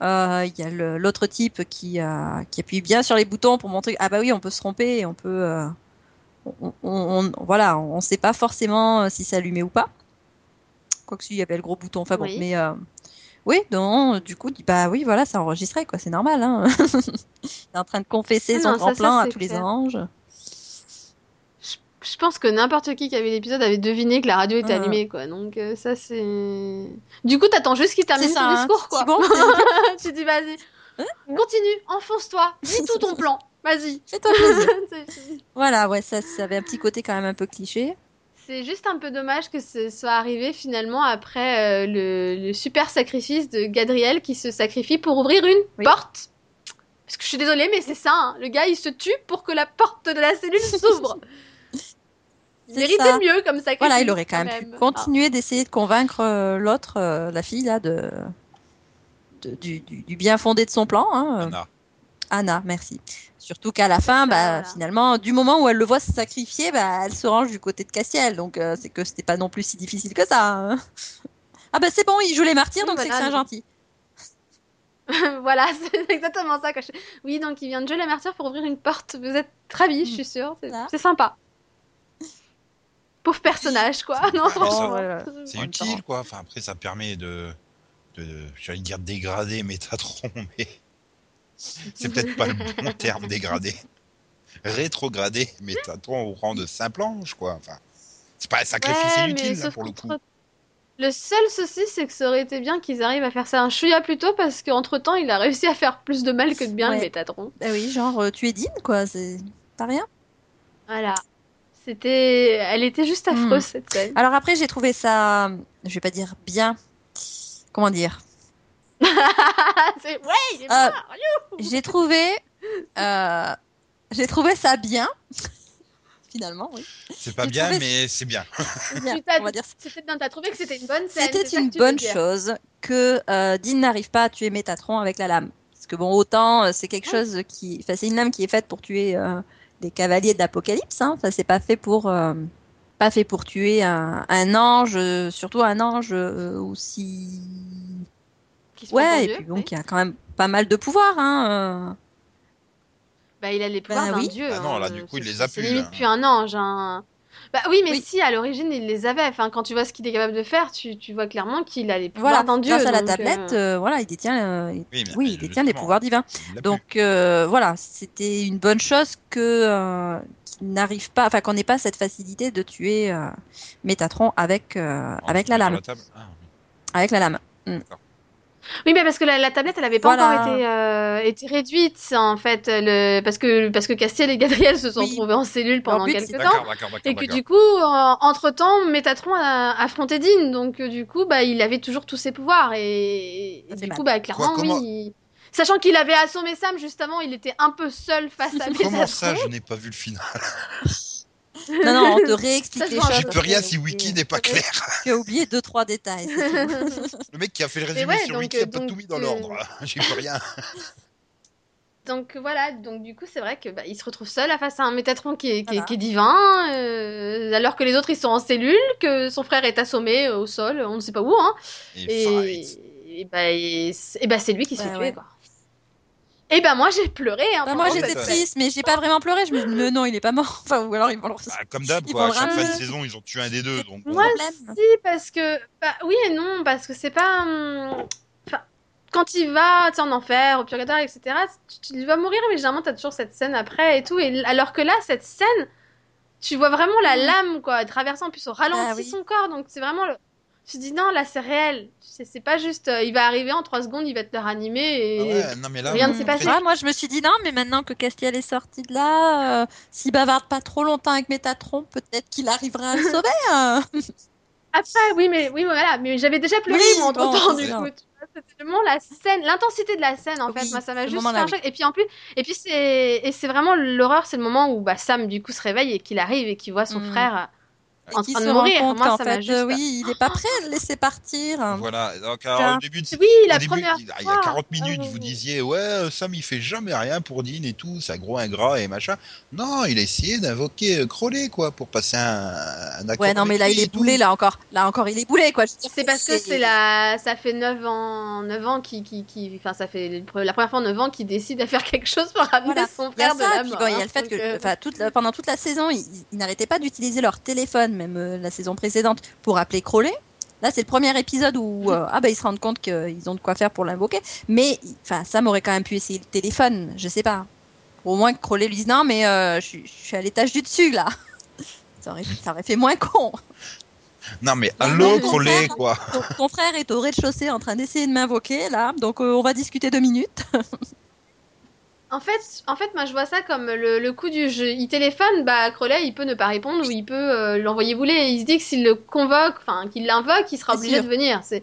Speaker 3: Euh, Il y a le- l'autre type qui, euh, qui appuie bien sur les boutons pour montrer ah bah oui, on peut se tromper, on peut, euh, on, on- on- voilà, on ne sait pas forcément euh, si ça allumait ou pas. Quoique si, il y avait le gros bouton. Enfin bon,
Speaker 2: Oui.
Speaker 3: mais euh, oui, non, du coup, dit, bah oui, voilà, ça enregistrait quoi, c'est normal. Hein. <laughs> il est en train de confesser
Speaker 2: Ah
Speaker 3: son
Speaker 2: non, ça,
Speaker 3: grand
Speaker 2: ça,
Speaker 3: plan à
Speaker 2: c'est
Speaker 3: tous les
Speaker 2: clair.
Speaker 3: anges.
Speaker 2: Je, je pense que n'importe qui qui avait l'épisode avait deviné que la radio était
Speaker 3: Ouais.
Speaker 2: allumée, quoi. Donc euh, ça, c'est... Du coup, t'attends juste qu'il termine
Speaker 3: C'est ça,
Speaker 2: son
Speaker 3: hein,
Speaker 2: discours,
Speaker 3: tu
Speaker 2: quoi.
Speaker 3: dis, bon, c'est ok,
Speaker 2: <laughs> tu dis, vas-y, continue, enfonce-toi,
Speaker 3: <laughs>
Speaker 2: dis tout ton plan, vas-y.
Speaker 3: fais-toi plaisir.
Speaker 2: C'est-
Speaker 3: Voilà, ouais, ça, ça avait un petit côté quand même un peu cliché.
Speaker 2: C'est juste un peu dommage que ce soit arrivé finalement après euh, le, le super sacrifice de Gadriel qui se sacrifie pour ouvrir une
Speaker 3: Oui.
Speaker 2: porte. Parce que je suis désolée, mais c'est ça. hein. Le gars, il se tue pour que la porte de
Speaker 3: <laughs>
Speaker 2: la cellule s'ouvre. il
Speaker 3: C'est
Speaker 2: méritait
Speaker 3: ça.
Speaker 2: mieux comme ça.
Speaker 3: Voilà, il aurait quand même pu continuer d'essayer de convaincre euh, l'autre, euh, la fille là, de, de- du, du- du bien fondé de son plan. hein.
Speaker 1: Anna.
Speaker 3: Anna, merci. Surtout qu'à la fin,
Speaker 2: Ça,
Speaker 3: bah,
Speaker 2: voilà.
Speaker 3: finalement, du moment où elle le voit se sacrifier, bah, elle se range du côté de Cassiel. Donc, euh, c'est que c'était pas non plus si difficile que ça. hein. Ah bah c'est bon, il joue les martyrs,
Speaker 2: Oui,
Speaker 3: donc c'est que
Speaker 2: voilà,
Speaker 3: c'est un
Speaker 2: donc-
Speaker 3: gentil.
Speaker 2: Ah. <laughs> voilà, c'est exactement ça. que je- Oui, donc il vient de jouer la martyre pour ouvrir une porte. Vous êtes ravis, je suis sûre. C'est
Speaker 3: Voilà.
Speaker 2: c'est sympa. Pauvre personnage, quoi. <laughs> Non,
Speaker 1: Ouais, ça-
Speaker 2: franchement.
Speaker 1: C'est
Speaker 3: En même temps.
Speaker 1: utile, quoi. Enfin, après, ça permet de. de J'allais dire dégrader Métatron, <laughs> mais. C'est peut-être pas le
Speaker 2: <laughs>
Speaker 1: bon terme, dégrader. Rétrograder Métatron au rang de simple ange, quoi. Enfin, c'est pas un sacrifice
Speaker 2: Ouais, mais
Speaker 1: inutile, là,
Speaker 2: sauf
Speaker 1: pour le
Speaker 2: qu'entre-
Speaker 1: coup.
Speaker 2: Le seul souci, c'est que ça aurait été bien qu'ils arrivent à faire ça un chouïa plus tôt parce qu'entre temps, il a réussi à faire plus de mal que de bien,
Speaker 3: Ouais.
Speaker 2: le métatron.
Speaker 3: Bah oui, genre euh, tu es digne quoi, c'est pas rien.
Speaker 2: Voilà. C'était. Elle était juste
Speaker 3: Hmm.
Speaker 2: affreuse, cette <laughs> scène.
Speaker 3: Alors après, j'ai trouvé ça, je vais pas dire bien, comment dire,
Speaker 2: C'est- ouais, il est
Speaker 3: Ah.
Speaker 2: mort, allez.
Speaker 3: j'ai trouvé, euh, j'ai trouvé ça bien. Finalement, oui.
Speaker 1: C'est pas
Speaker 3: j'ai
Speaker 1: bien,
Speaker 3: trouvé-
Speaker 1: mais c'est bien.
Speaker 3: Bien,
Speaker 2: Putain,
Speaker 3: on va dire ça.
Speaker 2: C'était bien, t'as trouvé que c'était une bonne scène.
Speaker 3: C'était
Speaker 2: c'est ça
Speaker 3: une
Speaker 2: que tu veux
Speaker 3: bonne
Speaker 2: dire.
Speaker 3: chose que euh, Dean n'arrive pas à tuer Métatron avec la lame. Parce que bon, autant euh, c'est
Speaker 2: Ah.
Speaker 3: quelque chose qui, enfin, c'est une lame qui est faite pour tuer euh, des cavaliers de l'Apocalypse. Hein. Enfin, c'est pas fait pour, euh, pas fait pour tuer un, un ange, euh, surtout un ange euh, aussi.
Speaker 2: Qui se prend pour
Speaker 3: Ouais,
Speaker 2: Dieu,
Speaker 3: et puis bon,
Speaker 2: ouais.
Speaker 3: qui a quand même pas mal de pouvoir. Hein, euh.
Speaker 2: Bah, il a les pouvoirs
Speaker 3: Bah
Speaker 2: d'un
Speaker 3: oui.
Speaker 2: dieu.
Speaker 1: Ah non,
Speaker 2: hein,
Speaker 1: là,
Speaker 2: euh,
Speaker 1: du coup, il
Speaker 2: c'est-
Speaker 1: les a
Speaker 2: c'est
Speaker 1: plus,
Speaker 2: limite
Speaker 1: là.
Speaker 2: plus un ange. hein. Bah oui, mais
Speaker 3: Oui.
Speaker 2: si, à l'origine, il les avait. Enfin, quand tu vois ce qu'il est capable de faire, tu, tu vois clairement qu'il a les pouvoirs
Speaker 3: Voilà,
Speaker 2: d'un dieu.
Speaker 3: grâce à la
Speaker 2: donc, euh,
Speaker 3: tablette, euh, voilà, il détient, euh, il-
Speaker 1: Oui, mais-
Speaker 3: oui, il détient les
Speaker 1: justement,
Speaker 3: pouvoirs divins.
Speaker 1: il l'a
Speaker 3: Donc euh, voilà, c'était une bonne chose que euh, qu'il n'arrive pas, enfin qu'on n'ait pas cette facilité de tuer euh, Métatron avec euh,
Speaker 1: plus.
Speaker 3: avec la
Speaker 1: Sur
Speaker 3: lame,
Speaker 1: table. Ah, oui.
Speaker 3: avec la lame.
Speaker 2: Oui, mais parce que la, la tablette, elle avait pas
Speaker 3: Voilà.
Speaker 2: encore été, euh, été réduite, en fait, le... parce, que, parce que Castiel et Gadriel se sont
Speaker 3: Oui.
Speaker 2: trouvés en cellule pendant
Speaker 3: but,
Speaker 2: quelques
Speaker 3: c'est-
Speaker 2: temps.
Speaker 1: D'accord, d'accord, d'accord.
Speaker 2: Et que
Speaker 1: d'accord.
Speaker 2: du coup, euh, entre-temps, Métatron a affronté Dean, donc euh, du coup, bah, il avait toujours tous ses pouvoirs. Et,
Speaker 3: Ça
Speaker 2: et
Speaker 3: fait
Speaker 2: du
Speaker 3: mal.
Speaker 2: coup, bah, clairement,
Speaker 1: Quoi, comment-
Speaker 2: oui. il- Sachant qu'il avait assommé Sam juste avant, il était un peu
Speaker 1: <laughs>
Speaker 2: seul face à Métatron.
Speaker 1: Comment ça, je n'ai pas vu le final
Speaker 3: Non non,
Speaker 2: <laughs>
Speaker 3: on te réexplique
Speaker 2: Ça se
Speaker 3: les
Speaker 2: voit,
Speaker 3: choses.
Speaker 2: ça
Speaker 1: J'y peux rien si Wiki n'est pas
Speaker 3: Tu as-
Speaker 1: clair.
Speaker 3: Tu as oublié deux trois détails. c'est tout.
Speaker 1: <laughs> Le mec qui a fait le
Speaker 2: Mais
Speaker 1: résumé
Speaker 2: ouais,
Speaker 1: sur
Speaker 2: donc,
Speaker 1: Wiki a
Speaker 2: euh,
Speaker 1: pas tout
Speaker 2: donc,
Speaker 1: mis dans
Speaker 2: euh,
Speaker 1: l'ordre. <laughs> J'y peux rien.
Speaker 2: Donc voilà, donc du coup c'est vrai que bah, il se retrouve seul à face à un métatron qui est, qui est-
Speaker 3: Voilà.
Speaker 2: qui est divin, euh, alors que les autres ils sont en cellule, que son frère est assommé euh, au sol, on ne sait pas où, hein.
Speaker 1: Et
Speaker 2: Et,
Speaker 1: fight.
Speaker 2: et bah, et c'est et bah, c'est lui qui se fait
Speaker 3: Ouais,
Speaker 2: tuer
Speaker 3: ouais.
Speaker 2: quoi. Et bah moi j'ai pleuré. Hein,
Speaker 3: Bah,
Speaker 2: pendant
Speaker 3: moi
Speaker 1: contre,
Speaker 3: j'étais
Speaker 1: ça-
Speaker 2: cette-
Speaker 3: triste, mais j'ai pas vraiment pleuré. Je me dis mais non, il est pas mort. <laughs> Enfin ou alors ils vont le
Speaker 1: Bah, comme d'hab,
Speaker 3: Ils
Speaker 1: quoi. À
Speaker 3: vont
Speaker 1: chaque fin
Speaker 2: vraiment-
Speaker 1: de saison, ils ont tué un des deux. Donc, bon,
Speaker 2: Moi,
Speaker 3: problème.
Speaker 2: Si, parce que. Bah, oui et non, parce que c'est pas. hum, Enfin, quand il va tu sais, en enfer, au purgatoire, etc., tu, tu vas mourir, mais généralement, t'as toujours cette scène après et tout. Et, l- alors que là, cette scène, tu vois vraiment la lame, quoi, traversant en plus au ralenti
Speaker 3: Mm. Ah oui.
Speaker 2: son corps. Donc, c'est vraiment le. Tu te dis, non, là, c'est réel. Tu sais, c'est pas juste. euh, il va arriver en 3 secondes, il va te le ranimer. Et...
Speaker 1: Ah ouais, non, mais là,
Speaker 2: rien
Speaker 1: on
Speaker 2: ne s'est
Speaker 1: fait-
Speaker 2: passé.
Speaker 3: Ouais, moi, je me suis dit non, mais maintenant que Castiel est sorti de là, euh, s'il bavarde pas trop longtemps avec Métatron, peut-être qu'il arrivera à le sauver. hein.
Speaker 2: Après, oui, mais, oui, mais voilà, mais j'avais déjà pleuré,
Speaker 3: Oui,
Speaker 2: moi, entre temps,
Speaker 3: bon,
Speaker 2: du
Speaker 3: c'est
Speaker 2: coup. tu vois, C'était vraiment la scène, l'intensité de la scène, en fait.
Speaker 3: Oui,
Speaker 2: Moi, ça m'a
Speaker 3: ce
Speaker 2: juste fait
Speaker 3: moment-là,
Speaker 2: un
Speaker 3: oui.
Speaker 2: choc. Et puis, en plus, et puis c'est, et c'est vraiment l'horreur, c'est le moment où bah, Sam, du coup, se réveille et qu'il arrive et qu'il voit son
Speaker 3: Mm.
Speaker 2: frère. euh,
Speaker 3: Et
Speaker 2: En
Speaker 3: qu'il
Speaker 2: train de
Speaker 3: se rend
Speaker 2: mourir,
Speaker 3: compte
Speaker 2: moi,
Speaker 3: qu'en
Speaker 2: ça m'a
Speaker 3: fait,
Speaker 2: juste-
Speaker 3: euh, oui, il est pas prêt à le laisser partir. hein.
Speaker 1: Voilà. Donc, alors, au début, de-
Speaker 2: Oui, la
Speaker 1: au début,
Speaker 2: première.
Speaker 1: il, il y a
Speaker 2: fois.
Speaker 1: 40 minutes,
Speaker 2: Ah,
Speaker 1: vous
Speaker 2: oui.
Speaker 1: disiez, ouais, euh, Sam, il fait jamais rien pour Dean et tout, c'est un gros ingrat et machin. Non, il a essayé d'invoquer euh, Crowley, quoi, pour passer un, un accord.
Speaker 3: Ouais, non, mais
Speaker 1: avec
Speaker 3: là,
Speaker 1: lui
Speaker 3: il
Speaker 1: et
Speaker 3: est
Speaker 1: tout.
Speaker 3: boulé, là encore. Là encore, il est boulé, quoi. Je veux dire,
Speaker 2: C'est parce que c'est la... ça fait 9 ans, 9 ans qui, qui, qui... Enfin, ça fait le pre- la première fois en 9 ans qu'il décide à faire quelque chose pour ramener
Speaker 3: Voilà.
Speaker 2: son
Speaker 3: Il y a
Speaker 2: frère de
Speaker 3: ça,
Speaker 2: la
Speaker 3: puis
Speaker 2: mort.
Speaker 3: bon, il y a
Speaker 2: hein.
Speaker 3: le fait
Speaker 2: Donc,
Speaker 3: que
Speaker 2: euh,
Speaker 3: enfin, toute la- pendant toute la saison, ils, ils n'arrêtaient pas d'utiliser leur téléphone, même euh, la saison précédente, pour appeler Crowley. Là, c'est le premier épisode où euh, ah, bah, ils se rendent compte qu'ils ont de quoi faire pour l'invoquer. Mais enfin, Sam aurait quand même pu essayer le téléphone, je sais pas. Au moins que Crowley lui dise non, mais euh, je, suis- je suis à l'étage du dessus, là. <laughs> Ça aurait, ça aurait fait moins con.
Speaker 1: Non, mais
Speaker 3: Non,
Speaker 1: allô,
Speaker 3: non, mais
Speaker 1: Crowley,
Speaker 3: frère.
Speaker 1: quoi.
Speaker 3: Ton, ton frère est au rez-de-chaussée en train d'essayer de m'invoquer, là. Donc, euh, on va discuter deux minutes.
Speaker 2: En fait, en fait, moi je vois ça comme le, le coup du jeu. Il téléphone, bah Crowley, il peut ne pas répondre ou il peut euh, l'envoyer bouler. Il se dit que s'il le convoque, enfin qu'il l'invoque, il sera
Speaker 3: C'est
Speaker 2: obligé
Speaker 3: sûr.
Speaker 2: de venir. C'est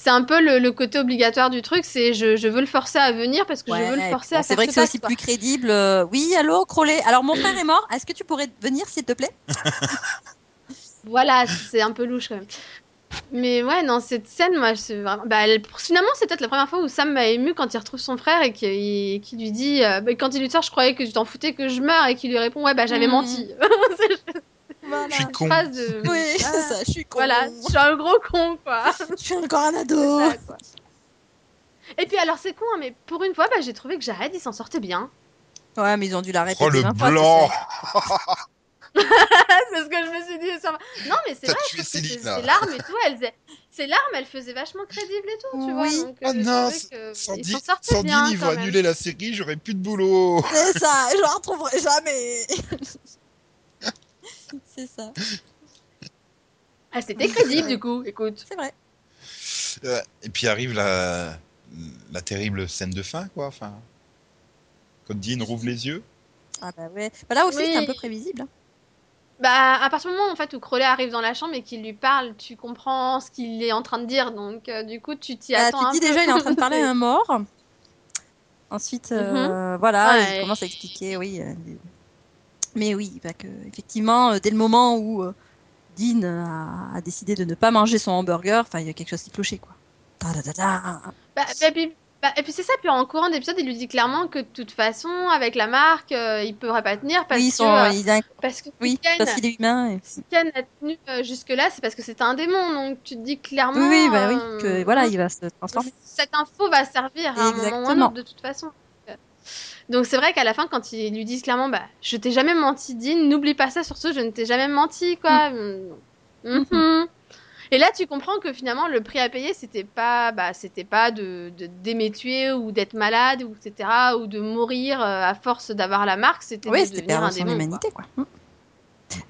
Speaker 2: c'est un peu le, le côté obligatoire du truc, c'est je, je veux le forcer à venir parce que je veux le forcer à
Speaker 3: C'est
Speaker 2: faire
Speaker 3: vrai que
Speaker 2: ce
Speaker 3: c'est
Speaker 2: pacte,
Speaker 3: aussi
Speaker 2: quoi.
Speaker 3: plus crédible. euh, Oui, allô, Crowley. Alors, mon frère est mort. Est-ce que tu pourrais venir, s'il te plaît
Speaker 2: Voilà, c'est un peu louche quand même. Mais ouais, non, cette scène, moi, c'est vraiment... bah, elle- finalement, c'est peut-être la première fois où Sam m'a ému quand il retrouve son frère et qu'il qu'il lui dit, euh, bah, quand il lui sort, je croyais que tu t'en foutais que je meure et qu'il lui répond, ouais, bah j'avais
Speaker 3: Mhm.
Speaker 2: menti. <laughs>
Speaker 1: Je suis con.
Speaker 2: Phrase de...
Speaker 3: Oui, <laughs>
Speaker 2: <laughs> Ah,
Speaker 3: c'est ça, je suis con.
Speaker 2: Voilà, je suis un gros con, <laughs> quoi.
Speaker 3: Je suis encore un ado.
Speaker 2: <laughs> Ça, quoi. Et puis alors c'est con, hein, mais pour une fois, bah, j'ai trouvé que Jared il s'en sortait bien.
Speaker 3: Ouais, mais ils ont dû l'arrêter.
Speaker 1: Oh le
Speaker 3: 20 fois,
Speaker 1: blanc
Speaker 3: tu sais.
Speaker 2: <laughs> c'est ce que je me suis dit. ça va. Non mais c'est
Speaker 1: T'as
Speaker 2: vrai, je
Speaker 1: tué
Speaker 2: trouve que
Speaker 1: Céline,
Speaker 2: ces-
Speaker 1: là.
Speaker 2: ces larmes et tout, elles, a- ces larmes, elles faisaient vachement crédible et tout, tu vois.
Speaker 3: Oui.
Speaker 2: Donc,
Speaker 1: Ah
Speaker 2: j'ai
Speaker 1: non,
Speaker 2: trouvé que
Speaker 1: Sandine,
Speaker 2: ils s'en sortaient
Speaker 1: Sandine,
Speaker 2: bien,
Speaker 1: ils
Speaker 2: quand
Speaker 1: vont
Speaker 2: même.
Speaker 1: annuler la série, j'aurai plus de boulot.
Speaker 3: C'est ça, je la
Speaker 1: <laughs>
Speaker 3: retrouverai jamais. c'est ça,
Speaker 2: Ah c'était crédible du coup. Écoute,
Speaker 3: c'est vrai.
Speaker 1: Euh, Et puis arrive la, la terrible scène de fin, quoi. Enfin, quand Dean rouvre les yeux.
Speaker 3: Ah bah ouais. Bah là aussi,
Speaker 2: Oui.
Speaker 3: c'est un peu prévisible. hein.
Speaker 2: bah à partir du moment en fait où Crowley arrive dans la chambre et qu'il lui parle, tu comprends ce qu'il est en train de dire. Donc euh, du coup, tu t'y
Speaker 3: Ah,
Speaker 2: attends.
Speaker 3: tu te dis
Speaker 2: un peu.
Speaker 3: déjà, il est
Speaker 2: <laughs>
Speaker 3: en train de parler à un mort. Ensuite, euh, voilà,
Speaker 2: Mhm. Ah Ouais.
Speaker 3: il commence à expliquer, oui. euh, les- Mais oui, bah que, effectivement, euh, dès le moment où euh, Dean a, a décidé de ne pas manger son hamburger, enfin, il y a quelque chose qui clochait, quoi. Ta -da -da -da.
Speaker 2: Bah, bah, puis- bah, et puis c'est ça, puis en courant d'épisode, il lui dit clairement que de toute façon, avec la marque, euh, il pourra pas tenir parce
Speaker 3: Oui, ils
Speaker 2: que,
Speaker 3: sont-
Speaker 2: euh,
Speaker 3: ils inc-
Speaker 2: parce que
Speaker 3: oui,
Speaker 2: Ken,
Speaker 3: parce qu'il est humain. et-
Speaker 2: si Ken a tenu euh, jusque-là, c'est parce que c'était un démon, donc tu te dis
Speaker 3: Oui,
Speaker 2: clairement.
Speaker 3: oui, bah oui,
Speaker 2: euh,
Speaker 3: que voilà, il va se transformer.
Speaker 2: Cette info va servir à un moment ou à un
Speaker 3: Exactement.
Speaker 2: autre, de toute façon. Donc c'est vrai qu'à la fin, quand ils lui disent clairement, bah, je t'ai jamais menti, Dean, n'oublie pas ça, surtout, je ne t'ai jamais menti, quoi.
Speaker 3: Mm.
Speaker 2: Mhm. Et là, tu comprends que finalement, le prix à payer, c'était pas, bah, c'était pas de, de d'aimer tuer ou d'être malade, ou etc., ou de mourir euh, à force d'avoir la marque, c'était
Speaker 3: Oui,
Speaker 2: de
Speaker 3: c'était
Speaker 2: devenir un
Speaker 3: perdre son
Speaker 2: démon. quoi.
Speaker 3: humanité, quoi. Mm.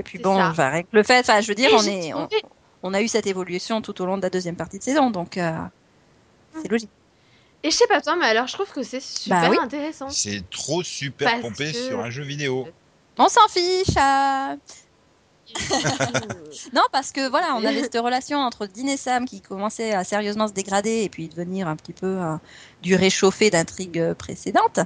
Speaker 3: Et puis
Speaker 2: C'est
Speaker 3: bon,
Speaker 2: ça.
Speaker 3: enfin, rien que le fait, enfin, je veux dire,
Speaker 2: Et
Speaker 3: on,
Speaker 2: j'ai
Speaker 3: est, on,
Speaker 2: trouvé-
Speaker 3: on a eu cette évolution tout au long de la deuxième partie de saison, donc euh, c'est logique.
Speaker 2: Et je sais pas toi, mais alors je trouve que c'est super
Speaker 3: Bah oui. <laughs>
Speaker 2: intéressant.
Speaker 1: C'est trop super
Speaker 2: Parce
Speaker 1: pompé
Speaker 2: que-
Speaker 1: sur un jeu vidéo.
Speaker 3: On s'en fiche euh. Non, parce que voilà, on avait cette relation entre Dean et Sam qui commençait à sérieusement se dégrader et puis devenir un petit peu euh, du réchauffé d'intrigues précédentes.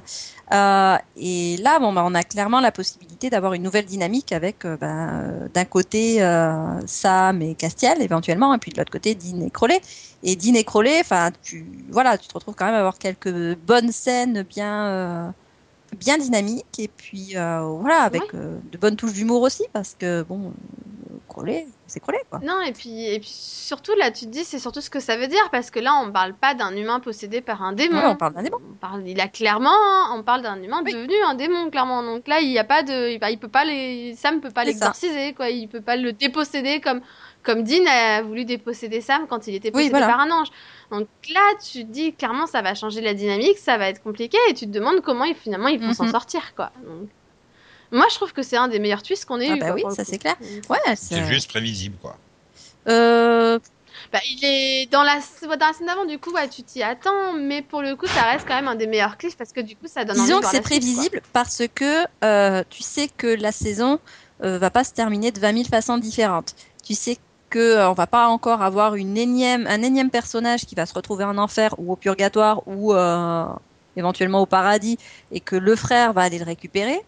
Speaker 3: Euh, et là, bon, bah, on a clairement la possibilité d'avoir une nouvelle dynamique avec euh, ben, euh, d'un côté euh, Sam et Castiel éventuellement, et puis de l'autre côté Dean et Crowley. Et Dean et Crowley, enfin, tu voilà, tu te retrouves quand même à avoir quelques bonnes scènes bien. euh, bien dynamiques et puis euh, voilà avec
Speaker 2: Ouais.
Speaker 3: euh, de bonnes touches d'humour aussi parce que bon Crowley, c'est Crowley quoi.
Speaker 2: Non, et puis, et puis surtout là, tu te dis, c'est surtout ce que ça veut dire, parce que là, on parle pas d'un humain possédé par un démon.
Speaker 3: Ouais, on parle d'un démon.
Speaker 2: On parle- il a clairement, hein, on parle d'un humain
Speaker 3: Oui.
Speaker 2: devenu un démon, clairement. Donc là, il y a pas de, il, bah, il peut pas les, Sam peut pas
Speaker 3: C'est ça.
Speaker 2: l'exorciser, quoi. Il peut pas le déposséder comme, comme Dean a voulu déposséder Sam quand il était possédé
Speaker 3: voilà.
Speaker 2: par un ange. Donc là, tu te dis clairement, ça va changer la dynamique, ça va être compliqué, et tu te demandes comment ils, finalement ils vont s'en
Speaker 3: Mhm.
Speaker 2: sortir, quoi. Donc, moi, je trouve que c'est un des meilleurs twists qu'on ait
Speaker 3: Ah
Speaker 2: eu.
Speaker 3: bah
Speaker 2: quoi,
Speaker 3: oui,
Speaker 2: pour le
Speaker 3: ça,
Speaker 2: coup. Mm.
Speaker 3: c'est clair.
Speaker 2: Donc,
Speaker 3: Ouais,
Speaker 1: C'est juste prévisible, quoi.
Speaker 3: Euh,
Speaker 2: Bah, il est dans la, dans la scène d'avant, du coup, ouais, tu t'y attends, mais pour le coup, ça reste quand même un des meilleurs clips parce que du coup, ça donne envie de
Speaker 3: disons que
Speaker 2: voir
Speaker 3: c'est
Speaker 2: la suite,
Speaker 3: prévisible parce que euh, tu sais que la saison euh, va pas se terminer de 20 000 façons différentes. Tu sais que euh, on va pas encore avoir une énième, un énième personnage qui va se retrouver en enfer ou au purgatoire ou euh, éventuellement au paradis et que le frère va aller le récupérer.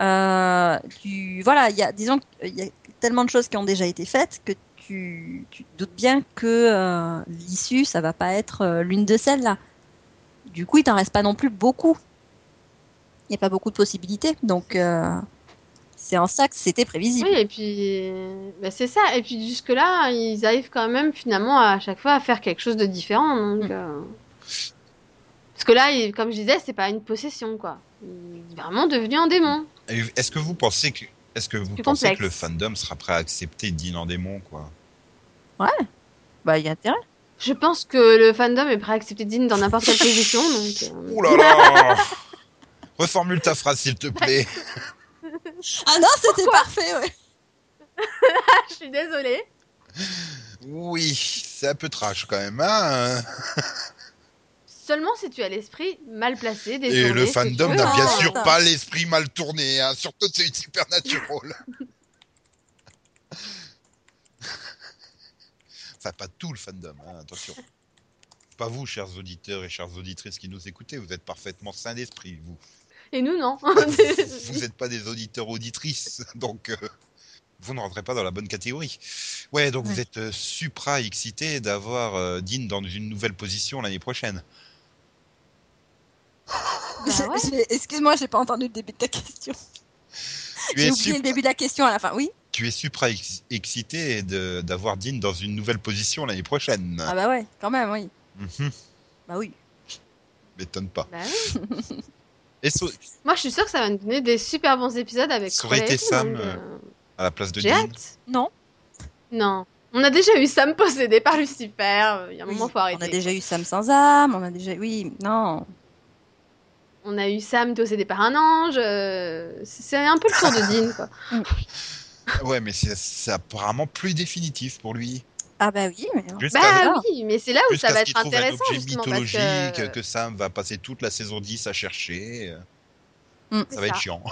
Speaker 3: Euh, tu, voilà, il y a, disons qu'il y a tellement de choses qui ont déjà été faites que tu, tu te doutes bien que euh, l'issue, ça va pas être euh, l'une de celles-là. Du coup, il t'en reste pas non plus beaucoup. Il n'y a pas beaucoup de possibilités. Donc, euh, c'est en ça que c'était prévisible.
Speaker 2: quoi. Oui, et puis, euh, bah, c'est ça. Et puis, jusque-là, ils arrivent quand même finalement à chaque fois à faire quelque chose de différent. Donc,
Speaker 3: Mm.
Speaker 2: euh, Parce que là, il- comme je disais, c'est pas une possession, quoi. Il est vraiment devenu un démon.
Speaker 1: Et Est-ce que vous pensez que, est-ce que vous
Speaker 2: Plus
Speaker 1: pensez
Speaker 2: complexe.
Speaker 1: que le fandom sera prêt à accepter Dean en démon, quoi
Speaker 3: Bah, il y a intérêt.
Speaker 2: Je pense que le fandom est prêt à accepter Dean dans n'importe quelle
Speaker 1: <laughs>
Speaker 2: position. Donc, euh,
Speaker 1: Ouh là là Reformule ta phrase, s'il te plaît.
Speaker 3: Ah non, c'était parfait, ouais.
Speaker 2: <laughs> je suis désolée.
Speaker 1: Oui, c'est un peu trash quand même. Hein
Speaker 2: Seulement si tu as l'esprit mal placé des
Speaker 1: Et
Speaker 2: journées,
Speaker 1: le
Speaker 2: ce
Speaker 1: fandom
Speaker 2: que-
Speaker 1: n'a
Speaker 3: veux,
Speaker 1: bien
Speaker 3: hein,
Speaker 1: sûr
Speaker 3: ça.
Speaker 1: pas l'esprit mal tourné, hein. surtout c'est une <laughs> supernatural. ça pas tout le fandom, hein, attention. Pas vous, chers auditeurs et chères auditrices qui nous écoutez, vous êtes parfaitement sains d'esprit, vous.
Speaker 2: Et nous, non.
Speaker 1: Bah,
Speaker 2: <laughs> Bah
Speaker 1: vous n'êtes pas des auditeurs auditrices, donc euh, vous ne rentrez pas dans la bonne catégorie. Ouais, donc vous
Speaker 3: Ouais.
Speaker 1: êtes euh, supra excité d'avoir euh, Dean dans une nouvelle position l'année prochaine.
Speaker 2: Bah ouais.
Speaker 3: <laughs> J'ai- Excuse-moi, j'ai pas entendu le début de ta question.
Speaker 1: Tu
Speaker 3: J'ai
Speaker 1: es,
Speaker 3: oublié
Speaker 1: sup-
Speaker 3: le début de la question à la fin. Oui.
Speaker 1: tu es supra ex- excité de- d'avoir Dean dans une nouvelle position l'année prochaine.
Speaker 3: Ah bah ouais, quand même, oui.
Speaker 1: Mhm,
Speaker 3: Bah oui.
Speaker 1: M'étonne pas.
Speaker 2: Bah oui.
Speaker 1: Et so-
Speaker 2: Moi, je suis sûre que ça va nous donner des super bons épisodes avec
Speaker 1: Ça aurait
Speaker 2: Crowley
Speaker 1: été
Speaker 2: et tout,
Speaker 1: Sam,
Speaker 2: donc,
Speaker 1: euh,
Speaker 2: euh,
Speaker 1: à la place de
Speaker 2: J'ai
Speaker 1: Dean.
Speaker 2: hâte.
Speaker 3: Non.
Speaker 2: Non. On a déjà eu Sam possédé par Lucifer. euh, Il y a un
Speaker 3: Oui,
Speaker 2: moment, faut
Speaker 3: on a
Speaker 2: arrêter.
Speaker 3: déjà eu Sam sans âme, on a déjà. Oui, non.
Speaker 2: On a eu Sam possédé par un ange. euh, C'est c'est un peu le tour de Dean,
Speaker 1: <laughs>
Speaker 2: quoi.
Speaker 1: Ah Ouais, mais c'est- c'est apparemment plus définitif pour lui.
Speaker 3: Ah bah oui, mais non.
Speaker 1: Jusqu'à
Speaker 2: Bah
Speaker 3: là.
Speaker 2: oui, mais c'est là où
Speaker 1: jusqu'à
Speaker 2: ça va
Speaker 1: ce qu'il
Speaker 2: être
Speaker 1: trouve un
Speaker 2: intéressant,
Speaker 1: objet
Speaker 2: justement, parce
Speaker 1: mythologique
Speaker 2: que...
Speaker 1: que Sam va passer toute la saison 10 à chercher. euh,
Speaker 3: Mm.
Speaker 1: Ça
Speaker 2: C'est
Speaker 1: va être
Speaker 2: ça.
Speaker 1: chiant.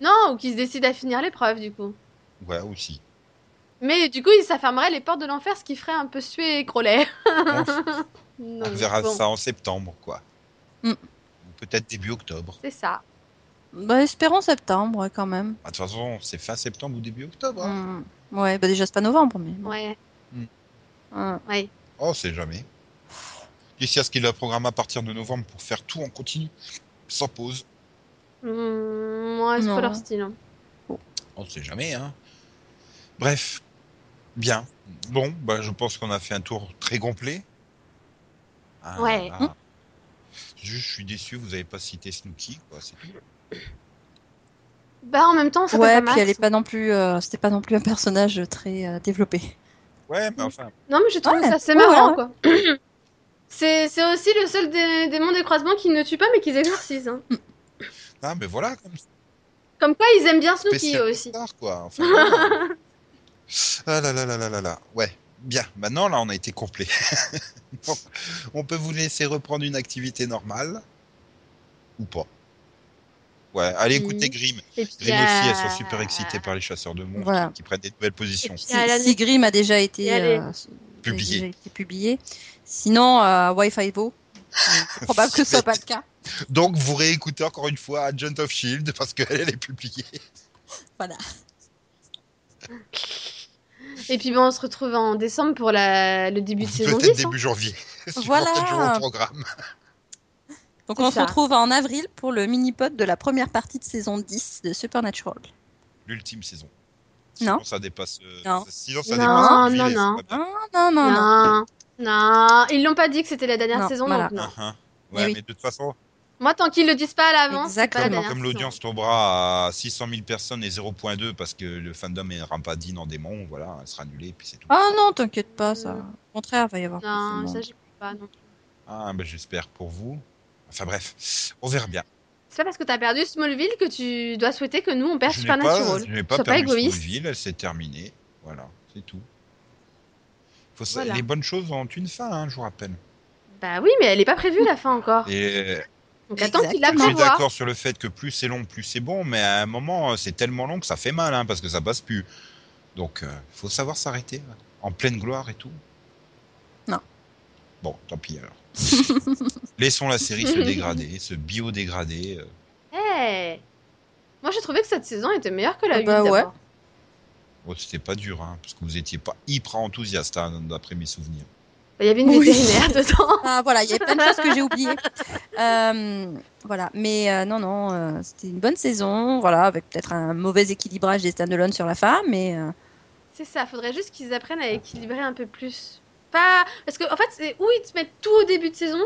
Speaker 2: Non, ou qu'ils se décident à finir l'épreuve, du coup.
Speaker 1: Ouais, aussi.
Speaker 2: Mais du coup, ça fermerait les portes de l'enfer, ce qui ferait un peu suer Crowley.
Speaker 1: On,
Speaker 2: <laughs> <laughs> Non,
Speaker 1: on verra
Speaker 2: bon,
Speaker 1: ça en septembre, quoi.
Speaker 3: Mm.
Speaker 1: Ou Peut-être début octobre.
Speaker 2: C'est ça.
Speaker 3: Bah espérons septembre ouais, quand même.
Speaker 1: Ah, De toute façon, c'est fin septembre ou début octobre. hein.
Speaker 3: Mm. Ouais, bah déjà c'est pas novembre, mais. bon. Hein.
Speaker 2: Ouais,
Speaker 3: Ouais.
Speaker 2: ouais.
Speaker 1: Oh, c'est jamais. D'ici à ce qu'il a programme à partir de novembre pour faire tout en continu, sans pause.
Speaker 2: Mmh, ouais, c'est
Speaker 3: Non.
Speaker 2: pas leur style. hein.
Speaker 1: On sait jamais, hein. Bref, bien. Bon, bah, je pense qu'on a fait un tour très complet. Ah,
Speaker 2: Ouais.
Speaker 1: là. Juste, je suis déçu, vous n'avez pas cité Snooki, quoi. C'est tout.
Speaker 2: Bah, en même temps, ça
Speaker 3: Ouais,
Speaker 2: fait
Speaker 3: puis
Speaker 2: pas
Speaker 3: elle
Speaker 2: mal.
Speaker 3: est pas non plus, euh, c'était pas non plus un personnage très euh, développé.
Speaker 1: Ouais, mais enfin,
Speaker 2: Non, mais je trouve
Speaker 3: Ouais.
Speaker 2: ça c'est
Speaker 3: Ouais,
Speaker 2: marrant,
Speaker 3: ouais.
Speaker 2: quoi. <clears throat> C'est c'est aussi le seul dé- démon des croisements qui ne tue pas, mais qu'ils exorcisent. hein.
Speaker 1: ah, mais voilà, comme
Speaker 2: Comme quoi, ils aiment bien Snooki,
Speaker 1: spécial
Speaker 2: eux aussi.
Speaker 1: Pixar, quoi. hein, Enfin, voilà. ah là là là là là là. Ouais, bien. Maintenant, là, on a été complet. <laughs> Bon, on peut vous laisser reprendre une activité normale ou pas. Ouais, allez écouter
Speaker 2: Mhm.
Speaker 1: Grimm.
Speaker 2: Et puis,
Speaker 1: Grimm aussi,
Speaker 2: euh,
Speaker 1: elles sont super excitées par les chasseurs de monstres
Speaker 3: Voilà.
Speaker 1: qui prennent des nouvelles positions.
Speaker 2: Et puis,
Speaker 3: Si,
Speaker 2: Ah, la
Speaker 3: si
Speaker 2: nuit.
Speaker 3: Grimm a déjà
Speaker 2: Et
Speaker 3: été,
Speaker 2: elle est
Speaker 3: euh,
Speaker 1: Publié.
Speaker 3: a déjà été publié. Sinon, euh, Wi-Fi <laughs> Bo. C'est probable que ce soit pas le cas.
Speaker 1: Donc, vous réécoutez encore une fois Agent of Shield parce qu'elle elle est publiée.
Speaker 3: Voilà.
Speaker 2: Et puis, bon, on se retrouve en décembre pour la... le début de saison
Speaker 1: Peut-être
Speaker 2: 10. hein.
Speaker 1: début janvier. <laughs> suivant
Speaker 3: Voilà.
Speaker 1: quel jour au programme.
Speaker 3: Donc
Speaker 2: C'est
Speaker 3: on se
Speaker 2: ça.
Speaker 3: retrouve en avril pour le mini-pod de la première partie de saison 10 de Supernatural.
Speaker 1: L'ultime saison.
Speaker 3: Non.
Speaker 1: Sinon, ça dépasse. euh,
Speaker 3: Non.
Speaker 1: Sinon, ça
Speaker 2: Non,
Speaker 1: dépasse.
Speaker 2: non,
Speaker 1: janvier, c'est
Speaker 2: non.
Speaker 1: pas bien.
Speaker 3: Non, non, non, non.
Speaker 2: Non, non. Ils l'ont pas dit que c'était la dernière
Speaker 3: Non,
Speaker 2: saison,
Speaker 3: voilà.
Speaker 2: donc non.
Speaker 1: Ah, ah.
Speaker 3: Mais
Speaker 1: Ouais, mais,
Speaker 3: oui.
Speaker 1: de toute façon,
Speaker 2: Moi, tant qu'ils le disent pas à l'avance, c'est pas
Speaker 3: Exactement.
Speaker 2: la
Speaker 1: comme,
Speaker 2: dernière
Speaker 1: comme
Speaker 2: saison.
Speaker 1: l'audience tombera à 600 000 personnes et 0.2 parce que le fandom est rampadine en démon, voilà, elle sera annulée, puis c'est tout.
Speaker 3: Ah non, t'inquiète pas, ça. Au contraire, il va y avoir. plus de
Speaker 2: Euh. Non,
Speaker 3: monde.
Speaker 2: ça, je peux pas, non.
Speaker 1: Ah, ben, j'espère pour vous. Enfin bref, on verra bien.
Speaker 2: C'est pas parce que t'as perdu Smallville que tu dois souhaiter que nous on perd
Speaker 1: je n'ai pas,
Speaker 2: Supernatural.
Speaker 1: je n'ai
Speaker 2: Sois
Speaker 1: pas
Speaker 2: pas
Speaker 1: perdu
Speaker 2: égoïste.
Speaker 1: Smallville, elle s'est terminée. Voilà, c'est tout. Faut sa-
Speaker 2: Voilà.
Speaker 1: Les bonnes choses ont une fin, hein, je vous rappelle.
Speaker 2: Bah oui, mais elle est pas prévue la fin encore.
Speaker 1: Et
Speaker 2: Donc attends qu'il la
Speaker 1: je suis
Speaker 2: prévoit.
Speaker 1: d'accord sur le fait que plus c'est long, plus c'est bon, mais à un moment, euh, c'est tellement long que ça fait mal, hein, parce que ça passe plus. Donc, il faut savoir s'arrêter, hein, en pleine gloire et tout.
Speaker 3: Non.
Speaker 1: Bon, tant pis alors. <laughs> Laissons la série se dégrader, se biodégrader. euh.
Speaker 2: Hey Moi j'ai trouvé que cette saison était meilleure que la
Speaker 3: Ah
Speaker 2: 8
Speaker 3: bah ouais.
Speaker 2: d'abord.
Speaker 1: Oh, C'était pas dur, hein, parce que vous étiez pas hyper enthousiaste, hein, d'après mes souvenirs.
Speaker 2: Bah, Il y avait une
Speaker 3: Oui.
Speaker 2: vétérinaire <laughs> dedans.
Speaker 3: Ah voilà, il y a plein de choses que j'ai oubliées. Euh, voilà, mais euh, non, non, euh, c'était une bonne saison, voilà, avec peut-être un mauvais équilibrage des standalone sur la fin, mais euh,
Speaker 2: C'est ça, faudrait juste qu'ils apprennent à équilibrer un peu plus. Pas parce que en fait, c'est où ils te mettent tout au début de saison,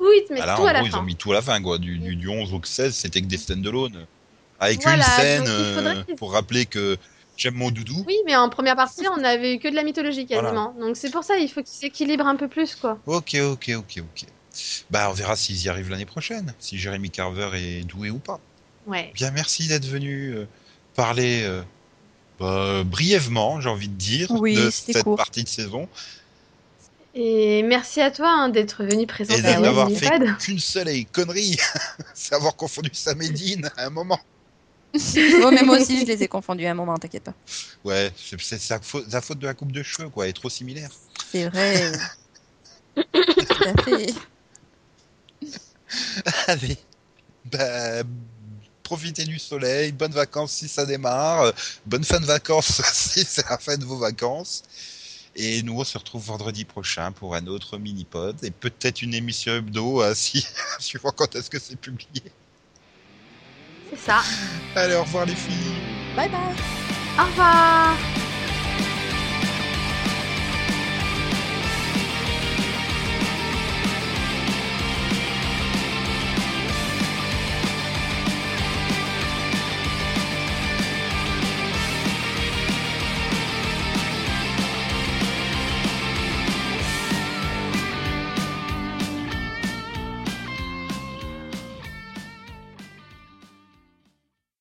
Speaker 2: où ils te mettent
Speaker 1: Bah là,
Speaker 2: tout
Speaker 1: en
Speaker 2: à la
Speaker 1: gros, ils
Speaker 2: fin.
Speaker 1: ont mis tout à la fin, quoi. Du, du, du 11 au 16, c'était que des stand-alone. Avec
Speaker 2: Voilà,
Speaker 1: une scène
Speaker 2: donc il faudrait
Speaker 1: euh,
Speaker 2: qu'ils-
Speaker 1: pour rappeler que j'aime mon doudou.
Speaker 2: Oui, mais en première partie, on avait que de la mythologie
Speaker 1: Voilà.
Speaker 2: quasiment. Donc c'est pour ça, il faut qu'ils s'équilibrent un peu plus quoi.
Speaker 1: Ok, ok, ok, ok. Bah, on verra s'ils y arrivent l'année prochaine, si Jeremy Carver est doué ou pas.
Speaker 2: Ouais.
Speaker 1: Bien, merci d'être venu euh, parler euh, bah, brièvement, j'ai envie de dire,
Speaker 3: Oui,
Speaker 1: de
Speaker 3: c'était
Speaker 1: cette
Speaker 3: court.
Speaker 1: partie de saison
Speaker 2: Et merci à toi hein, d'être venu
Speaker 1: et
Speaker 2: présenter
Speaker 3: bah
Speaker 1: de
Speaker 3: oui,
Speaker 1: n'avoir
Speaker 2: Winnie
Speaker 1: fait <laughs>
Speaker 2: Pad.
Speaker 1: qu'une seule connerie, c'est avoir confondu Sam et Dean à un moment.
Speaker 3: Oh, mais moi aussi, je les ai confondus à un moment, t'inquiète pas.
Speaker 1: Ouais, c'est c'est sa faute, sa faute de la coupe de cheveux, quoi. Elle est trop similaire.
Speaker 3: C'est vrai. Tout à fait.
Speaker 1: Allez, bah, profitez du soleil, bonnes vacances si ça démarre, euh, bonne fin de vacances <laughs> si c'est la fin de vos vacances. Et nous, on se retrouve vendredi prochain pour un autre mini-pod et peut-être une émission hebdo, euh, si, <laughs> suivant quand est-ce que c'est publié.
Speaker 2: C'est ça.
Speaker 1: Allez, au revoir les filles.
Speaker 3: Bye bye.
Speaker 2: Au revoir.